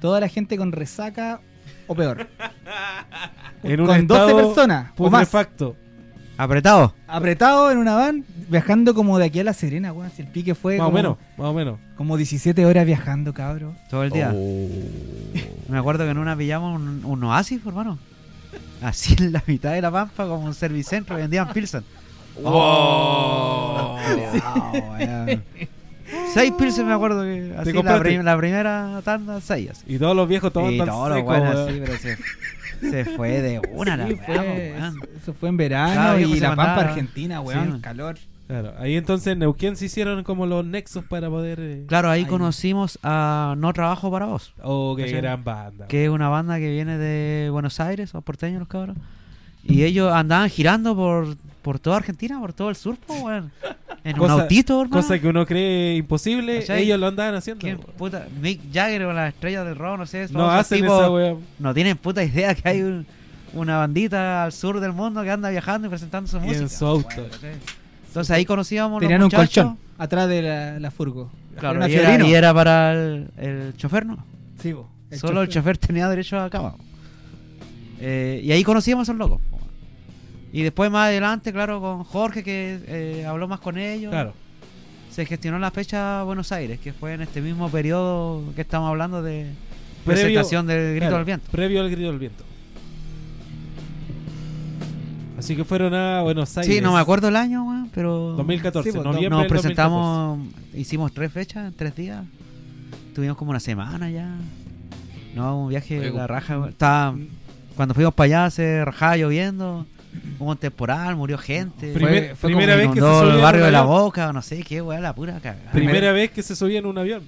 Speaker 1: Toda la gente con resaca o peor.
Speaker 2: En un
Speaker 1: con 12
Speaker 2: estado
Speaker 1: personas o más.
Speaker 2: putrefacto.
Speaker 3: Apretado.
Speaker 1: Apretado en una van, viajando como de aquí a La Serena, weón. Si el pique fue
Speaker 2: Más o
Speaker 1: como,
Speaker 2: menos, más o menos.
Speaker 1: como 17 horas viajando, cabro.
Speaker 3: Todo el día.
Speaker 1: Oh.
Speaker 3: Me acuerdo que en una pillamos un, un oasis, pues, hermano. Así en la mitad de la pampa, como un servicentro, vendían Pilsen. Oh.
Speaker 7: ¡Wow!
Speaker 3: seis Pilsen me acuerdo que. Así la,
Speaker 2: compraste?
Speaker 3: prim- la primera tanda, seis. Así.
Speaker 2: Y todos los viejos todos
Speaker 3: y
Speaker 2: andan
Speaker 3: todos los
Speaker 2: secos,
Speaker 3: buenos
Speaker 2: wea.
Speaker 3: así, pero se, se fue de una la
Speaker 1: Sí,
Speaker 3: weá,
Speaker 1: fue-
Speaker 3: po, weón.
Speaker 1: eso fue en verano
Speaker 3: Claro, viejo,
Speaker 1: y
Speaker 3: se
Speaker 1: la
Speaker 3: mandaba.
Speaker 1: pampa argentina, weón,
Speaker 3: Sí.
Speaker 1: calor.
Speaker 2: Claro, ahí entonces en Neuquén se hicieron como los nexos para poder. eh,
Speaker 3: Claro, ahí
Speaker 1: Ahí.
Speaker 3: conocimos a No Trabajo para Vos.
Speaker 2: Oh, qué
Speaker 3: ¿Cachai?
Speaker 2: gran banda.
Speaker 3: que es una banda que viene de Buenos Aires, son porteños los cabros. Y ellos andaban girando por, por toda Argentina, por todo el sur, po, weón. En un autito, hermano.
Speaker 2: cosa que uno cree imposible,
Speaker 3: ¿Cachai?
Speaker 2: ellos lo andaban haciendo.
Speaker 3: ¿Quién puta? Mick Jagger o las estrellas del rock, no sé. son
Speaker 2: No
Speaker 3: esos
Speaker 2: hacen
Speaker 3: tipos-
Speaker 2: esa wea.
Speaker 3: No tienen puta idea que hay un- una bandita al sur del mundo que anda viajando y presentando su
Speaker 2: Y
Speaker 3: música.
Speaker 2: en su auto.
Speaker 3: weón, ¿cachai? Entonces ahí conocíamos
Speaker 1: Tenían
Speaker 3: los
Speaker 1: un
Speaker 3: muchachos.
Speaker 1: colchón atrás de la, la furgo.
Speaker 3: Claro,
Speaker 1: Era una
Speaker 3: y, era,
Speaker 1: Fiorino.
Speaker 3: y era para el, el chofer, ¿no?
Speaker 1: Sí, po, el
Speaker 3: Solo el chofer tenía derecho a cama. Eh, y ahí conocíamos a esos locos. po. Y después más adelante, claro, con Jorge que eh, habló más con ellos.
Speaker 2: Claro.
Speaker 3: Se gestionó la fecha a Buenos Aires, que fue en este mismo periodo que estamos hablando de
Speaker 2: Previo-
Speaker 3: presentación del grito
Speaker 2: claro,
Speaker 3: al viento.
Speaker 2: Previo al grito del viento. Así que fueron a Buenos Aires.
Speaker 3: Sí, no me acuerdo el año, weón, pero
Speaker 2: 2014,
Speaker 1: Sí, pues,
Speaker 2: noviembre
Speaker 3: nos
Speaker 2: del 2014.
Speaker 3: presentamos, hicimos tres fechas, en tres días. Tuvimos como una semana ya. No, un viaje de
Speaker 7: Oye,
Speaker 3: la raja. weón. Estaba- cuando fuimos para allá se rajaba lloviendo, hubo un temporal, murió gente.
Speaker 2: Primer-
Speaker 1: Fue- fue
Speaker 2: primera
Speaker 1: como
Speaker 2: vez que se
Speaker 3: inundó
Speaker 2: subían
Speaker 3: el
Speaker 2: en
Speaker 3: barrio
Speaker 2: un
Speaker 3: de la
Speaker 2: avión.
Speaker 3: boca, no sé qué, weón, la pura cagada.
Speaker 2: Primera vez que se subía en un avión.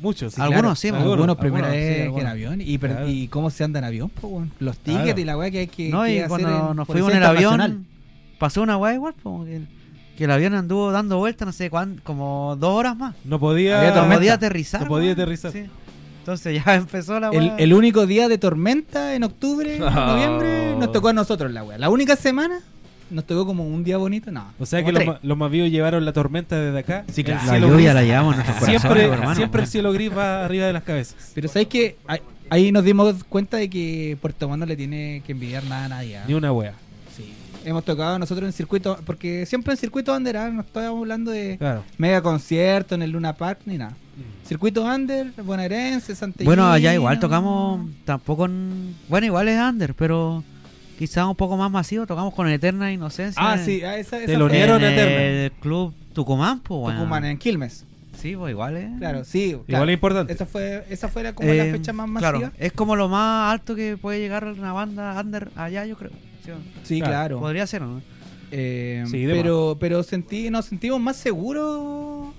Speaker 2: Muchos. sí.
Speaker 3: Algunos sí,
Speaker 1: algunos,
Speaker 2: algunos,
Speaker 1: primera
Speaker 3: algunos,
Speaker 1: vez
Speaker 3: sí, algunos.
Speaker 1: que en avión. Y, per-
Speaker 2: Claro.
Speaker 1: ¿Y cómo se anda en avión? po, weón? Los tickets
Speaker 2: Claro.
Speaker 1: y la weá que hay que.
Speaker 3: No,
Speaker 1: que
Speaker 3: y
Speaker 1: hacer
Speaker 3: cuando
Speaker 1: en Policía
Speaker 3: nos fuimos en el avión,
Speaker 1: Internacional.
Speaker 3: pasó una weá igual, po, que, que el avión anduvo dando vueltas, no sé cuán, como dos horas más.
Speaker 2: No podía.
Speaker 1: Había
Speaker 3: No
Speaker 1: tormenta.
Speaker 3: podía aterrizar.
Speaker 2: No podía
Speaker 3: weón.
Speaker 2: aterrizar.
Speaker 3: Sí. Entonces ya [laughs] empezó la
Speaker 1: El,
Speaker 3: weá.
Speaker 1: el único día de tormenta en octubre, en
Speaker 7: No.
Speaker 1: noviembre, nos tocó a nosotros la weá. La única semana nos tocó como un día bonito, no.
Speaker 2: O sea
Speaker 1: como
Speaker 2: que los,
Speaker 1: tres.
Speaker 2: ma- los más vivos llevaron la tormenta desde acá.
Speaker 1: Sí,
Speaker 2: El
Speaker 1: claro.
Speaker 3: La
Speaker 2: cielo
Speaker 3: lluvia
Speaker 2: gris.
Speaker 3: la llevamos en nuestros
Speaker 2: Siempre,
Speaker 3: corazones, hermano.
Speaker 2: siempre el cielo gris va arriba de las cabezas.
Speaker 1: Pero sabes que ahí nos dimos cuenta de que Puerto Montt no le tiene que envidiar nada a nadie. ¿ah?
Speaker 2: Ni una wea.
Speaker 1: Sí. Hemos tocado nosotros en circuito, porque siempre en circuito under, ¿ah? no estábamos hablando de
Speaker 2: Claro.
Speaker 1: mega concierto en el Luna Park ni nada. Circuito under, bonaerense, Santellina.
Speaker 3: Mm. Bueno, allá igual tocamos tampoco en... Bueno, igual es under, pero quizás un poco más masivo. Tocamos con Eterna Inocencia.
Speaker 1: Ah,
Speaker 3: en-
Speaker 1: sí, ah, esa, esa
Speaker 2: Telonearon
Speaker 3: en
Speaker 2: Eterna.
Speaker 3: el club Tucumán, pues,
Speaker 1: fue
Speaker 3: bueno.
Speaker 1: Tucumán, en Quilmes.
Speaker 3: Sí, pues igual es...
Speaker 1: Claro, sí.
Speaker 2: Igual
Speaker 1: claro.
Speaker 2: es importante.
Speaker 1: Esa fue, esa fue la- como
Speaker 3: Eh,
Speaker 1: la fecha más masiva.
Speaker 3: Claro, es como lo más alto que puede llegar una banda under allá, yo creo. ¿sí o no?
Speaker 1: Sí,
Speaker 2: Claro.
Speaker 1: claro.
Speaker 3: Podría ser, ¿no?
Speaker 1: Eh,
Speaker 2: Sí, de
Speaker 1: pero pero sentí, nos sentimos más seguros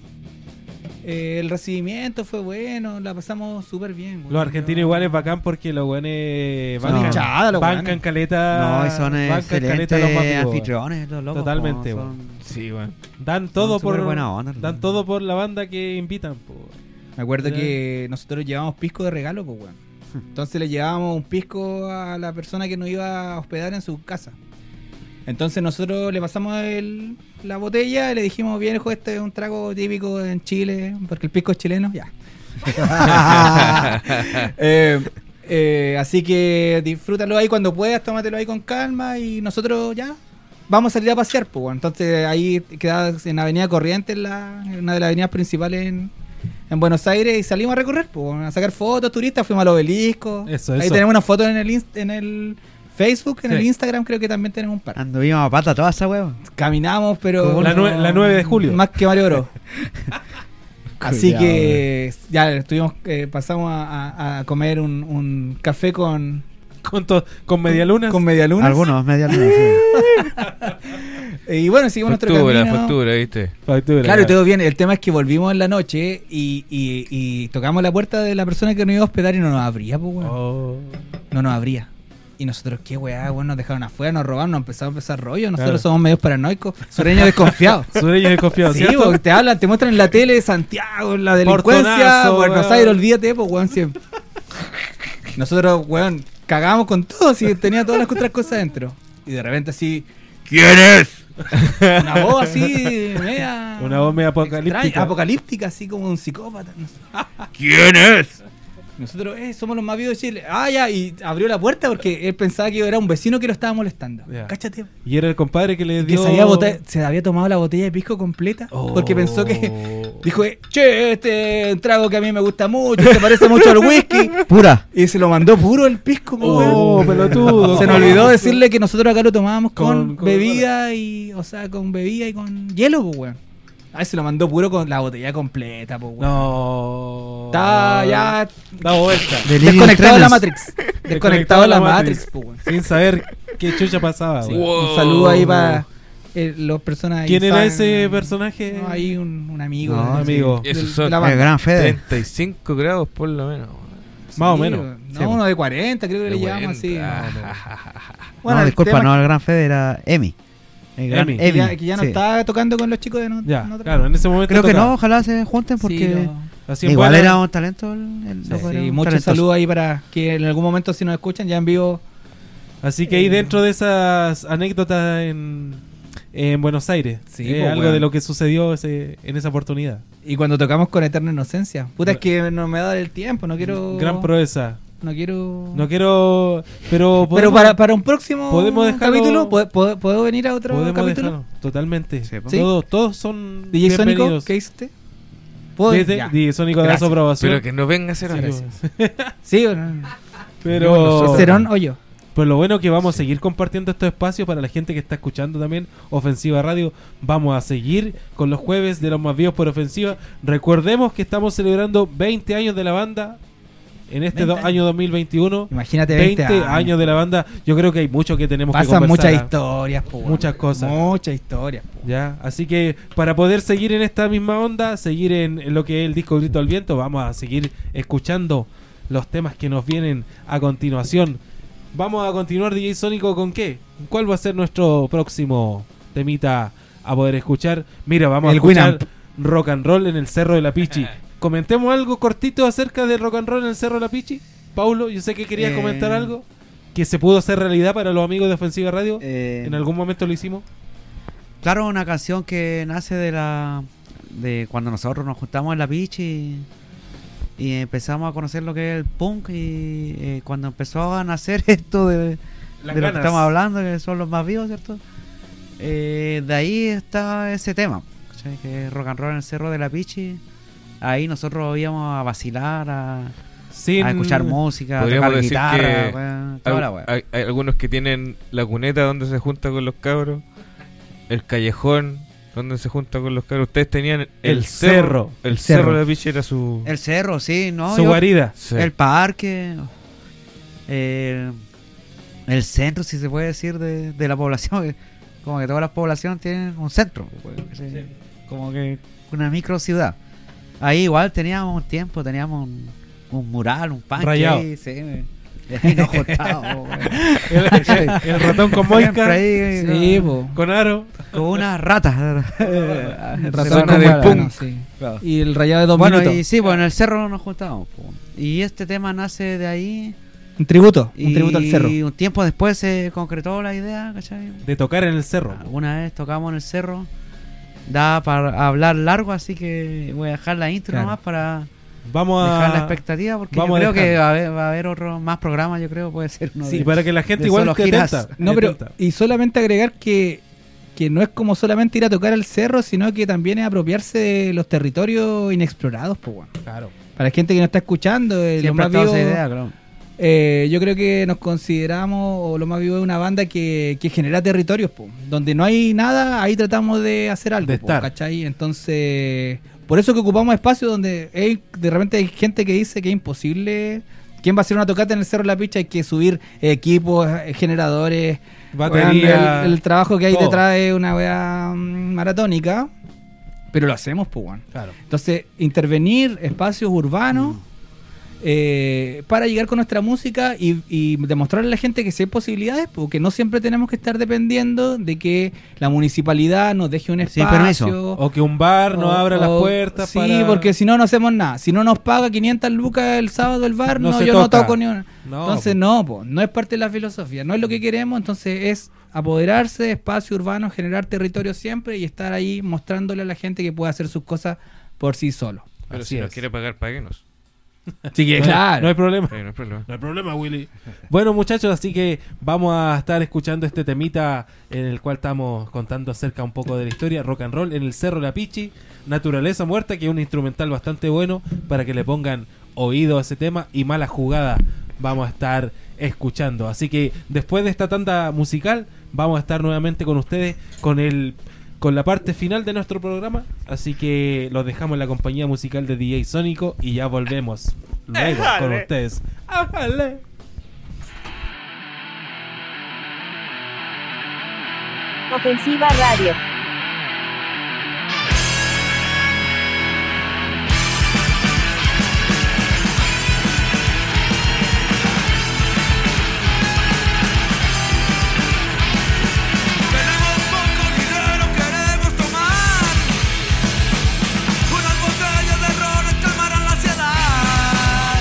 Speaker 1: Eh, el recibimiento fue bueno, la pasamos súper bien. weón.
Speaker 2: Los argentinos
Speaker 1: Yo-
Speaker 2: igual es bacán porque los weones
Speaker 3: Son
Speaker 2: bancan-
Speaker 1: hinchada, los
Speaker 2: bancan
Speaker 1: weones.
Speaker 2: caleta.
Speaker 3: No, y son
Speaker 2: bancan
Speaker 3: excelentes
Speaker 2: caleta los mapigos, weón.
Speaker 3: anfitriones, los locos.
Speaker 2: Totalmente,
Speaker 3: po,
Speaker 2: weón.
Speaker 3: son-
Speaker 7: Sí, weón.
Speaker 2: Dan todo
Speaker 3: Son súper
Speaker 2: por
Speaker 3: buena onda, los
Speaker 2: dan
Speaker 3: weones.
Speaker 2: todo por la banda que invitan, po.
Speaker 1: Me acuerdo
Speaker 2: Ya.
Speaker 1: que nosotros llevábamos pisco de regalo, pues, weón.
Speaker 2: Hmm.
Speaker 1: Entonces le llevábamos un pisco a la persona que nos iba a hospedar en su casa. Entonces nosotros le pasamos el- la botella y le dijimos, viejo, este es un trago típico en Chile, porque el pisco es chileno,
Speaker 2: [laughs]
Speaker 1: ya. Eh, eh, así que disfrútalo ahí cuando puedas, tómatelo ahí con calma y nosotros ya vamos a salir a pasear, pues. weón. Entonces ahí queda en Avenida Corrientes, la, en una de las avenidas principales en, en Buenos Aires y salimos a recorrer, pues, weón, a sacar fotos, turistas, fuimos al obelisco.
Speaker 2: Eso,
Speaker 1: ahí
Speaker 2: eso.
Speaker 1: tenemos unas fotos en el, inst- en el Facebook, en
Speaker 2: Sí.
Speaker 1: el Instagram creo que también tenemos un par.
Speaker 3: Anduvimos a pata toda esa weón.
Speaker 1: Caminamos, pero...
Speaker 2: La, nue- la 9 de julio.
Speaker 1: Más que Mario
Speaker 2: [laughs]
Speaker 1: Bros. Así que ya estuvimos, eh, pasamos a, a- a comer un, un café con,
Speaker 2: Con, to- con medialunas.
Speaker 1: con medialunas.
Speaker 3: Algunos, media
Speaker 1: [laughs]
Speaker 3: luna, sí.
Speaker 1: Eh, Y bueno, seguimos nuestro
Speaker 7: Factura,
Speaker 1: camino.
Speaker 7: factura, ¿viste?
Speaker 2: Factura,
Speaker 1: Claro, y
Speaker 2: claro.
Speaker 1: todo bien. El tema es que volvimos en la noche y, y- y tocamos la puerta de la persona que nos iba a hospedar y no nos abría, pues, weón.
Speaker 2: Oh.
Speaker 1: No nos abría. Y nosotros, qué weá, weón, nos dejaron afuera, nos robaron, nos empezaron a empezar rollo. Nosotros
Speaker 2: Claro.
Speaker 1: somos medios paranoicos, sureños
Speaker 2: [laughs]
Speaker 1: desconfiados.
Speaker 2: Sureños desconfiados,
Speaker 1: Sí,
Speaker 2: ¿cierto?
Speaker 1: porque te hablan, te muestran en la tele Santiago, la delincuencia,
Speaker 2: Portonazo,
Speaker 1: Buenos
Speaker 2: weón.
Speaker 1: Aires, olvídate, pues, weón, siempre. Nosotros, weón, cagamos con todo, si tenía todas las otras cosas dentro. Y de repente así, ¿quién es? Una voz así, media...
Speaker 2: Una voz media apocalíptica.
Speaker 1: extraña, apocalíptica, así como un psicópata. ¿Quién es? Nosotros, eh, somos los más vivos de Chile. Ah, ya, y abrió la puerta porque él pensaba que era un vecino que lo estaba molestando.
Speaker 2: Ya.
Speaker 1: Cáchate,
Speaker 2: Y era el compadre que le
Speaker 1: que
Speaker 2: dio
Speaker 1: se había, bota- se había tomado la botella de pisco completa
Speaker 2: Oh.
Speaker 1: porque pensó que dijo, eh, che, este es un trago que a mí me gusta mucho, se parece mucho al whisky.
Speaker 3: Pura.
Speaker 1: Y se lo mandó puro el pisco. po,
Speaker 2: Oh,
Speaker 1: weón.
Speaker 2: pelotudo.
Speaker 1: se nos
Speaker 2: ¿cómo? [laughs]
Speaker 1: olvidó decirle que nosotros acá lo tomábamos con,
Speaker 2: Con- con-
Speaker 1: bebida y, o sea, con bebida y con hielo, pues, weón. Ahí se lo mandó puro con la botella completa, pues, weón.
Speaker 2: No.
Speaker 1: Está ya
Speaker 2: Da vuelta.
Speaker 3: Delirio
Speaker 1: desconectado de la
Speaker 3: trenes.
Speaker 1: Matrix. Desconectado de la Matrix, pues, weón.
Speaker 2: Sin saber qué chucha pasaba,
Speaker 1: Sí,
Speaker 2: weón.
Speaker 7: Wow.
Speaker 1: Un saludo ahí para eh, los personas ahí
Speaker 2: Oh. ¿Quién era
Speaker 1: fan.
Speaker 2: ese personaje?
Speaker 1: No, hay un, un amigo.
Speaker 3: No,
Speaker 1: ¿no?
Speaker 2: amigo.
Speaker 1: Sí,
Speaker 7: Esos
Speaker 1: del-
Speaker 7: son-
Speaker 1: de la
Speaker 3: El
Speaker 1: banda.
Speaker 3: gran Fede.
Speaker 7: 35 grados por lo menos. weón.
Speaker 1: Sí,
Speaker 2: Más o menos.
Speaker 1: No,
Speaker 3: Sí,
Speaker 1: uno de 40, creo que
Speaker 7: De
Speaker 1: le llamamos así.
Speaker 7: 40. [laughs]
Speaker 1: Bueno,
Speaker 3: [laughs] no,
Speaker 1: el
Speaker 3: disculpa,
Speaker 1: tema
Speaker 3: no, el gran Fede era Emi. El gran
Speaker 2: Emi.
Speaker 1: Que
Speaker 3: Emi,
Speaker 1: ya, que ya no
Speaker 3: sí.
Speaker 1: estaba tocando con los chicos de no,
Speaker 2: Ya,
Speaker 1: no otra-
Speaker 2: claro, en ese momento.
Speaker 3: Creo que
Speaker 2: tocaba.
Speaker 3: no, ojalá se junten porque
Speaker 1: Sí, lo-
Speaker 2: Así en
Speaker 3: igual
Speaker 2: buena-
Speaker 3: era un talento. El, el-
Speaker 1: sí,
Speaker 3: los
Speaker 1: sí,
Speaker 3: era un
Speaker 1: muchos
Speaker 3: talentoso.
Speaker 1: saludos ahí para que en algún momento si nos escuchan ya en vivo.
Speaker 2: Así que ahí
Speaker 1: Eh,
Speaker 2: dentro de esas anécdotas en, en Buenos Aires.
Speaker 1: Sí,
Speaker 2: eh,
Speaker 1: po,
Speaker 2: algo
Speaker 1: weón.
Speaker 2: de lo que sucedió ese- en esa oportunidad.
Speaker 1: Y cuando tocamos con Eterna Inocencia. Puta, es que no me da el tiempo, no quiero...
Speaker 2: Gran proeza.
Speaker 1: No quiero...
Speaker 2: No quiero. Pero.
Speaker 1: Pero
Speaker 2: podemos-
Speaker 1: para, para un próximo
Speaker 2: podemos dejarlo-
Speaker 1: capítulo, ¿puedo, puedo- puedo venir a otro
Speaker 2: podemos
Speaker 1: capítulo?
Speaker 2: dejarlo. Totalmente.
Speaker 3: Sí, po.
Speaker 1: Sí.
Speaker 2: Todos, todos son.
Speaker 1: DJ Sónico,
Speaker 2: bienvenidos.
Speaker 1: ¿qué hiciste? ¿Puedo?
Speaker 2: Desde-
Speaker 1: Ya.
Speaker 2: DJ Sónico da su
Speaker 1: Gracias.
Speaker 2: aprobación.
Speaker 7: Pero que no venga a ser ahora.
Speaker 2: Sí,
Speaker 1: Sí, o no.
Speaker 2: Pero.
Speaker 1: Cerón o yo.
Speaker 2: Pues lo bueno que vamos a seguir compartiendo estos espacios para la gente que está escuchando también Ofensiva Radio. Vamos a seguir con los jueves de los más vivos por Ofensiva. Recordemos que estamos celebrando 20 años de la banda en este
Speaker 1: 20
Speaker 2: do- año 2021.
Speaker 1: Imagínate
Speaker 2: 20
Speaker 1: 20,
Speaker 2: años. de la banda. Yo creo que hay mucho que tenemos que
Speaker 1: Pasan
Speaker 2: conversar.
Speaker 1: muchas
Speaker 2: ¿ah?
Speaker 1: historias, po, weón.
Speaker 2: Muchas cosas.
Speaker 1: Muchas historias. po.
Speaker 2: Ya, así que para poder seguir en esta misma onda, seguir en, en lo que es el disco Grito al Viento, vamos a seguir escuchando los temas que nos vienen a continuación. Vamos a continuar DJ Sónico con qué? ¿Cuál va a ser nuestro próximo temita a poder escuchar? Mira, vamos
Speaker 1: El
Speaker 2: a escuchar
Speaker 1: Winamp.
Speaker 2: Rock and Roll en el Cerro de la
Speaker 3: [laughs]
Speaker 2: Pichi. Comentemos algo cortito acerca de Rock and Roll en el Cerro de la Pichi. Paulo, yo sé que querías
Speaker 3: Eh,
Speaker 2: comentar algo que se pudo hacer realidad para los amigos de Ofensiva Radio.
Speaker 3: Eh,
Speaker 2: en algún momento lo hicimos.
Speaker 3: Claro, una canción que nace de la de cuando nosotros nos juntamos en la beach y, y empezamos a conocer lo que es el punk y eh, cuando empezó a nacer [laughs] esto
Speaker 2: Las
Speaker 3: de, de lo que
Speaker 2: ganas.
Speaker 3: estamos hablando, que son los más vivos, ¿cierto? Eh, de ahí está ese tema, ¿cachai? que es rock and roll en el Cerro de la Pichi. Ahí nosotros íbamos a vacilar, a, a
Speaker 2: Sin-
Speaker 3: escuchar música, a
Speaker 7: Podríamos
Speaker 3: tocar
Speaker 7: decir
Speaker 3: guitarra,
Speaker 7: que
Speaker 3: weón, toda
Speaker 7: Al-
Speaker 3: la weá.
Speaker 7: hay, hay algunos que tienen la cuneta donde se junta con los cabros, el callejón donde se junta con los cabros. Ustedes tenían el,
Speaker 2: El cerro.
Speaker 7: El
Speaker 1: Cerro.
Speaker 7: cerro, de la picha era su.
Speaker 3: El cerro, sí, ¿no?
Speaker 2: su
Speaker 3: yo-
Speaker 2: guarida.
Speaker 7: Sí.
Speaker 3: el parque, eh, el centro, si se puede decir, de, de la población. [laughs] que Como que todas las poblaciones tienen un centro, pues, que se- como que una micro ciudad. Ahí igual teníamos un tiempo, teníamos un, un mural, un pan.
Speaker 2: Rayado.
Speaker 3: Sí, sí. Y nos juntábamos,
Speaker 2: [laughs] El, el- el ratón con moica.
Speaker 1: Sí, po.
Speaker 2: Con aro.
Speaker 3: Con
Speaker 2: [laughs]
Speaker 3: unas ratas.
Speaker 1: Razón
Speaker 8: Semana
Speaker 1: de
Speaker 8: del
Speaker 1: punk.
Speaker 8: punk.
Speaker 1: Y el rayado de dos
Speaker 3: bueno, y
Speaker 1: minutos.
Speaker 3: sí, bueno, en el cerro nos juntábamos. po. Y este tema nace de ahí.
Speaker 1: Un tributo,
Speaker 3: Y
Speaker 1: un tributo al cerro.
Speaker 3: un tiempo después se concretó la idea, ¿cachai?
Speaker 2: De tocar en el cerro.
Speaker 3: Alguna vez tocamos en el cerro. Da para hablar largo, así que voy a dejar la intro
Speaker 2: Claro.
Speaker 3: nomás para
Speaker 2: Vamos a.
Speaker 3: dejar la expectativa, porque
Speaker 2: vamos a
Speaker 3: yo creo que
Speaker 2: dejarla.
Speaker 3: va a, haber, va a haber otro más programas, yo creo, puede ser uno
Speaker 2: Sí,
Speaker 3: de-
Speaker 2: para que la gente
Speaker 3: de
Speaker 2: igual
Speaker 3: solo
Speaker 2: te
Speaker 3: giras.
Speaker 2: atenta.
Speaker 1: No, pero y solamente agregar que, que no es como solamente ir a tocar al cerro, sino que también es apropiarse de los territorios inexplorados, pues bueno.
Speaker 2: Claro.
Speaker 1: Para la gente que nos está escuchando, eh, los
Speaker 3: Siempre ha
Speaker 1: más
Speaker 3: estado esa
Speaker 1: vivos,
Speaker 3: idea, claro.
Speaker 1: eh, yo creo que nos consideramos, o lo más vivo es una banda que, que genera territorios, po. donde no hay nada, ahí tratamos de hacer algo,
Speaker 2: De
Speaker 1: po,
Speaker 2: estar.
Speaker 1: ¿cachai? Entonces, por eso que ocupamos espacios donde hey, de repente hay gente que dice que es imposible. ¿Quién va a hacer una tocata en el Cerro de la Picha? Hay que subir equipos, eh, generadores,
Speaker 2: Batería.
Speaker 1: Weón, el, el trabajo que hay
Speaker 2: todo.
Speaker 1: detrás es una weá mm, maratónica. Pero lo hacemos, pues, weón.
Speaker 2: Claro.
Speaker 1: Entonces, intervenir espacios urbanos
Speaker 3: Mm.
Speaker 1: eh, para llegar con nuestra música y, y demostrarle a la gente que sí hay posibilidades, porque no siempre tenemos que estar dependiendo de que la municipalidad nos deje un
Speaker 3: Sin
Speaker 1: espacio.
Speaker 3: permiso.
Speaker 2: O que un bar no
Speaker 1: o-
Speaker 2: abra las
Speaker 1: o-
Speaker 2: puertas.
Speaker 1: Oh, Sí,
Speaker 2: para-
Speaker 1: porque si no, no hacemos nada. Si no nos paga 500 lucas el sábado el bar,
Speaker 2: No
Speaker 1: no,
Speaker 2: se
Speaker 1: yo
Speaker 2: toca.
Speaker 1: no toco ni una.
Speaker 2: No,
Speaker 1: entonces,
Speaker 2: po.
Speaker 1: no, po, no es parte de la filosofía, no es lo que queremos. Entonces, es apoderarse de espacio urbano, generar territorio siempre y estar ahí mostrándole a la gente que puede hacer sus cosas por sí solo.
Speaker 7: Pero
Speaker 2: Así
Speaker 7: si nos
Speaker 2: es.
Speaker 7: quiere pagar, páguenos.
Speaker 1: Así que,
Speaker 2: No hay-
Speaker 1: claro.
Speaker 2: No hay problema.
Speaker 7: Sí, no
Speaker 2: [laughs]
Speaker 7: hay problema.
Speaker 2: No hay problema, Willy. Bueno, muchachos, así que vamos a estar escuchando este temita en el cual estamos contando acerca un poco de la historia, rock and roll en el Cerro La Pichi, Naturaleza Muerta, que es un instrumental bastante bueno para que le pongan oído a ese tema y mala jugada vamos a estar escuchando. Así que después de esta tanda musical, vamos a estar nuevamente con ustedes con el con la parte final de nuestro programa, así que los dejamos en la compañía musical de DJ Sónico y ya volvemos luego con ustedes. ¡Ájale!
Speaker 10: Ofensiva Radio.
Speaker 5: Tenemos poco dinero, queremos tomar Unas botellas de ron calmarán la ansiedad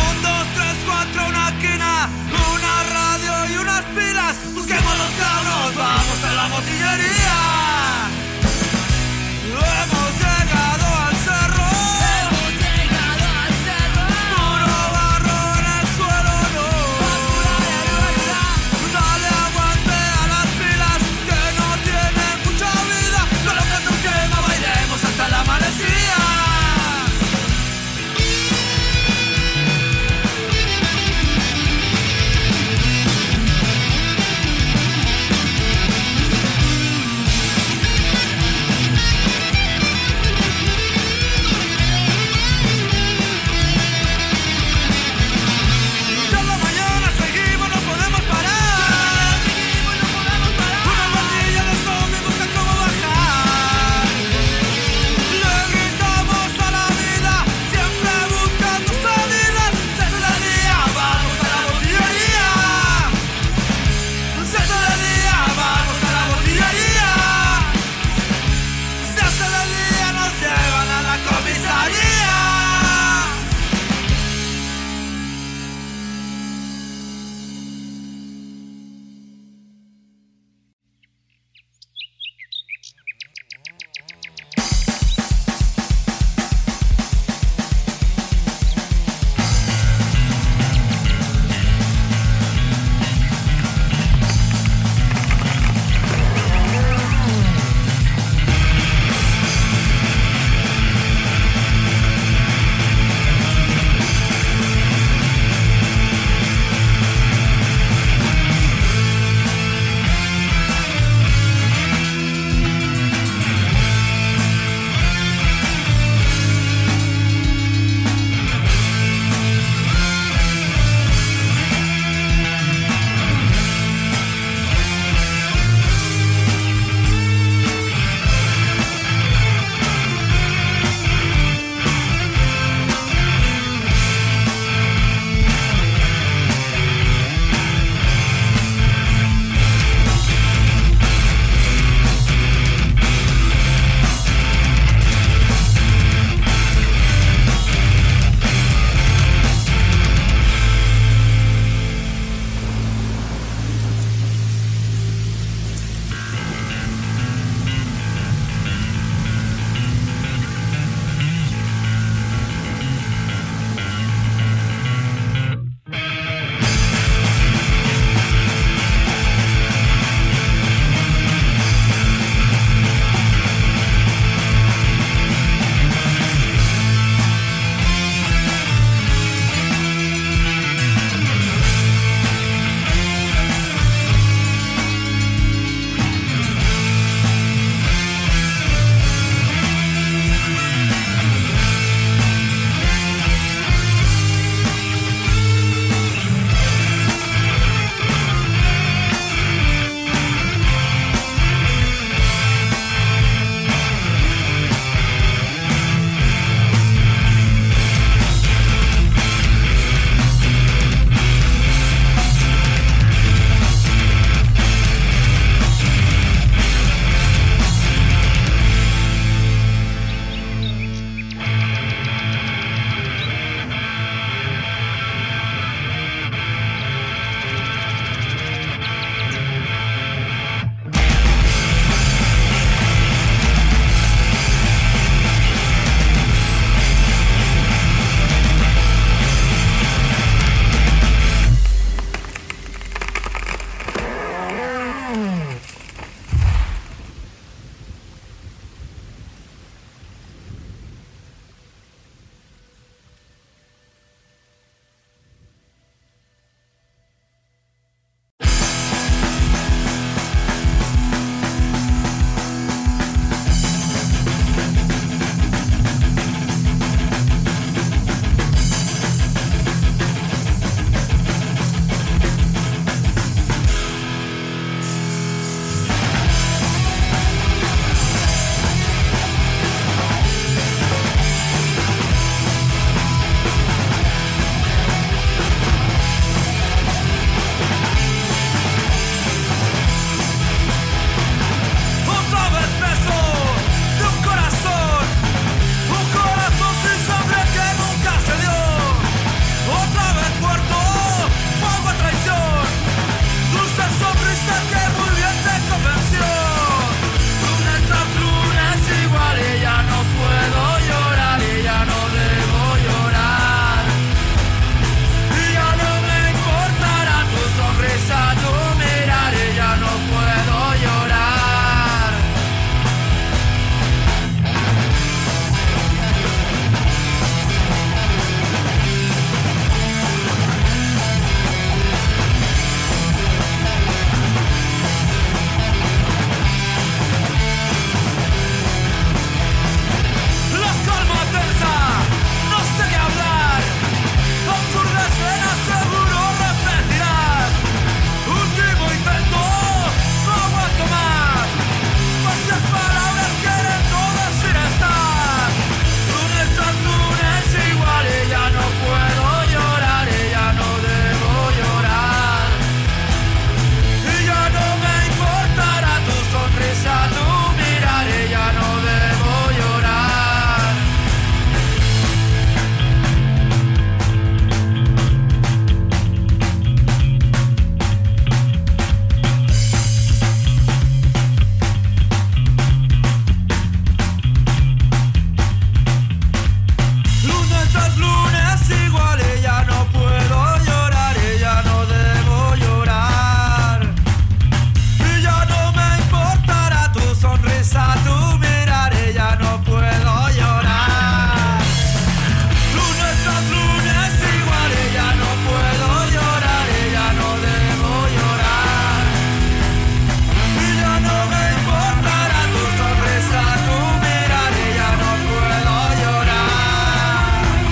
Speaker 5: Un, dos, tres, cuatro, una quina Una radio y unas pilas Busquemos los cabros, vamos a la botillería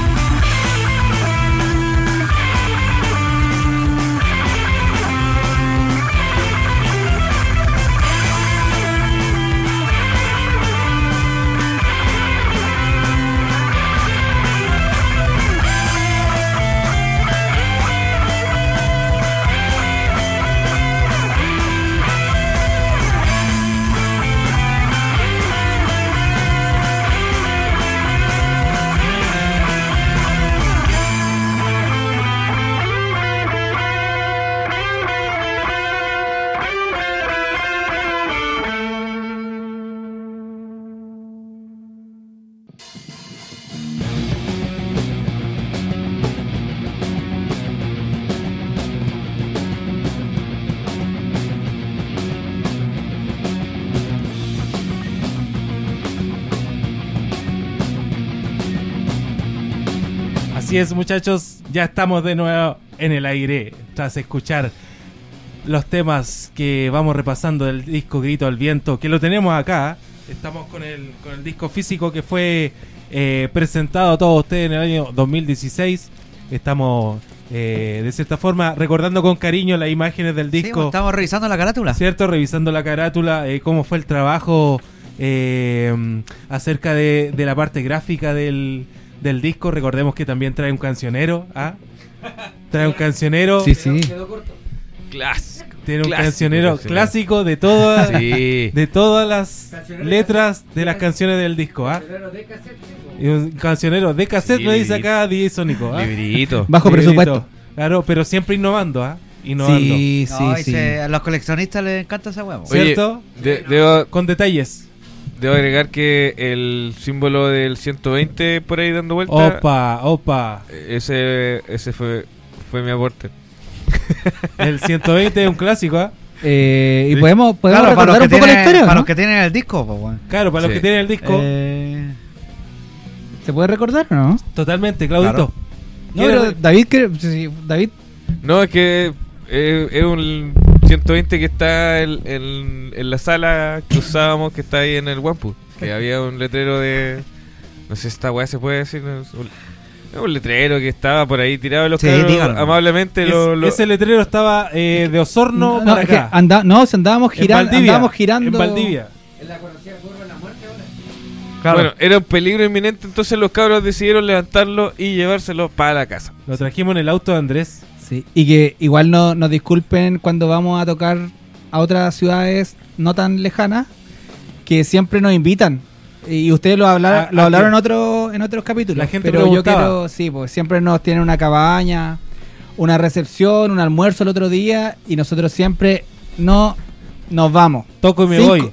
Speaker 4: Pues
Speaker 2: Así es, muchachos, ya estamos de nuevo en el aire tras escuchar los temas que vamos repasando del disco Grito al Viento, que lo tenemos acá. Estamos con el, con el disco físico que fue eh, presentado a todos ustedes en el año 2016. Estamos, eh, de cierta forma, recordando con cariño las imágenes del
Speaker 3: Sí, pues,
Speaker 2: disco.
Speaker 3: estamos revisando la carátula.
Speaker 2: ¿Cierto? Revisando la carátula, eh, cómo fue el trabajo eh, acerca de, de la parte gráfica del, del disco. Recordemos que también trae un cancionero. ¿ah? Trae un cancionero.
Speaker 1: Sí, sí.
Speaker 7: Clásico.
Speaker 2: Tiene un
Speaker 7: Clásico,
Speaker 2: cancionero
Speaker 7: cancionero.
Speaker 2: clásico de todas,
Speaker 7: Sí.
Speaker 2: de todas las
Speaker 6: Cancionero de
Speaker 2: letras de las canciones del disco. ¿ah?
Speaker 6: Pero de cassette, sí, po.
Speaker 2: Y un cancionero de cassette
Speaker 7: Sí,
Speaker 2: me dice
Speaker 7: librito.
Speaker 2: acá DJ Sónico. ¿ah? [laughs]
Speaker 7: Librito.
Speaker 1: Bajo
Speaker 2: Librito.
Speaker 1: presupuesto.
Speaker 2: Claro, pero siempre innovando. ¿ah? Innovando.
Speaker 1: Sí, sí,
Speaker 3: No, y
Speaker 1: sí.
Speaker 3: se- a los coleccionistas les encanta esa pues. huevo.
Speaker 7: Oye,
Speaker 2: ¿Cierto?
Speaker 7: de- debo,
Speaker 2: Con detalles.
Speaker 7: debo agregar que el símbolo del 120 por ahí dando vuelta.
Speaker 2: Opa, opa.
Speaker 7: Ese, ese fue, fue mi aporte.
Speaker 2: El 120 es un clásico, ¿ah?
Speaker 1: Eh, y podemos, podemos
Speaker 3: Claro, para los,
Speaker 1: recordar
Speaker 3: que
Speaker 1: un poco
Speaker 3: tienen,
Speaker 1: la historia.
Speaker 3: para
Speaker 1: ¿no?
Speaker 3: los que tienen el disco, pues, weón.
Speaker 2: Claro, para los
Speaker 7: Sí.
Speaker 2: que tienen el disco,
Speaker 3: Eh,
Speaker 1: ¿Se puede recordar o no?
Speaker 2: totalmente, Claudito.
Speaker 1: No,
Speaker 2: ¿Quieres
Speaker 1: pero
Speaker 2: re-
Speaker 1: David, que- sí, sí, David
Speaker 7: No, es que eh, es un 120 que está en, en- en la sala que usábamos, que está ahí en el Wampu. Que había un letrero de. No sé si esta weá se puede decir. no es Un, es un letrero que estaba por ahí tirado. Los
Speaker 3: Sí,
Speaker 7: cabros
Speaker 3: díganlo.
Speaker 7: amablemente
Speaker 2: Es-
Speaker 7: lo. lo-
Speaker 2: Ese letrero estaba eh, de Osorno
Speaker 1: no,
Speaker 2: para
Speaker 1: es que
Speaker 2: acá.
Speaker 1: anda- no, si andábamos
Speaker 2: En
Speaker 1: girando,
Speaker 2: Valdivia,
Speaker 1: andábamos girando.
Speaker 2: En Valdivia.
Speaker 6: Es la conocida curva de la muerte ahora.
Speaker 3: claro.
Speaker 7: Bueno, era un peligro inminente, entonces los cabros decidieron levantarlo y llevárselo para la casa.
Speaker 2: Lo trajimos en el auto de Andrés.
Speaker 1: Sí, y que igual no, nos disculpen cuando vamos a tocar a otras ciudades no tan lejanas, que siempre nos invitan. Y ustedes lo hablaron,
Speaker 2: Ah,
Speaker 1: lo
Speaker 2: ah,
Speaker 1: hablaron en,
Speaker 2: bien.
Speaker 1: otro, en otros capítulos.
Speaker 2: La gente
Speaker 1: pero yo
Speaker 2: preguntaba.
Speaker 1: quiero, sí, pues siempre nos tienen una cabaña, una recepción, un almuerzo el otro día, y nosotros siempre no nos vamos.
Speaker 2: Toco y me
Speaker 1: Cinco-
Speaker 2: voy. Los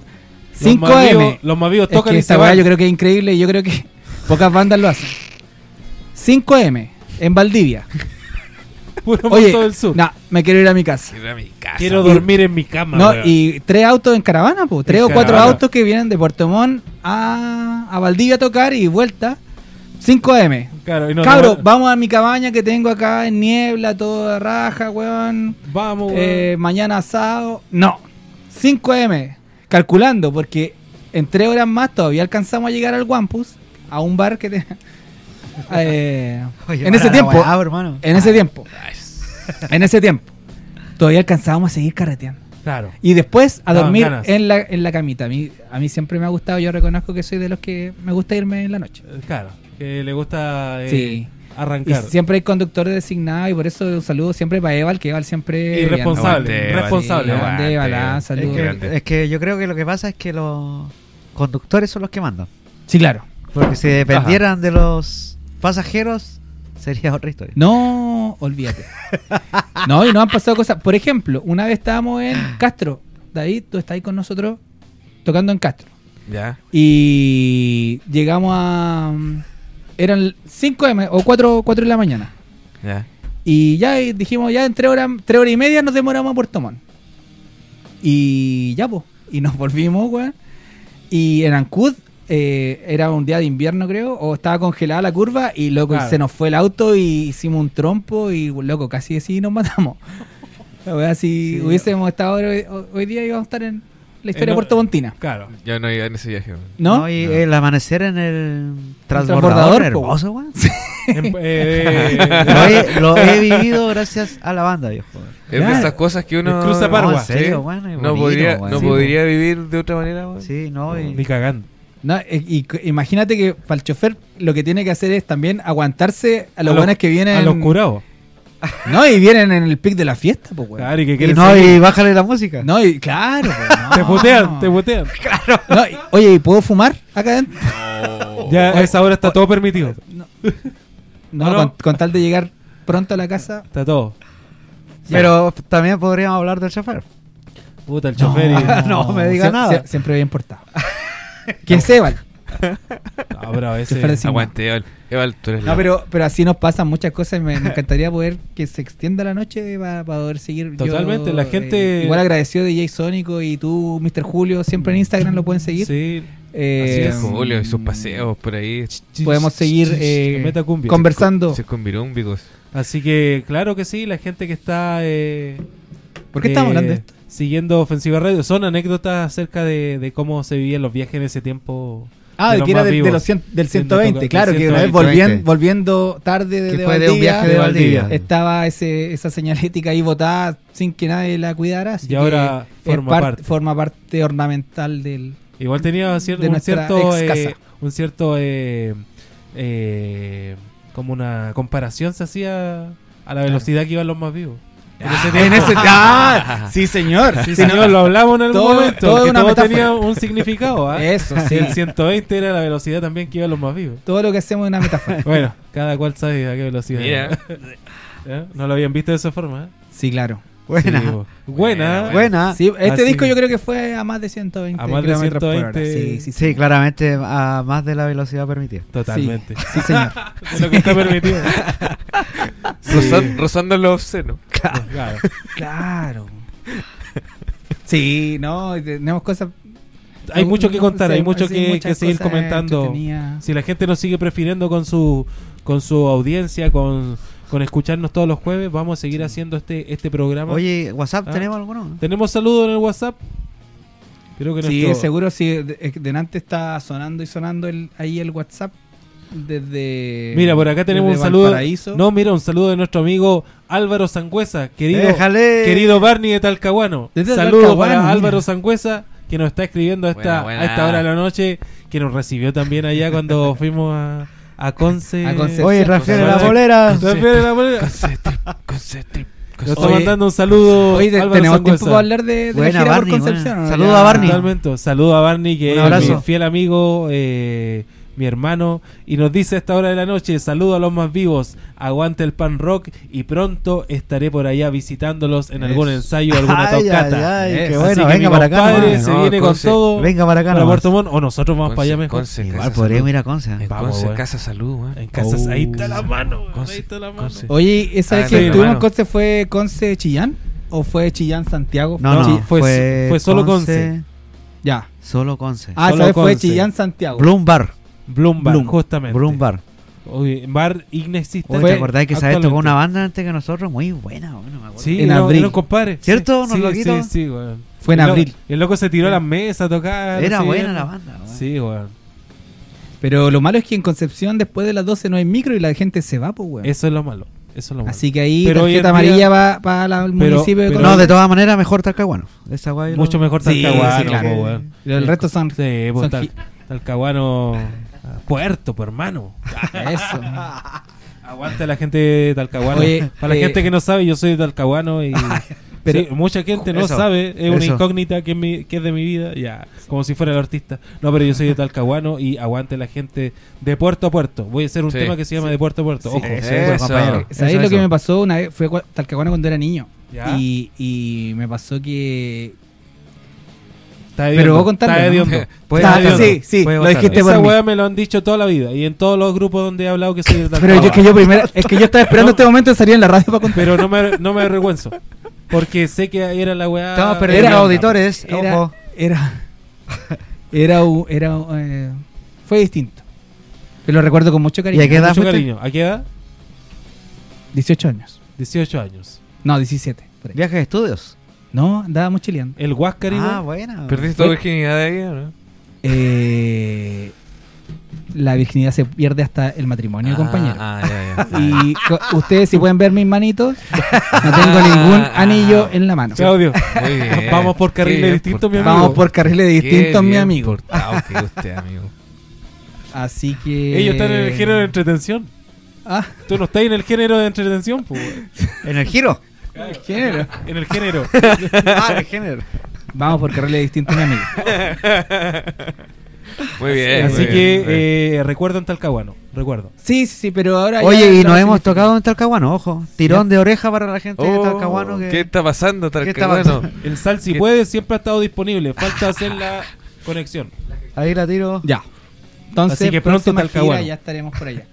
Speaker 1: 5M.
Speaker 2: Mavivos- Los Mavivos
Speaker 1: Es
Speaker 2: tocan
Speaker 1: que
Speaker 2: y se
Speaker 1: esta weá
Speaker 2: van.
Speaker 1: yo creo que es increíble y yo creo que [laughs] pocas bandas lo hacen. 5M, en
Speaker 2: [laughs]
Speaker 1: Valdivia.
Speaker 2: Puro
Speaker 1: Oye,
Speaker 2: moto del sur.
Speaker 1: nah, me quiero ir a mi casa.
Speaker 7: Era mi casa.
Speaker 2: Quiero
Speaker 1: y-
Speaker 2: dormir en mi cama.
Speaker 1: No,
Speaker 2: weón.
Speaker 1: y tres autos en caravana, po. tres
Speaker 2: En
Speaker 1: o cuatro
Speaker 2: caravana.
Speaker 1: autos que vienen de Puerto Montt a, a Valdivia a tocar y vuelta. 5M.
Speaker 2: Claro, y no-
Speaker 1: Cabro,
Speaker 2: no-
Speaker 1: vamos a mi cabaña que tengo acá en niebla, toda raja, weón.
Speaker 2: vamos. weón.
Speaker 1: Eh, mañana asado. No, 5M. Calculando, porque en tres horas más todavía alcanzamos a llegar al Wampus, a un bar que... te- [laughs] Eh,
Speaker 3: Oye,
Speaker 1: en ese
Speaker 3: para la
Speaker 1: tiempo,
Speaker 3: weá, hermano.
Speaker 1: en ese tiempo. En ese tiempo. Todavía alcanzábamos a seguir carreteando.
Speaker 2: claro.
Speaker 1: Y después a
Speaker 2: Daban
Speaker 1: dormir
Speaker 2: ganas.
Speaker 1: en la, en la camita. A mí, a mí siempre me ha gustado, yo reconozco que soy de los que me gusta irme en la noche.
Speaker 2: Eh, Claro. Que le gusta eh,
Speaker 1: Sí. Y
Speaker 2: arrancar.
Speaker 1: siempre hay conductor designado y por eso un saludo siempre para Eval, que Eval siempre...
Speaker 2: Irresponsable.
Speaker 7: Aguante,
Speaker 2: responsable.
Speaker 1: Sí,
Speaker 7: aguante,
Speaker 1: grande, balá,
Speaker 7: aguante.
Speaker 1: saludos.
Speaker 7: Es que-
Speaker 3: Es que yo creo que lo que pasa es que los conductores son los que mandan.
Speaker 1: Sí, claro.
Speaker 3: Porque si dependieran de los pasajeros, sería otra historia.
Speaker 1: No, olvídate. No, y no han pasado cosas. Por ejemplo, una vez estábamos en Castro. David, tú estás ahí con nosotros tocando en Castro.
Speaker 7: Ya.
Speaker 1: Y llegamos a... mm, Eran 5 m o 4, 4 de la mañana.
Speaker 7: Ya.
Speaker 1: Y ya y dijimos, ya en tres horas, tres horas y media nos demoramos a Puerto Montt. Y ya, pues. Y nos [laughs] volvimos, weón. Y en Ancud eh, era un día de invierno, creo, o estaba congelada la curva y loco, y
Speaker 2: Claro.
Speaker 1: se nos fue el auto y hicimos un trompo y loco, casi así nos
Speaker 2: [laughs]
Speaker 1: matamos. La weá, si
Speaker 2: Sí.
Speaker 1: hubiésemos estado hoy, hoy día íbamos a estar en la historia
Speaker 2: Eh, no- eh,
Speaker 1: de Puerto Montina. [laughs]
Speaker 2: Claro.
Speaker 7: Yo no iba en ese viaje. weón.
Speaker 1: ¿No?
Speaker 3: y el amanecer en el transbordador,
Speaker 1: transbordador,
Speaker 3: hermoso, weón.
Speaker 2: En- eh,
Speaker 1: [laughs]
Speaker 3: lo, he, lo he vivido gracias a la banda, viejo.
Speaker 7: Es de esas cosas que uno.
Speaker 2: El Cruza Parwa.
Speaker 3: No, en serio,
Speaker 7: Sí.
Speaker 3: weón, es
Speaker 7: no
Speaker 3: bonito,
Speaker 7: podría,
Speaker 3: weón.
Speaker 7: no
Speaker 3: Sí,
Speaker 7: podría vivir de otra manera, weón.
Speaker 3: Sí, no,
Speaker 2: Ni
Speaker 3: y,
Speaker 2: cagando.
Speaker 1: No, e- y, c- imagínate que para el chofer lo que tiene que hacer es también aguantarse a los
Speaker 2: A los-
Speaker 1: buenos que vienen.
Speaker 2: A los curados.
Speaker 1: No, y vienen en el pic de la fiesta, pues, weón.
Speaker 2: Claro, y que
Speaker 3: y
Speaker 2: quieren
Speaker 3: no,
Speaker 2: seguir.
Speaker 3: y bájale la música.
Speaker 1: No, y claro,
Speaker 2: [laughs]
Speaker 1: pues, no. [laughs]
Speaker 2: Te putean, te putean.
Speaker 1: No, y- oye, ¿y puedo fumar acá adentro?
Speaker 2: Ya a esa hora está todo permitido.
Speaker 1: No,
Speaker 2: No, no.
Speaker 1: Con, con tal de llegar pronto a la casa.
Speaker 2: Está todo.
Speaker 3: Pero también podríamos hablar del chofer.
Speaker 2: Puta, el
Speaker 1: [laughs]
Speaker 2: chofer. y-
Speaker 3: No me diga
Speaker 1: sie-
Speaker 3: nada.
Speaker 1: sie- siempre bien portado. [laughs] Que es Eval.
Speaker 2: No, pero a
Speaker 1: Chofer de
Speaker 2: veces.
Speaker 1: sí,
Speaker 7: Aguante, Eval. Eval, tú eres la-
Speaker 1: No, pero, pero así nos pasan muchas cosas. y Me, me encantaría poder que se extienda la noche para poder seguir. yo, eh,
Speaker 2: Totalmente, la gente-
Speaker 1: igual agradecido de Jay Sónico y tú, Mr. Julio, siempre en Instagram lo pueden seguir.
Speaker 2: Sí,
Speaker 7: Así
Speaker 1: Eh,
Speaker 7: es, Julio, y
Speaker 3: mm,
Speaker 7: sus paseos por ahí.
Speaker 1: podemos seguir eh, conversando.
Speaker 7: Circunvirumbicos.
Speaker 2: Así que, claro que sí, la gente que está. eh,
Speaker 1: ¿Por qué estamos hablando de esto?
Speaker 2: Siguiendo Ofensiva Radio. Son anécdotas acerca de, de cómo se vivían los viajes en ese tiempo.
Speaker 1: Ah, de
Speaker 2: los
Speaker 1: que era
Speaker 2: más
Speaker 1: de- de
Speaker 2: vivos.
Speaker 1: los cien- del
Speaker 2: Del
Speaker 1: 120,
Speaker 2: del
Speaker 1: claro, que una vez
Speaker 2: 120.
Speaker 1: volvien- volviendo tarde de,
Speaker 8: Que
Speaker 1: de
Speaker 8: fue de un
Speaker 1: Valdivia,
Speaker 8: viaje de Valdivia.
Speaker 1: estaba ese, esa señalética ahí botada sin que nadie la cuidara. así
Speaker 2: Y ahora
Speaker 1: que es
Speaker 2: forma
Speaker 1: par-
Speaker 2: parte.
Speaker 1: forma parte ornamental del...
Speaker 2: Igual tenía cier-
Speaker 1: de
Speaker 2: un,
Speaker 1: nuestra
Speaker 2: cierto,
Speaker 1: ex
Speaker 2: eh,
Speaker 1: casa.
Speaker 2: un cierto. eh, eh, como una comparación se hacía a la velocidad que iban los más vivos. En ese
Speaker 1: En
Speaker 2: tiempo.
Speaker 1: ese- [laughs] ¡Ah! [laughs] sí señor,
Speaker 2: Sí, señor, lo hablamos en algún
Speaker 1: Todo-
Speaker 2: momento.
Speaker 1: todo
Speaker 2: que
Speaker 1: una
Speaker 2: todo
Speaker 1: metáfora.
Speaker 2: tenía un significado. ¿ah?
Speaker 1: Eso,
Speaker 2: [laughs]
Speaker 1: sí.
Speaker 2: El 120 era la velocidad también que iban los más vivos.
Speaker 1: Todo lo que hacemos es una
Speaker 2: [laughs]
Speaker 1: metáfora. [laughs]
Speaker 2: Bueno, cada cual sabe a qué velocidad. [laughs]
Speaker 7: Mira.
Speaker 2: ¿Eh? No lo habían visto de esa forma. ¿eh?
Speaker 1: sí, claro.
Speaker 8: Buena.
Speaker 2: Sí, po. Buena.
Speaker 8: Buena.
Speaker 1: Sí, este
Speaker 2: Ah, Así-
Speaker 1: disco yo creo que fue a más de 120
Speaker 2: A más de
Speaker 1: kilómetros por hora.
Speaker 2: 120.
Speaker 1: Sí, sí, sí.
Speaker 8: Sí, claramente a más de la velocidad permitida.
Speaker 2: Totalmente.
Speaker 1: Sí, señor.
Speaker 2: [laughs] Es lo que está
Speaker 1: [laughs]
Speaker 2: permitido.
Speaker 7: Rozan- rozando lo obsceno.
Speaker 2: Claro. [laughs]
Speaker 1: claro. Sí, no, tenemos cosas...
Speaker 2: Hay mucho que contar,
Speaker 1: Sí,
Speaker 2: hay mucho
Speaker 1: sí,
Speaker 2: que,
Speaker 1: muchas
Speaker 2: que seguir
Speaker 1: cosas
Speaker 2: comentando.
Speaker 1: entretenidas.
Speaker 2: Si la gente nos sigue prefiriendo con su con su audiencia, con, con escucharnos todos los jueves, vamos a seguir haciendo este este programa.
Speaker 8: Oye, WhatsApp,
Speaker 2: Ah.
Speaker 8: ¿tenemos alguno?
Speaker 2: ¿Tenemos saludos en el WhatsApp? Creo que
Speaker 1: Sí,
Speaker 2: nuestro-
Speaker 1: seguro sí. de- eh, Delante está sonando y sonando el, ahí el WhatsApp desde.
Speaker 2: Mira, por acá tenemos un
Speaker 1: desde
Speaker 2: saludo.
Speaker 1: Valparaíso.
Speaker 2: No, mira, un saludo de nuestro amigo Álvaro Sangüesa, querido,
Speaker 8: Déjale.
Speaker 2: querido Barney de Talcahuano.
Speaker 1: Desde
Speaker 2: Saludo
Speaker 1: Talcahuano,
Speaker 2: para
Speaker 1: mira.
Speaker 2: Álvaro Sangüesa, que nos está escribiendo a esta,
Speaker 7: Buena, buena.
Speaker 2: a esta hora de la noche, que nos recibió también
Speaker 8: [laughs]
Speaker 2: allá cuando fuimos a, a Conce.
Speaker 1: A Conce.
Speaker 8: Oye, Rafael de la
Speaker 2: Oye,
Speaker 8: bolera.
Speaker 2: Rafael de la Bolera.
Speaker 8: Pues
Speaker 2: Nos está
Speaker 1: Oye,
Speaker 2: mandando un saludo.
Speaker 1: Hoy de-
Speaker 2: Álvaro
Speaker 1: tenemos tiempo
Speaker 2: Sangüesa.
Speaker 1: para hablar de, de
Speaker 8: Buena,
Speaker 1: la gira
Speaker 8: Barney,
Speaker 1: por Concepción.
Speaker 8: buena.
Speaker 1: ¿no?
Speaker 8: Saludo
Speaker 1: Ya.
Speaker 8: a Barney.
Speaker 2: Totalmente. Saludo a Barney, que
Speaker 8: Un
Speaker 2: es
Speaker 8: abrazo.
Speaker 2: mi fiel amigo, eh, mi hermano. Y nos dice a esta hora de la noche: saludo a los más vivos, aguante el pan rock. Y pronto estaré por allá visitándolos en algún
Speaker 1: Eso.
Speaker 2: ensayo, alguna
Speaker 8: Ay,
Speaker 2: tocata.
Speaker 8: ay, ay,
Speaker 1: Eso.
Speaker 8: qué
Speaker 1: Así
Speaker 2: Así
Speaker 8: bueno,
Speaker 2: que
Speaker 8: venga
Speaker 2: mi
Speaker 8: para acá.
Speaker 2: compadre
Speaker 8: nomás.
Speaker 2: se
Speaker 7: No,
Speaker 2: viene
Speaker 7: Conce.
Speaker 2: con todo.
Speaker 8: Venga para acá.
Speaker 2: para
Speaker 8: nomás.
Speaker 2: Puerto Montt, o nosotros vamos para allá
Speaker 7: Conce,
Speaker 2: mejor.
Speaker 7: Conce,
Speaker 8: Igual
Speaker 7: Casa
Speaker 8: podríamos
Speaker 7: Salud.
Speaker 8: ir a Conce. ¿eh?
Speaker 7: En
Speaker 2: Vamos,
Speaker 7: Conce,
Speaker 2: weón.
Speaker 7: Casa Salud, weón.
Speaker 2: En casas,
Speaker 1: Oh.
Speaker 2: ahí está la mano. weón,
Speaker 7: Conce,
Speaker 2: ahí está la mano.
Speaker 7: Conce.
Speaker 1: Oye, ¿esa
Speaker 7: Ah,
Speaker 1: vez
Speaker 7: sí,
Speaker 1: que estuvimos
Speaker 7: hermano.
Speaker 1: en Conce fue Conce Chillán? ¿O fue Chillán Santiago?
Speaker 8: No, no,
Speaker 1: Chi-
Speaker 2: sí, fue- fue solo Conce.
Speaker 1: Ya.
Speaker 8: Solo Conce.
Speaker 1: Ah,
Speaker 2: Solo
Speaker 1: esa vez fue
Speaker 2: Conce.
Speaker 1: Chillán Santiago.
Speaker 8: Bloom Bar.
Speaker 2: Bloom Bar,
Speaker 1: Bloom.
Speaker 2: justamente.
Speaker 8: Bloom Bar.
Speaker 2: Oye, bar inexistente.
Speaker 8: Oye,
Speaker 1: Fue
Speaker 8: ¿te acordás que sabes tocó
Speaker 2: actualmente.
Speaker 8: una banda antes que nosotros? Muy buena, bueno, me acuerdo.
Speaker 2: Sí,
Speaker 1: En
Speaker 2: era-
Speaker 1: abril.
Speaker 2: era un compadre.
Speaker 8: ¿Cierto?
Speaker 2: Sí,
Speaker 8: ¿Nos
Speaker 2: sí,
Speaker 8: lo quitó?
Speaker 2: Sí, sí, weón.
Speaker 1: Fue en
Speaker 2: El lo-
Speaker 1: abril.
Speaker 2: el loco se tiró a las mesas a tocar.
Speaker 8: Era
Speaker 2: sí,
Speaker 8: buena
Speaker 2: weón.
Speaker 8: la banda. weón.
Speaker 2: Sí, weón.
Speaker 1: Pero lo malo es que en Concepción después de las 12 no hay micro y la gente se va, pues, weón.
Speaker 2: Eso es lo malo. Eso es lo malo.
Speaker 1: Así que ahí
Speaker 2: Pero hoy en
Speaker 1: tarjeta
Speaker 2: día-
Speaker 1: amarilla va para el
Speaker 2: Pero-
Speaker 1: municipio de
Speaker 2: pero-
Speaker 1: Conce.
Speaker 8: No, de todas maneras, mejor Talcahuano. Esa guay lo-
Speaker 2: Mucho mejor
Speaker 1: Sí,
Speaker 2: Talcahuano,
Speaker 1: sí, claro.
Speaker 2: po, weón.
Speaker 1: El resto son-
Speaker 2: Sí, po,
Speaker 1: son
Speaker 2: tal-
Speaker 1: gi-
Speaker 2: Talcahuano. ah, Puerto, pues, hermano.
Speaker 1: [laughs] Eso.
Speaker 2: Aguanta la gente de Talcahuano.
Speaker 1: Oye,
Speaker 2: Para
Speaker 1: eh,
Speaker 2: la gente que no sabe, yo soy de Talcahuano
Speaker 1: [laughs]
Speaker 2: y.
Speaker 1: Pero-
Speaker 2: sí, mucha gente no
Speaker 8: Eso,
Speaker 2: sabe, es una
Speaker 8: eso.
Speaker 2: incógnita que, es mi- que es de mi vida, ya, como si fuera el artista. No, pero yo
Speaker 1: [laughs]
Speaker 2: soy de Talcahuano y aguante la gente de puerto a puerto. Voy a hacer un
Speaker 7: Sí,
Speaker 2: tema que se llama de puerto a puerto.
Speaker 3: Oh,
Speaker 2: [laughs] Ojo,
Speaker 7: Eso,
Speaker 8: eso, compañero.
Speaker 1: ¿Sabéis
Speaker 8: Eso,
Speaker 1: lo que
Speaker 8: eso.
Speaker 1: me pasó una vez? Fue a Talcahuano cuando era niño.
Speaker 2: Ya.
Speaker 1: Y, y me pasó que.
Speaker 2: está
Speaker 1: Pero vos
Speaker 2: hediondo,
Speaker 1: contarlo,
Speaker 2: está
Speaker 1: ¿no?
Speaker 2: hediondo.
Speaker 1: [laughs]
Speaker 8: Puede
Speaker 1: Ah,
Speaker 8: contarlo,
Speaker 1: sí, sí,
Speaker 8: puede
Speaker 1: lo
Speaker 8: contarlo.
Speaker 1: dijiste.
Speaker 2: Esa
Speaker 1: por mí.
Speaker 2: weá me lo han dicho toda la vida y en todos los grupos donde he hablado que soy de
Speaker 1: [laughs] Pero
Speaker 2: Talcahuano.
Speaker 1: yo, es que yo [laughs] primero. Es que yo estaba esperando este momento de salir en la radio para contar.
Speaker 2: Pero no me, no me avergüenzo. Porque sé que era la weá.
Speaker 8: Estamos perdiendo
Speaker 1: Era-
Speaker 8: auditores.
Speaker 1: [laughs] Era.
Speaker 8: Ojo.
Speaker 1: Era. Era. un- era eh, fue distinto. Pero lo recuerdo con mucho cariño.
Speaker 8: ¿Y a qué edad
Speaker 2: Mucho
Speaker 8: fuiste?
Speaker 2: cariño. ¿A qué edad?
Speaker 1: 18 años.
Speaker 2: 18 años.
Speaker 1: No, 17. por ahí.
Speaker 8: Viajes de estudios.
Speaker 1: No, andaba mochileando.
Speaker 2: El Huáscarino.
Speaker 8: Ah, buena.
Speaker 7: ¿Perdiste tu virginidad de ahí o no?
Speaker 1: Eh, la virginidad se pierde hasta el matrimonio, compañero.
Speaker 7: Ah, ya,
Speaker 1: [laughs]
Speaker 7: ya.
Speaker 1: Y co- ustedes, si pueden ver mis manitos, no tengo ningún
Speaker 2: Ah,
Speaker 1: anillo en la mano.
Speaker 2: Claudio.
Speaker 7: Muy bien.
Speaker 2: Vamos por carriles
Speaker 7: Qué bien
Speaker 2: distintos, mi
Speaker 7: portado.
Speaker 2: amigo.
Speaker 1: Vamos por carriles
Speaker 7: Qué
Speaker 1: distintos, mi
Speaker 7: bien
Speaker 1: amigo.
Speaker 7: portado que usted, amigo.
Speaker 1: Así que.
Speaker 2: Ellos están en el género de entretención.
Speaker 1: Ah,
Speaker 2: Tú no estás en el género de entretención, pues. weón.
Speaker 8: ¿En el
Speaker 2: [laughs]
Speaker 8: giro?
Speaker 1: género.
Speaker 2: En el género.
Speaker 8: ah, en el género.
Speaker 1: Vamos por carriles distintos, mi amigo.
Speaker 7: Muy [laughs] bien.
Speaker 2: Así que
Speaker 7: muy bien, muy bien.
Speaker 2: eh, recuerden Talcahuano. Recuerdo.
Speaker 1: Sí, sí, sí, pero ahora. ya
Speaker 8: Oye, y
Speaker 1: estamos
Speaker 8: nos hemos
Speaker 1: significando.
Speaker 8: tocado en Talcahuano, ojo. Tirón de oreja para la gente de
Speaker 7: Oh,
Speaker 8: Talcahuano. Que...
Speaker 7: ¿Qué está pasando,
Speaker 8: ¿Qué está
Speaker 7: Talcahuano?
Speaker 2: El sal, si
Speaker 7: ¿Qué?
Speaker 2: puede, siempre ha estado disponible. Falta hacer la conexión.
Speaker 8: Ahí la tiro.
Speaker 1: Ya. Entonces,
Speaker 2: Así que pronto
Speaker 1: próxima
Speaker 2: Talcahuano.
Speaker 1: gira ya estaremos por allá.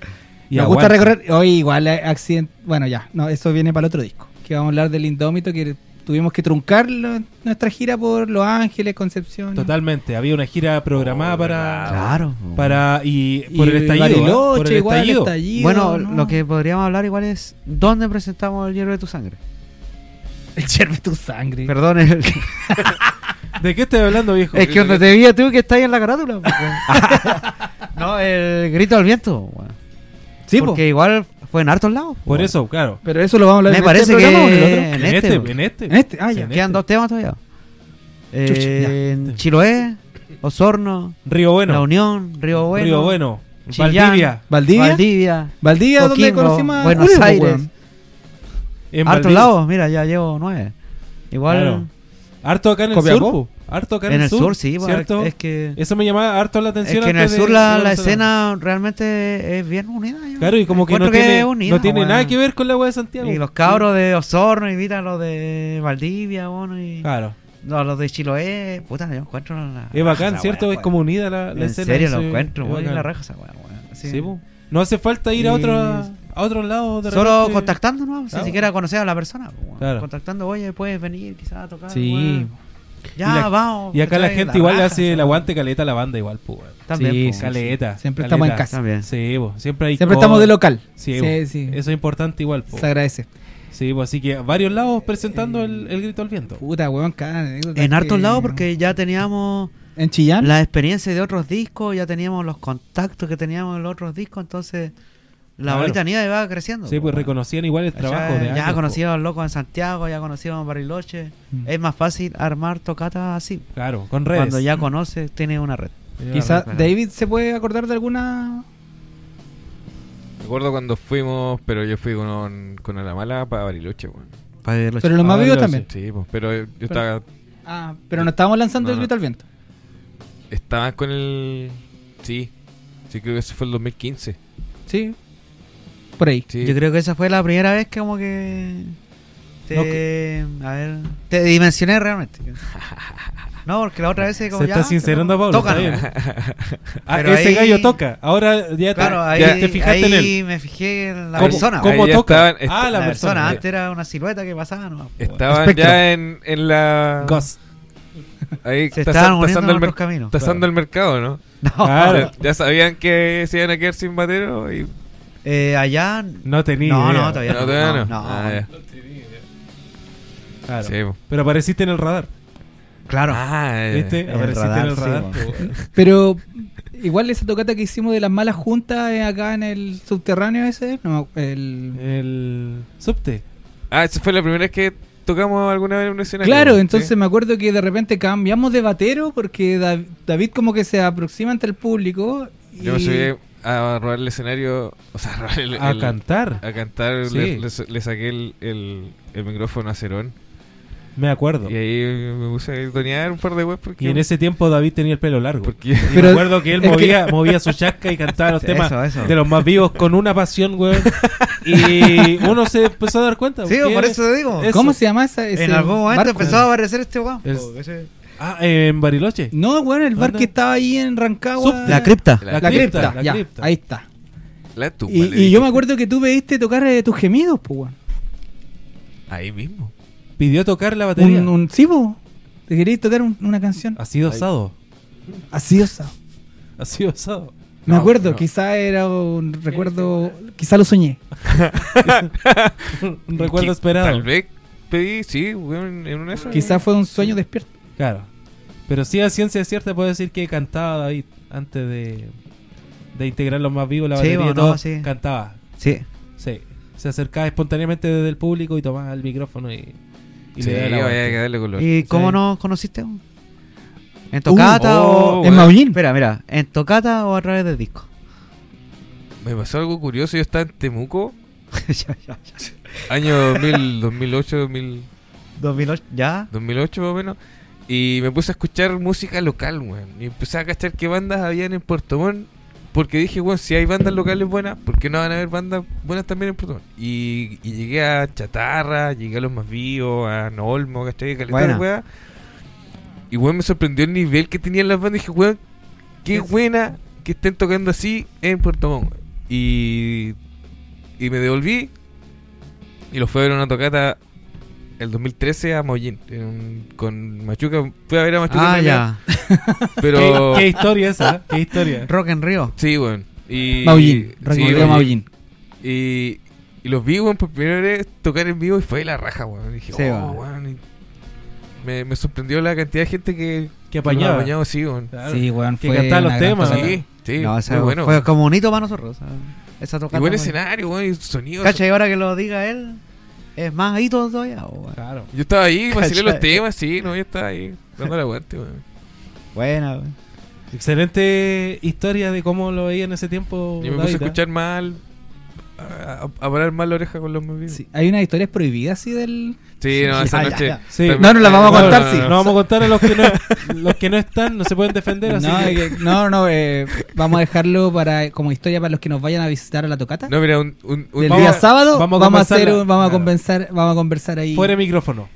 Speaker 2: Y
Speaker 1: Nos gusta
Speaker 2: aguante.
Speaker 1: recorrer. Hoy igual accidente. Bueno, ya. No, eso viene para el otro disco. Que vamos a hablar del Indómito, que Tuvimos que truncar lo- nuestra gira por Los Ángeles, Concepción.
Speaker 2: Totalmente, había una gira
Speaker 7: Oh,
Speaker 2: programada para.
Speaker 3: Claro.
Speaker 2: Para, y
Speaker 1: Y
Speaker 2: por el estallido. ¿ah?
Speaker 1: Bariloche,
Speaker 2: Por el
Speaker 1: igual,
Speaker 2: estallido.
Speaker 1: estallido,
Speaker 3: Bueno,
Speaker 1: ¿no?
Speaker 3: lo que podríamos hablar igual es dónde presentamos el hierro de tu sangre.
Speaker 1: [laughs] El yerbe tu sangre.
Speaker 3: Perdón,
Speaker 2: [laughs]
Speaker 3: el-
Speaker 2: ¿De qué estás hablando, viejo?
Speaker 3: es que donde te vi tú que estás ahí en la carátula. pues,
Speaker 2: [laughs]
Speaker 3: weón. [laughs] no, el grito al viento. weón.
Speaker 1: sí, po.
Speaker 3: porque igual fue en hartos lados.
Speaker 2: Por
Speaker 3: weón.
Speaker 2: eso, claro.
Speaker 1: pero eso lo vamos a hablar
Speaker 3: Me
Speaker 1: en
Speaker 3: parece
Speaker 1: este programa o en el
Speaker 3: que
Speaker 1: otro.
Speaker 2: En este, en este.
Speaker 1: En este, ah,
Speaker 2: Sí,
Speaker 1: ya.
Speaker 2: en
Speaker 3: Quedan
Speaker 2: este.
Speaker 3: dos temas todavía. Eh,
Speaker 1: Chucha, ya.
Speaker 3: en Chiloé, Osorno,
Speaker 2: Río Bueno.
Speaker 3: La Unión, Río Bueno,
Speaker 2: Río Bueno.
Speaker 3: Chillán.
Speaker 2: Valdivia.
Speaker 1: Valdivia. Valdivia,
Speaker 3: Valdivia,
Speaker 1: donde
Speaker 3: Coquimbo,
Speaker 1: conocimos a
Speaker 3: Buenos
Speaker 1: Julio, po,
Speaker 3: Aires.
Speaker 1: weón.
Speaker 2: En
Speaker 3: Hartos
Speaker 2: Valdivia.
Speaker 3: lados, mira, ya llevo nueve. Igual
Speaker 2: Claro. Harto acá en el
Speaker 1: Copiapó.
Speaker 2: sur. po. Harto acá en,
Speaker 3: en el sur, sí, weón,
Speaker 2: ¿cierto?
Speaker 3: es que
Speaker 2: Eso me llamaba harto la
Speaker 3: es
Speaker 2: atención.
Speaker 3: que en el
Speaker 2: antes de-
Speaker 3: sur
Speaker 2: de
Speaker 3: la, la
Speaker 2: Barcelona.
Speaker 3: escena realmente es bien unida. yo
Speaker 2: Claro, y como que no
Speaker 3: encuentro
Speaker 2: tiene,
Speaker 3: es unida,
Speaker 2: no tiene
Speaker 3: weón.
Speaker 2: nada que ver con la weá de Santiago.
Speaker 3: Y los cabros de Osorno invitan a los de Valdivia, bueno, y
Speaker 2: Claro.
Speaker 3: no, a los de Chiloé. Puta, yo encuentro la.
Speaker 2: Es bacán,
Speaker 3: Ah, la
Speaker 2: ¿cierto?
Speaker 3: weá,
Speaker 2: es
Speaker 3: weón.
Speaker 2: como unida la, la
Speaker 3: en
Speaker 2: escena.
Speaker 3: serio
Speaker 2: eso
Speaker 3: lo
Speaker 2: es-
Speaker 3: encuentro,
Speaker 2: es
Speaker 3: weón,
Speaker 2: bacán.
Speaker 3: la raja esa weá, weón. Sí.
Speaker 2: Sí, po. No hace falta ir a
Speaker 3: Y-
Speaker 2: otro a otro lado. de
Speaker 3: Solo
Speaker 2: repente.
Speaker 3: contactándonos, si
Speaker 2: Claro.
Speaker 3: siquiera conocer a la persona. po, weón.
Speaker 2: Claro.
Speaker 3: Contactando, oye, puedes venir quizás a tocar.
Speaker 1: Sí,
Speaker 3: weón. Ya,
Speaker 2: Y la-
Speaker 3: vamos.
Speaker 2: Y acá la
Speaker 3: ¿cachai?
Speaker 2: gente igual le
Speaker 3: raja
Speaker 2: hace
Speaker 3: esa
Speaker 2: el
Speaker 3: weá.
Speaker 2: aguante caleta a la banda igual, pues. weón.
Speaker 3: También,
Speaker 1: Sí,
Speaker 3: po,
Speaker 1: sí,
Speaker 2: Caleta.
Speaker 1: Siempre
Speaker 2: caleta.
Speaker 1: estamos en casa.
Speaker 3: También.
Speaker 2: Sí, po. Siempre hay
Speaker 1: Siempre
Speaker 2: co-
Speaker 1: estamos de local.
Speaker 2: Sí,
Speaker 1: Sí,
Speaker 2: po.
Speaker 1: sí.
Speaker 2: Eso es importante igual, po.
Speaker 1: Se agradece.
Speaker 2: Sí, po. Así que varios lados presentando el, el grito al viento.
Speaker 1: Puta, weón, cada anécdota
Speaker 3: En hartos
Speaker 1: que-
Speaker 3: lados porque ya teníamos
Speaker 1: En
Speaker 2: ¿Ah?
Speaker 1: Chillán.
Speaker 3: la experiencia de otros discos, ya teníamos los contactos que teníamos en los otros discos, entonces la
Speaker 2: Claro.
Speaker 3: bolita de nieve va creciendo.
Speaker 2: Sí,
Speaker 3: po,
Speaker 2: pues
Speaker 3: weón.
Speaker 2: reconocían igual el
Speaker 3: ¿Cachai?
Speaker 2: trabajo de años,
Speaker 3: Ya
Speaker 2: po.
Speaker 3: conocíamos locos en Santiago, ya conocíamos Bariloche.
Speaker 1: Mm.
Speaker 3: Es más fácil armar tocatas así.
Speaker 2: Claro, con redes.
Speaker 3: Cuando ya conoces, tienes una red.
Speaker 1: Quizás
Speaker 3: claro.
Speaker 1: David se puede acordar de alguna.
Speaker 7: Recuerdo cuando fuimos, pero yo fui con, con Alamala para Bariloche, weón.
Speaker 3: Para verlo.
Speaker 1: Pero los más
Speaker 2: Ah,
Speaker 1: vivos
Speaker 2: yo
Speaker 1: también.
Speaker 7: Sí, pues, pero yo estaba,
Speaker 1: Ah, pero no estábamos lanzando
Speaker 7: No,
Speaker 1: el
Speaker 7: no.
Speaker 1: grito al viento.
Speaker 7: estaba con el. Sí, sí, creo que ese fue el 2015.
Speaker 1: Sí. Por ahí.
Speaker 7: Sí,
Speaker 3: Yo creo que esa fue la primera vez que como que te, a ver, te dimensioné realmente. No, porque la otra vez como
Speaker 2: Se
Speaker 3: ya,
Speaker 2: está sincerando,
Speaker 3: pero
Speaker 2: Pablo.
Speaker 3: tócalo.
Speaker 2: está bien.
Speaker 3: [laughs]
Speaker 2: Ah,
Speaker 3: Pero
Speaker 2: ese
Speaker 3: ahí-
Speaker 2: gallo toca. Ahora ya te,
Speaker 3: Claro, ahí,
Speaker 2: ya te fijaste en
Speaker 3: ahí
Speaker 2: él.
Speaker 3: me fijé en la
Speaker 2: ¿Cómo-
Speaker 3: persona.
Speaker 2: cómo
Speaker 7: Ahí este- ya
Speaker 2: toca?
Speaker 7: estaban-
Speaker 2: ah, la,
Speaker 3: la, persona,
Speaker 2: persona.
Speaker 3: antes era una silueta que pasaba
Speaker 7: [laughs]
Speaker 3: nomás, po,
Speaker 7: [laughs] Estaban
Speaker 1: Espectro.
Speaker 7: ya en, en la.
Speaker 2: Ghost.
Speaker 7: Ahí
Speaker 3: Se
Speaker 7: taza-
Speaker 3: estaban uniendo en
Speaker 7: el
Speaker 3: otros
Speaker 7: mercado.
Speaker 3: caminos.
Speaker 7: Tasando el mercado, ¿no?
Speaker 3: [laughs] No,
Speaker 2: Claro.
Speaker 7: Ya, ya sabían que se iban a quedar sin batero y.
Speaker 3: eh, allá
Speaker 2: No tenía
Speaker 3: No,
Speaker 2: idea.
Speaker 3: no, todavía
Speaker 7: No, todavía no.
Speaker 3: no, no.
Speaker 7: Ah, ya.
Speaker 2: Claro.
Speaker 7: Sí, po.
Speaker 2: Pero apareciste en el radar.
Speaker 3: Claro.
Speaker 7: Ah, ya.
Speaker 2: ¿Viste?
Speaker 3: el
Speaker 2: apareciste en el
Speaker 3: radar,
Speaker 2: radar.
Speaker 3: sí,
Speaker 1: Pero igual esa tocata que hicimos de las malas juntas eh, acá en el subterráneo ese, no,
Speaker 7: Eh,
Speaker 1: el...
Speaker 2: el subte.
Speaker 7: Ah, esa fue la primera vez que tocamos alguna vez en un escenario.
Speaker 1: Claro,
Speaker 7: ¿sí?
Speaker 1: entonces me acuerdo que de repente cambiamos de batero porque Da- David como que se aproxima ante el público y
Speaker 7: Yo me subí a robar el escenario. O sea, [laughs] a robar el.
Speaker 2: A
Speaker 7: el-
Speaker 2: cantar.
Speaker 7: a cantar,
Speaker 2: Sí.
Speaker 7: le, le- le saqué el, el- el micrófono a Cerón.
Speaker 2: Me acuerdo.
Speaker 7: Y ahí me puse a doñar un par de webs porque.
Speaker 2: Y en ese tiempo David tenía el pelo largo.
Speaker 7: porque [laughs]
Speaker 2: Y
Speaker 1: Pero-
Speaker 2: me acuerdo que él
Speaker 1: es
Speaker 2: movía, movía su chasca y cantaba los
Speaker 3: Eso,
Speaker 2: temas
Speaker 3: eso.
Speaker 2: de los más vivos con una pasión, weón. Y uno se empezó a dar cuenta.
Speaker 3: Sí,
Speaker 2: porque
Speaker 3: por
Speaker 2: era-
Speaker 3: eso te digo.
Speaker 2: eso.
Speaker 1: ¿Cómo se llama esa, ese
Speaker 3: en algún momento
Speaker 1: barco?
Speaker 3: empezó a aparecer este guapo.
Speaker 2: El- Ah, en Bariloche.
Speaker 1: No, bueno, el bar
Speaker 2: ¿Dónde?
Speaker 1: que estaba ahí en Rancagua.
Speaker 2: Subte.
Speaker 3: La cripta.
Speaker 7: La-
Speaker 1: La, cripta, ya, ahí está.
Speaker 7: la tumba.
Speaker 1: Y,
Speaker 7: le
Speaker 1: y
Speaker 7: dije.
Speaker 1: yo me acuerdo que tú pediste tocar eh, tus gemidos, pues, weón.
Speaker 7: Ahí mismo.
Speaker 2: Pidió tocar la batería.
Speaker 1: Un, un sí, po. Te querías tocar un- una canción
Speaker 2: Ha sido osado.
Speaker 1: así, osa.
Speaker 2: Ha sido osado.
Speaker 1: Me
Speaker 7: No,
Speaker 1: acuerdo,
Speaker 7: no.
Speaker 1: quizá era un recuerdo, quizá lo soñé.
Speaker 2: Un recuerdo
Speaker 7: Que-
Speaker 2: esperado.
Speaker 7: Tal vez pedí, sí, weón, en una de esas.
Speaker 1: Quizá fue un sueño despierto.
Speaker 2: Claro. Pero sí, a ciencia cierta puedo decir que cantaba David antes de, de integrar los más vivos, la
Speaker 3: Sí,
Speaker 2: batería y
Speaker 3: bueno,
Speaker 2: todo.
Speaker 3: no, sí.
Speaker 2: Cantaba.
Speaker 3: Sí.
Speaker 2: Sí. Se acercaba espontáneamente desde el público y tomaba el micrófono y, y
Speaker 7: Sí,
Speaker 2: le daba la
Speaker 7: vaya
Speaker 2: vuelta.
Speaker 7: a darle color.
Speaker 3: ¿Y cómo
Speaker 2: Sí.
Speaker 3: nos conociste? weón? ¿En tocata
Speaker 7: oh,
Speaker 3: o.?
Speaker 7: weón.
Speaker 1: en Uh, Maullín.
Speaker 3: Mira, mira, ¿en tocata o a través del disco? [laughs]
Speaker 7: Me pasó algo curioso. Yo estaba en Temuco,
Speaker 3: ya, ya, ya.
Speaker 7: año 2000, 2008, 2000,
Speaker 3: 2008, ya.
Speaker 7: 2008 más o menos. Y me puse a escuchar música local, weón. Y empecé a cachar qué bandas habían en Puerto Montt. Porque dije, weón, si hay bandas locales buenas, ¿por qué no van a haber bandas buenas también en Puerto Montt? Y, y llegué a Chatarra, llegué a Los Más Vivos, a Nolmo, ¿cachai? Caleta de
Speaker 3: Buena.
Speaker 7: weá. Y weón, me sorprendió el nivel que tenían las bandas. Dije, weón, qué buena que estén tocando así en Puerto Montt. weón. Y, y me devolví. Y los fui a ver a una tocata el 2013 a Mollín. en- con Machuca. Fui a ver a Machuca.
Speaker 3: Ah,
Speaker 7: en realidad,
Speaker 3: ya.
Speaker 7: Pero.
Speaker 2: ¿Qué, qué historia esa? ¿eh? ¿Qué historia?
Speaker 3: [laughs] Rock en Río.
Speaker 7: Sí, weón. Y,
Speaker 1: Maullín,
Speaker 7: sí,
Speaker 1: recorrido
Speaker 7: weón.
Speaker 1: Maullín.
Speaker 7: Y, y los vi, weón, por primera vez tocar en vivo y fue la raja, weón. Y dije,
Speaker 3: Sí,
Speaker 7: oh,
Speaker 3: weón.
Speaker 7: weón, y Me, me sorprendió la cantidad de gente que.
Speaker 2: Que apañaba.
Speaker 7: que apañaba, sí, weón.
Speaker 2: Claro.
Speaker 1: Sí, weón,
Speaker 2: Que
Speaker 1: fue
Speaker 2: cantaba los
Speaker 1: una gran
Speaker 2: temas.
Speaker 1: tocata.
Speaker 7: Sí, sí.
Speaker 3: No, o sea,
Speaker 7: muy bueno.
Speaker 3: fue como bonito para nosotros. o sea, Esa tocada.
Speaker 7: y buen
Speaker 3: fue-
Speaker 7: escenario, weón, y sonido.
Speaker 3: Cacha, y ahora que lo diga él, es más ahí todo todavía. o, weón.
Speaker 2: Claro.
Speaker 7: Yo estaba ahí, vacilé
Speaker 3: Cacha.
Speaker 7: los temas, sí, no, yo estaba ahí, dando la vuelta, weón. [laughs]
Speaker 3: Buena, weón.
Speaker 2: Excelente historia de cómo lo veía en ese tiempo.
Speaker 7: Yo me puse a
Speaker 2: David, ¿eh?
Speaker 7: escuchar mal, a, a- a parar mal la oreja con los movidos.
Speaker 1: Sí, Hay unas historias prohibidas así del...
Speaker 7: Sí, no, esa
Speaker 3: Ah, ya,
Speaker 7: noche.
Speaker 3: ya.
Speaker 2: Sí.
Speaker 7: también-
Speaker 1: No, no la vamos a contar, sí.
Speaker 2: No vamos a contar a los que no, [laughs] los que no están, no se pueden defender, así
Speaker 1: No,
Speaker 2: que-
Speaker 1: que- no, no, eh, vamos a dejarlo para como historia para los que nos vayan a visitar a la tocata.
Speaker 7: No, mira, un, un, un-
Speaker 1: Del
Speaker 2: Vamos
Speaker 1: día
Speaker 2: a-
Speaker 1: sábado
Speaker 2: vamos
Speaker 1: vamos
Speaker 2: a
Speaker 1: a, hacer
Speaker 2: conversarla.
Speaker 1: un- vamos a
Speaker 2: Claro.
Speaker 1: conversar, vamos a conversar ahí.
Speaker 2: [laughs] fuera de micrófono.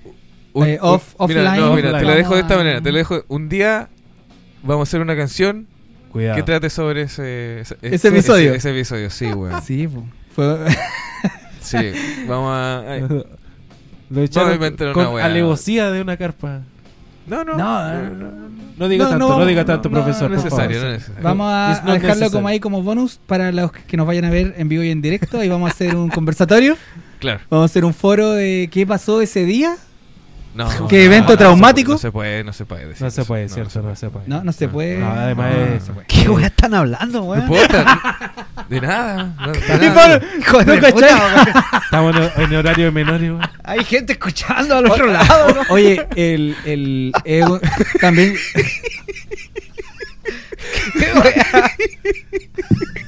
Speaker 7: un-
Speaker 1: eh, off-
Speaker 7: un- mira,
Speaker 1: offline.
Speaker 7: no, mira, te la
Speaker 2: Offline.
Speaker 7: dejo de esta
Speaker 1: Vamos a-
Speaker 7: manera, te la dejo. Un día vamos a hacer una canción
Speaker 2: Cuidado.
Speaker 7: que trate sobre ese, ese,
Speaker 1: episodio.
Speaker 7: Ese, episodio, sí, weón.
Speaker 1: Sí, po. fue [laughs]
Speaker 7: Sí, vamos a.
Speaker 2: [laughs]
Speaker 7: ay.
Speaker 2: Lo
Speaker 7: Vamos a
Speaker 2: echaron
Speaker 7: inventar una
Speaker 2: con
Speaker 7: weá.
Speaker 2: alevosía de una carpa.
Speaker 7: No, no.
Speaker 1: No,
Speaker 7: eh,
Speaker 1: no,
Speaker 2: No diga
Speaker 1: No,
Speaker 2: tanto,
Speaker 1: no,
Speaker 2: no, diga
Speaker 1: no,
Speaker 2: tanto,
Speaker 1: no,
Speaker 2: profesor.
Speaker 1: no
Speaker 2: por
Speaker 1: es
Speaker 2: favor.
Speaker 7: necesario, no es necesario.
Speaker 1: Vamos a,
Speaker 2: It's not
Speaker 1: a dejarlo
Speaker 2: necessary.
Speaker 1: como ahí como bonus para los que nos vayan a ver en vivo y en directo. Ahí vamos a hacer un [laughs] conversatorio.
Speaker 7: Claro.
Speaker 1: Vamos a hacer un foro de qué pasó ese día.
Speaker 7: No,
Speaker 1: ¿Qué
Speaker 7: no,
Speaker 1: evento
Speaker 7: no, no se-
Speaker 1: traumático?
Speaker 7: No se puede, no se puede decir.
Speaker 2: No se
Speaker 7: eso,
Speaker 2: puede,
Speaker 7: no
Speaker 2: cierto,
Speaker 7: se
Speaker 2: no
Speaker 7: puede.
Speaker 2: se puede.
Speaker 1: No, no se puede.
Speaker 2: No, Ah, además eh,
Speaker 7: No, no
Speaker 2: es-
Speaker 1: [laughs]
Speaker 7: se puede.
Speaker 3: ¿Qué weón están hablando,
Speaker 7: No
Speaker 3: [laughs] weón?
Speaker 7: importa. De nada.
Speaker 3: [laughs]
Speaker 7: no, de [laughs]
Speaker 3: Y
Speaker 7: nada.
Speaker 3: por- hijo de
Speaker 1: ¿No
Speaker 3: puta,
Speaker 1: cachai?
Speaker 7: [laughs]
Speaker 3: weón.
Speaker 2: estamos en, en horario de menores. weón.
Speaker 3: Hay gente escuchando al [laughs] otro lado. ¿no?
Speaker 1: Oye, el, el,
Speaker 3: [laughs]
Speaker 1: eh, un- también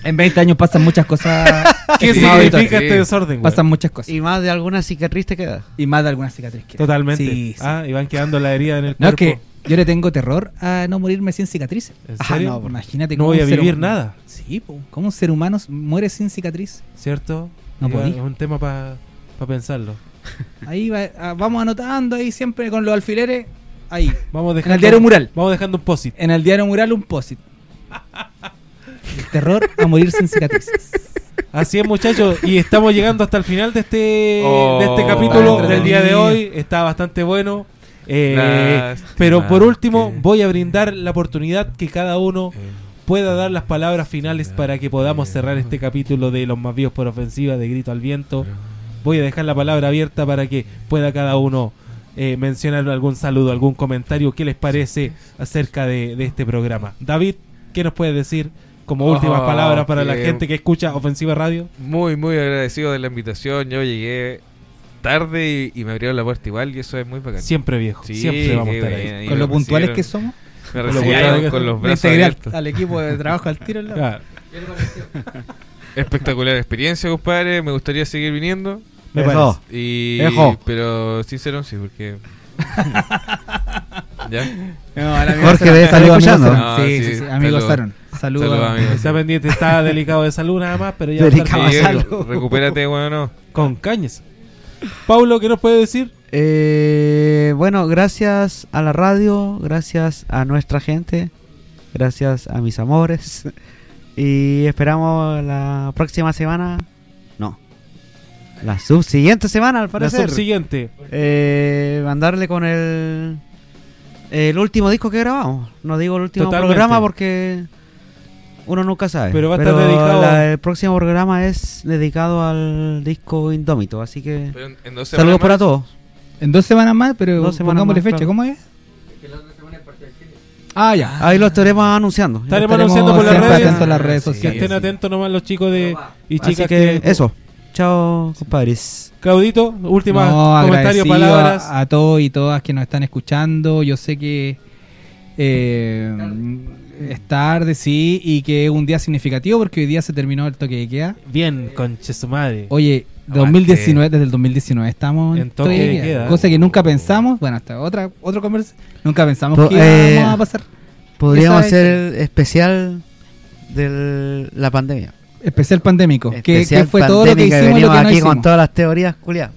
Speaker 1: en 20 años pasan muchas cosas.
Speaker 2: ¿Qué
Speaker 1: estimado
Speaker 2: significa
Speaker 1: auditorio.
Speaker 2: este desorden? weón?
Speaker 1: Pasan muchas cosas.
Speaker 3: Y más de alguna cicatriz te queda.
Speaker 1: Y más de alguna cicatriz que.
Speaker 2: Totalmente.
Speaker 1: Sí, sí.
Speaker 2: Ah, y van quedando la herida en el
Speaker 1: No, es
Speaker 2: cuerpo.
Speaker 1: que yo le tengo terror a no morirme sin cicatrices.
Speaker 2: ¿En
Speaker 1: Ah,
Speaker 2: serio?
Speaker 1: no, imagínate
Speaker 2: No
Speaker 1: cómo
Speaker 2: voy
Speaker 1: un
Speaker 2: a
Speaker 1: ser
Speaker 2: vivir
Speaker 1: humano-
Speaker 2: nada.
Speaker 1: Sí, po. ¿cómo un ser humano muere sin cicatriz?
Speaker 2: ¿Cierto?
Speaker 1: No
Speaker 2: Igual
Speaker 1: podí.
Speaker 2: Es un tema para pensarlo.
Speaker 1: Ahí va- ah, vamos anotando ahí siempre con los alfileres. Ahí.
Speaker 2: Vamos dejando,
Speaker 1: diario mural.
Speaker 2: Vamos dejando un posit.
Speaker 1: En el diario mural un posit. El terror a morir sin cicatrices.
Speaker 2: Así es, muchachos. Y estamos llegando hasta el final de este,
Speaker 7: Oh,
Speaker 2: de este capítulo
Speaker 1: entretenido.
Speaker 2: del día de hoy. Está bastante bueno. Eh,
Speaker 7: Lástima
Speaker 2: pero por último,
Speaker 7: que-
Speaker 2: voy a brindar la oportunidad que cada uno
Speaker 7: Eh,
Speaker 2: pueda dar las palabras finales para que podamos cerrar este capítulo de Los Más Vivos por Ofensiva de Grito al Viento. Voy a dejar la palabra abierta para que pueda cada uno eh, mencionar algún saludo, algún comentario, qué les parece acerca de, de este programa. David, ¿qué nos puedes decir como últimas
Speaker 7: Oh,
Speaker 2: palabras para la
Speaker 7: que-
Speaker 2: gente que escucha Ofensiva Radio?
Speaker 7: Muy, muy agradecido de la invitación. Yo llegué tarde y, y me abrieron la puerta igual y eso es muy bacán.
Speaker 2: Siempre viejo,
Speaker 7: Sí,
Speaker 2: siempre vamos a
Speaker 7: qué
Speaker 2: estar
Speaker 7: buena,
Speaker 2: ahí.
Speaker 7: y
Speaker 1: Con
Speaker 7: me
Speaker 1: lo puntuales
Speaker 7: recibieron-
Speaker 1: que somos,
Speaker 7: Me
Speaker 2: lo
Speaker 7: recibieron
Speaker 2: puntuales
Speaker 7: con
Speaker 2: que-
Speaker 7: los
Speaker 1: me
Speaker 7: brazos
Speaker 1: integré al,
Speaker 7: abiertos.
Speaker 1: al equipo de trabajo al tiro. la-
Speaker 2: Ah,
Speaker 7: Espectacular experiencia, compadre. Me gustaría seguir viniendo.
Speaker 2: me
Speaker 3: Eso.
Speaker 2: parece.
Speaker 7: Y,
Speaker 3: Ejo.
Speaker 7: Pero sincero, sí,
Speaker 2: [laughs]
Speaker 7: porque. ¿Ya?
Speaker 1: No, al amigo
Speaker 3: Jorge,
Speaker 1: Saron.
Speaker 3: debe estar
Speaker 1: Saludos,
Speaker 3: escuchando.
Speaker 1: amigo Saron.
Speaker 7: No,
Speaker 1: sí,
Speaker 7: sí,
Speaker 1: sí, sí, amigo
Speaker 7: saludos.
Speaker 1: Saron. Saludos.
Speaker 7: Saludos,
Speaker 3: [laughs]
Speaker 7: amigo.
Speaker 2: Está pendiente,
Speaker 7: [laughs]
Speaker 2: está delicado de salud nada más, pero ya va a estar
Speaker 3: Delicado
Speaker 2: bien.
Speaker 7: Sí,
Speaker 3: Salud.
Speaker 7: recupérate, bueno.
Speaker 2: con cañas. Paulo, ¿qué nos puede decir?
Speaker 3: Eh, bueno, gracias a la radio, gracias a nuestra gente, gracias a mis amores. Y esperamos la próxima semana. No. La subsiguiente semana, al
Speaker 2: La
Speaker 3: parecer.
Speaker 2: subsiguiente.
Speaker 3: eh, mandarle con el el último disco que grabamos. No digo el último
Speaker 2: Totalmente.
Speaker 3: programa porque uno nunca sabe.
Speaker 2: Pero va a estar dedicado-
Speaker 3: la- el próximo programa es dedicado al disco Indómito, así que
Speaker 7: Pero en- en
Speaker 3: saludos
Speaker 7: dos semanas
Speaker 3: para todos.
Speaker 1: En dos semanas más, pero
Speaker 3: Dos semanas
Speaker 1: pongámosle
Speaker 3: más,
Speaker 1: fecha.
Speaker 3: claro.
Speaker 1: ¿Cómo es? Ah, ya.
Speaker 3: Ahí lo estaremos anunciando.
Speaker 2: Estaremos
Speaker 1: Estaremos
Speaker 2: anunciando por las
Speaker 1: siempre
Speaker 2: redes.
Speaker 1: atentos a las redes
Speaker 7: Sí,
Speaker 2: Que
Speaker 1: sociales.
Speaker 2: estén
Speaker 7: sí.
Speaker 2: atentos nomás los chicos de y
Speaker 3: Así
Speaker 2: chicas
Speaker 3: que eso. Chao, compadres.
Speaker 2: Claudito, últimas
Speaker 1: No,
Speaker 2: comentarios,
Speaker 1: agradecido
Speaker 2: palabras.
Speaker 1: A, a todos y todas que nos están escuchando. Yo sé que eh, es tarde, sí, y que es un día significativo porque hoy día se terminó el toque de queda.
Speaker 2: Bien, conche su madre.
Speaker 1: Oye, 2019, desde el 2019 estamos
Speaker 2: En toque de queda.
Speaker 1: Cosa que nunca pensamos. Bueno, hasta otra, otro conversa. Nunca pensamos
Speaker 3: Pero,
Speaker 1: que
Speaker 3: eh,
Speaker 1: íbamos a pasar
Speaker 3: Podríamos
Speaker 1: Esa es-
Speaker 3: hacer el especial de la pandemia.
Speaker 1: especial pandémico. que- que,
Speaker 3: Especial
Speaker 1: fue todo lo que
Speaker 3: pandémica
Speaker 1: hicimos y lo
Speaker 3: venimos
Speaker 1: que no
Speaker 3: aquí
Speaker 1: hicimos.
Speaker 3: con todas las teorías, Julián.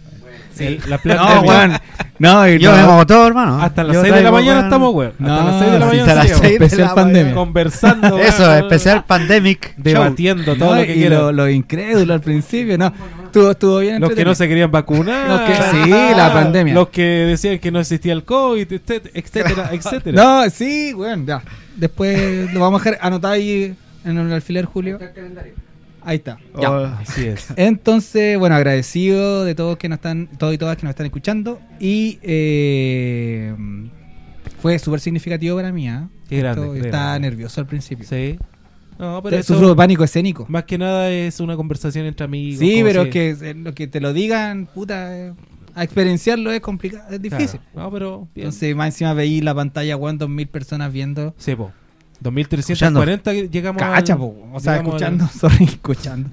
Speaker 2: Sí, la planta
Speaker 1: No, weón. No, y
Speaker 8: Yo
Speaker 1: no.
Speaker 8: me moto, hermano.
Speaker 2: Hasta las
Speaker 8: Yo
Speaker 2: 6 de la
Speaker 8: traigo,
Speaker 2: mañana
Speaker 8: weón,
Speaker 2: estamos, weón. Hasta
Speaker 1: No,
Speaker 2: las 6 de la
Speaker 1: sí,
Speaker 2: mañana
Speaker 8: hasta las
Speaker 2: seguimos
Speaker 8: seis de
Speaker 1: Especial
Speaker 8: la
Speaker 1: pandemia. [laughs]
Speaker 2: conversando.
Speaker 8: Eso,
Speaker 2: weón,
Speaker 8: especial pandemic.
Speaker 2: Debatiendo todo
Speaker 1: No,
Speaker 2: lo que
Speaker 1: y lo,
Speaker 2: quieran.
Speaker 1: lo incrédulo al principio, no. Estuvo, estuvo bien.
Speaker 2: Los que
Speaker 1: entretenido.
Speaker 2: no se querían vacunar.
Speaker 1: Los que- sí,
Speaker 2: [laughs]
Speaker 1: la pandemia.
Speaker 2: Los que decían que no existía el COVID, etcétera, etcétera. etcétera.
Speaker 1: No, sí, weón, ya. Después lo vamos a dejar anotado ahí en el alfiler, Julio. Ahí está. Ya.
Speaker 8: Oh,
Speaker 2: Así es.
Speaker 1: Entonces, bueno, agradecido de todos que nos están, todos y todas que nos están escuchando. Y eh, fue súper significativo para mí, ¿ah?
Speaker 2: Qué grande,
Speaker 1: Esto-
Speaker 2: qué
Speaker 1: Estaba
Speaker 2: grande.
Speaker 1: nervioso al principio.
Speaker 2: Sí. No, pero
Speaker 1: Te-
Speaker 2: eso,
Speaker 1: Sufro de pánico escénico.
Speaker 2: más que nada es una conversación entre amigos.
Speaker 1: Sí,
Speaker 2: como
Speaker 1: pero
Speaker 2: si-
Speaker 1: que eh, lo que te lo digan, puta, eh, a experienciarlo es complicado, es
Speaker 2: Claro.
Speaker 1: difícil.
Speaker 2: No, pero bien.
Speaker 1: Entonces, más encima veí la pantalla, weón, dos mil personas viendo.
Speaker 2: Sí, po. 2340 llegamos
Speaker 1: Cacha,
Speaker 2: al-
Speaker 1: po, o sea,
Speaker 2: llegamos al-
Speaker 1: escuchando, [laughs] sorry, escuchando.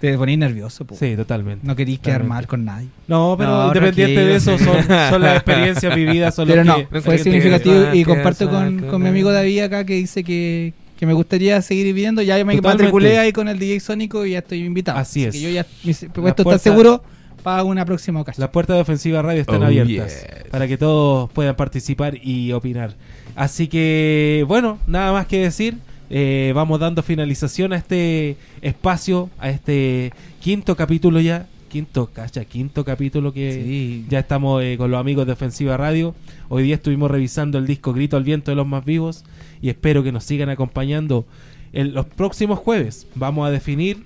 Speaker 1: Te ponís nervioso, po.
Speaker 2: Sí, totalmente.
Speaker 1: No querís quedar
Speaker 2: Totalmente.
Speaker 1: mal con nadie.
Speaker 2: No, pero
Speaker 8: No,
Speaker 2: independiente de eso,
Speaker 8: tranquilo,
Speaker 2: son,
Speaker 8: [laughs]
Speaker 2: son las experiencias vividas, son
Speaker 1: Pero
Speaker 2: los
Speaker 1: no,
Speaker 2: que...
Speaker 7: no
Speaker 1: fue
Speaker 7: creo que-
Speaker 1: significativo y
Speaker 7: que-
Speaker 1: comparto con,
Speaker 7: que-
Speaker 1: con mi amigo David acá que dice que, que me gustaría seguir viviendo. Ya me
Speaker 2: Totalmente.
Speaker 1: matriculé ahí con el DJ Sónico y ya estoy invitado.
Speaker 2: Así es.
Speaker 1: que yo ya, mi puesto
Speaker 2: La
Speaker 1: está
Speaker 2: puerta-
Speaker 1: seguro para una próxima ocasión.
Speaker 2: Las puertas de Ofensiva Radio están
Speaker 7: Oh,
Speaker 2: abiertas
Speaker 7: yes.
Speaker 2: para que todos puedan participar y opinar. Así que, bueno, nada más que decir. Eh, vamos dando finalización a este espacio, a este quinto capítulo ya. Quinto, cacha, quinto capítulo que ya estamos eh, con los amigos de Ofensiva Radio. Hoy día estuvimos revisando el disco Grito al Viento de los Más Vivos y espero que nos sigan acompañando. En los próximos jueves vamos a definir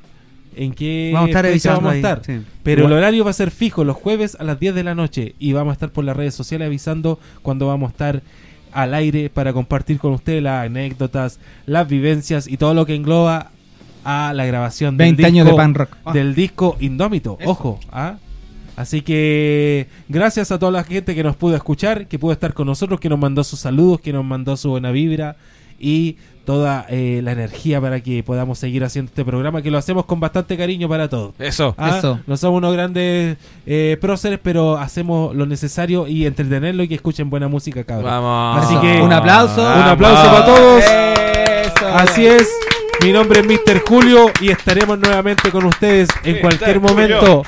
Speaker 2: en qué
Speaker 8: Vamos a estar
Speaker 2: fecha
Speaker 8: revisando
Speaker 2: vamos a
Speaker 8: ahí,
Speaker 2: estar.
Speaker 8: sí.
Speaker 2: Pero
Speaker 8: Igual.
Speaker 2: el horario va a ser fijo los jueves a las 10 de la noche y vamos a estar por las redes sociales avisando cuando vamos a estar al aire para compartir con ustedes las anécdotas, las vivencias y todo lo que engloba a la grabación del
Speaker 1: 20 años de
Speaker 2: disco-
Speaker 1: pan rock. Ah.
Speaker 2: del disco Indómito. Ojo, ¿ah? Así que gracias a toda la gente que nos pudo escuchar, que pudo estar con nosotros, que nos mandó sus saludos, que nos mandó su buena vibra y toda eh, la energía para que podamos seguir haciendo este programa, que lo hacemos con bastante cariño para todos.
Speaker 7: Eso.
Speaker 2: Ah,
Speaker 1: Eso.
Speaker 2: No somos unos grandes eh, próceres, pero hacemos lo necesario y entretenerlo y que escuchen buena música, cabrón.
Speaker 7: Vamos.
Speaker 2: Así que-
Speaker 1: un aplauso.
Speaker 2: Un aplauso
Speaker 7: Vamos.
Speaker 2: para todos.
Speaker 1: Eso.
Speaker 2: Así es. Mi nombre es Mr. Julio y estaremos nuevamente con ustedes en cualquier momento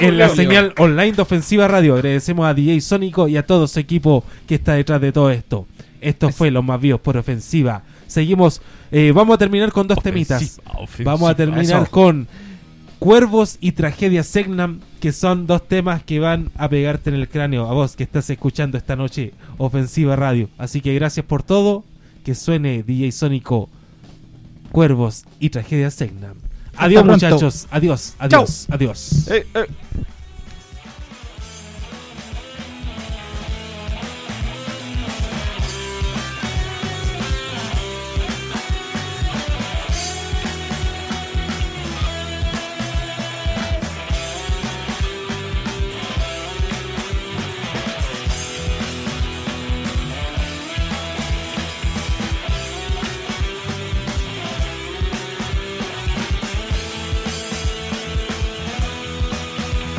Speaker 2: en la señal online de Ofensiva Radio. Agradecemos a DJ Sónico y a todo su equipo que está detrás de todo esto. Esto fue Los Más Vivos por Ofensiva. Seguimos. eh, vamos a terminar con dos temitas. Vamos a terminar con Cuervos y Tragedia Segnam, que son dos temas que van a pegarte en el cráneo a vos que estás escuchando esta noche Ofensiva Radio. Así que gracias por todo. Que suene DJ Sónico, Cuervos y Tragedia Segnam. Adiós
Speaker 1: pronto.
Speaker 2: muchachos, adiós, adiós, adiós.
Speaker 7: Eh, eh.
Speaker 5: Cuervos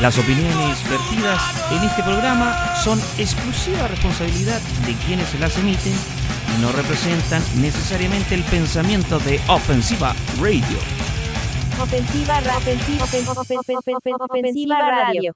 Speaker 9: Las opiniones vertidas en este programa son exclusiva responsabilidad de quienes las emiten y no representan necesariamente el pensamiento de Ofensiva Radio.
Speaker 10: Ofensiva, ra- ofensiva, ofen- ofen- ofen- ofen- ofensiva radio.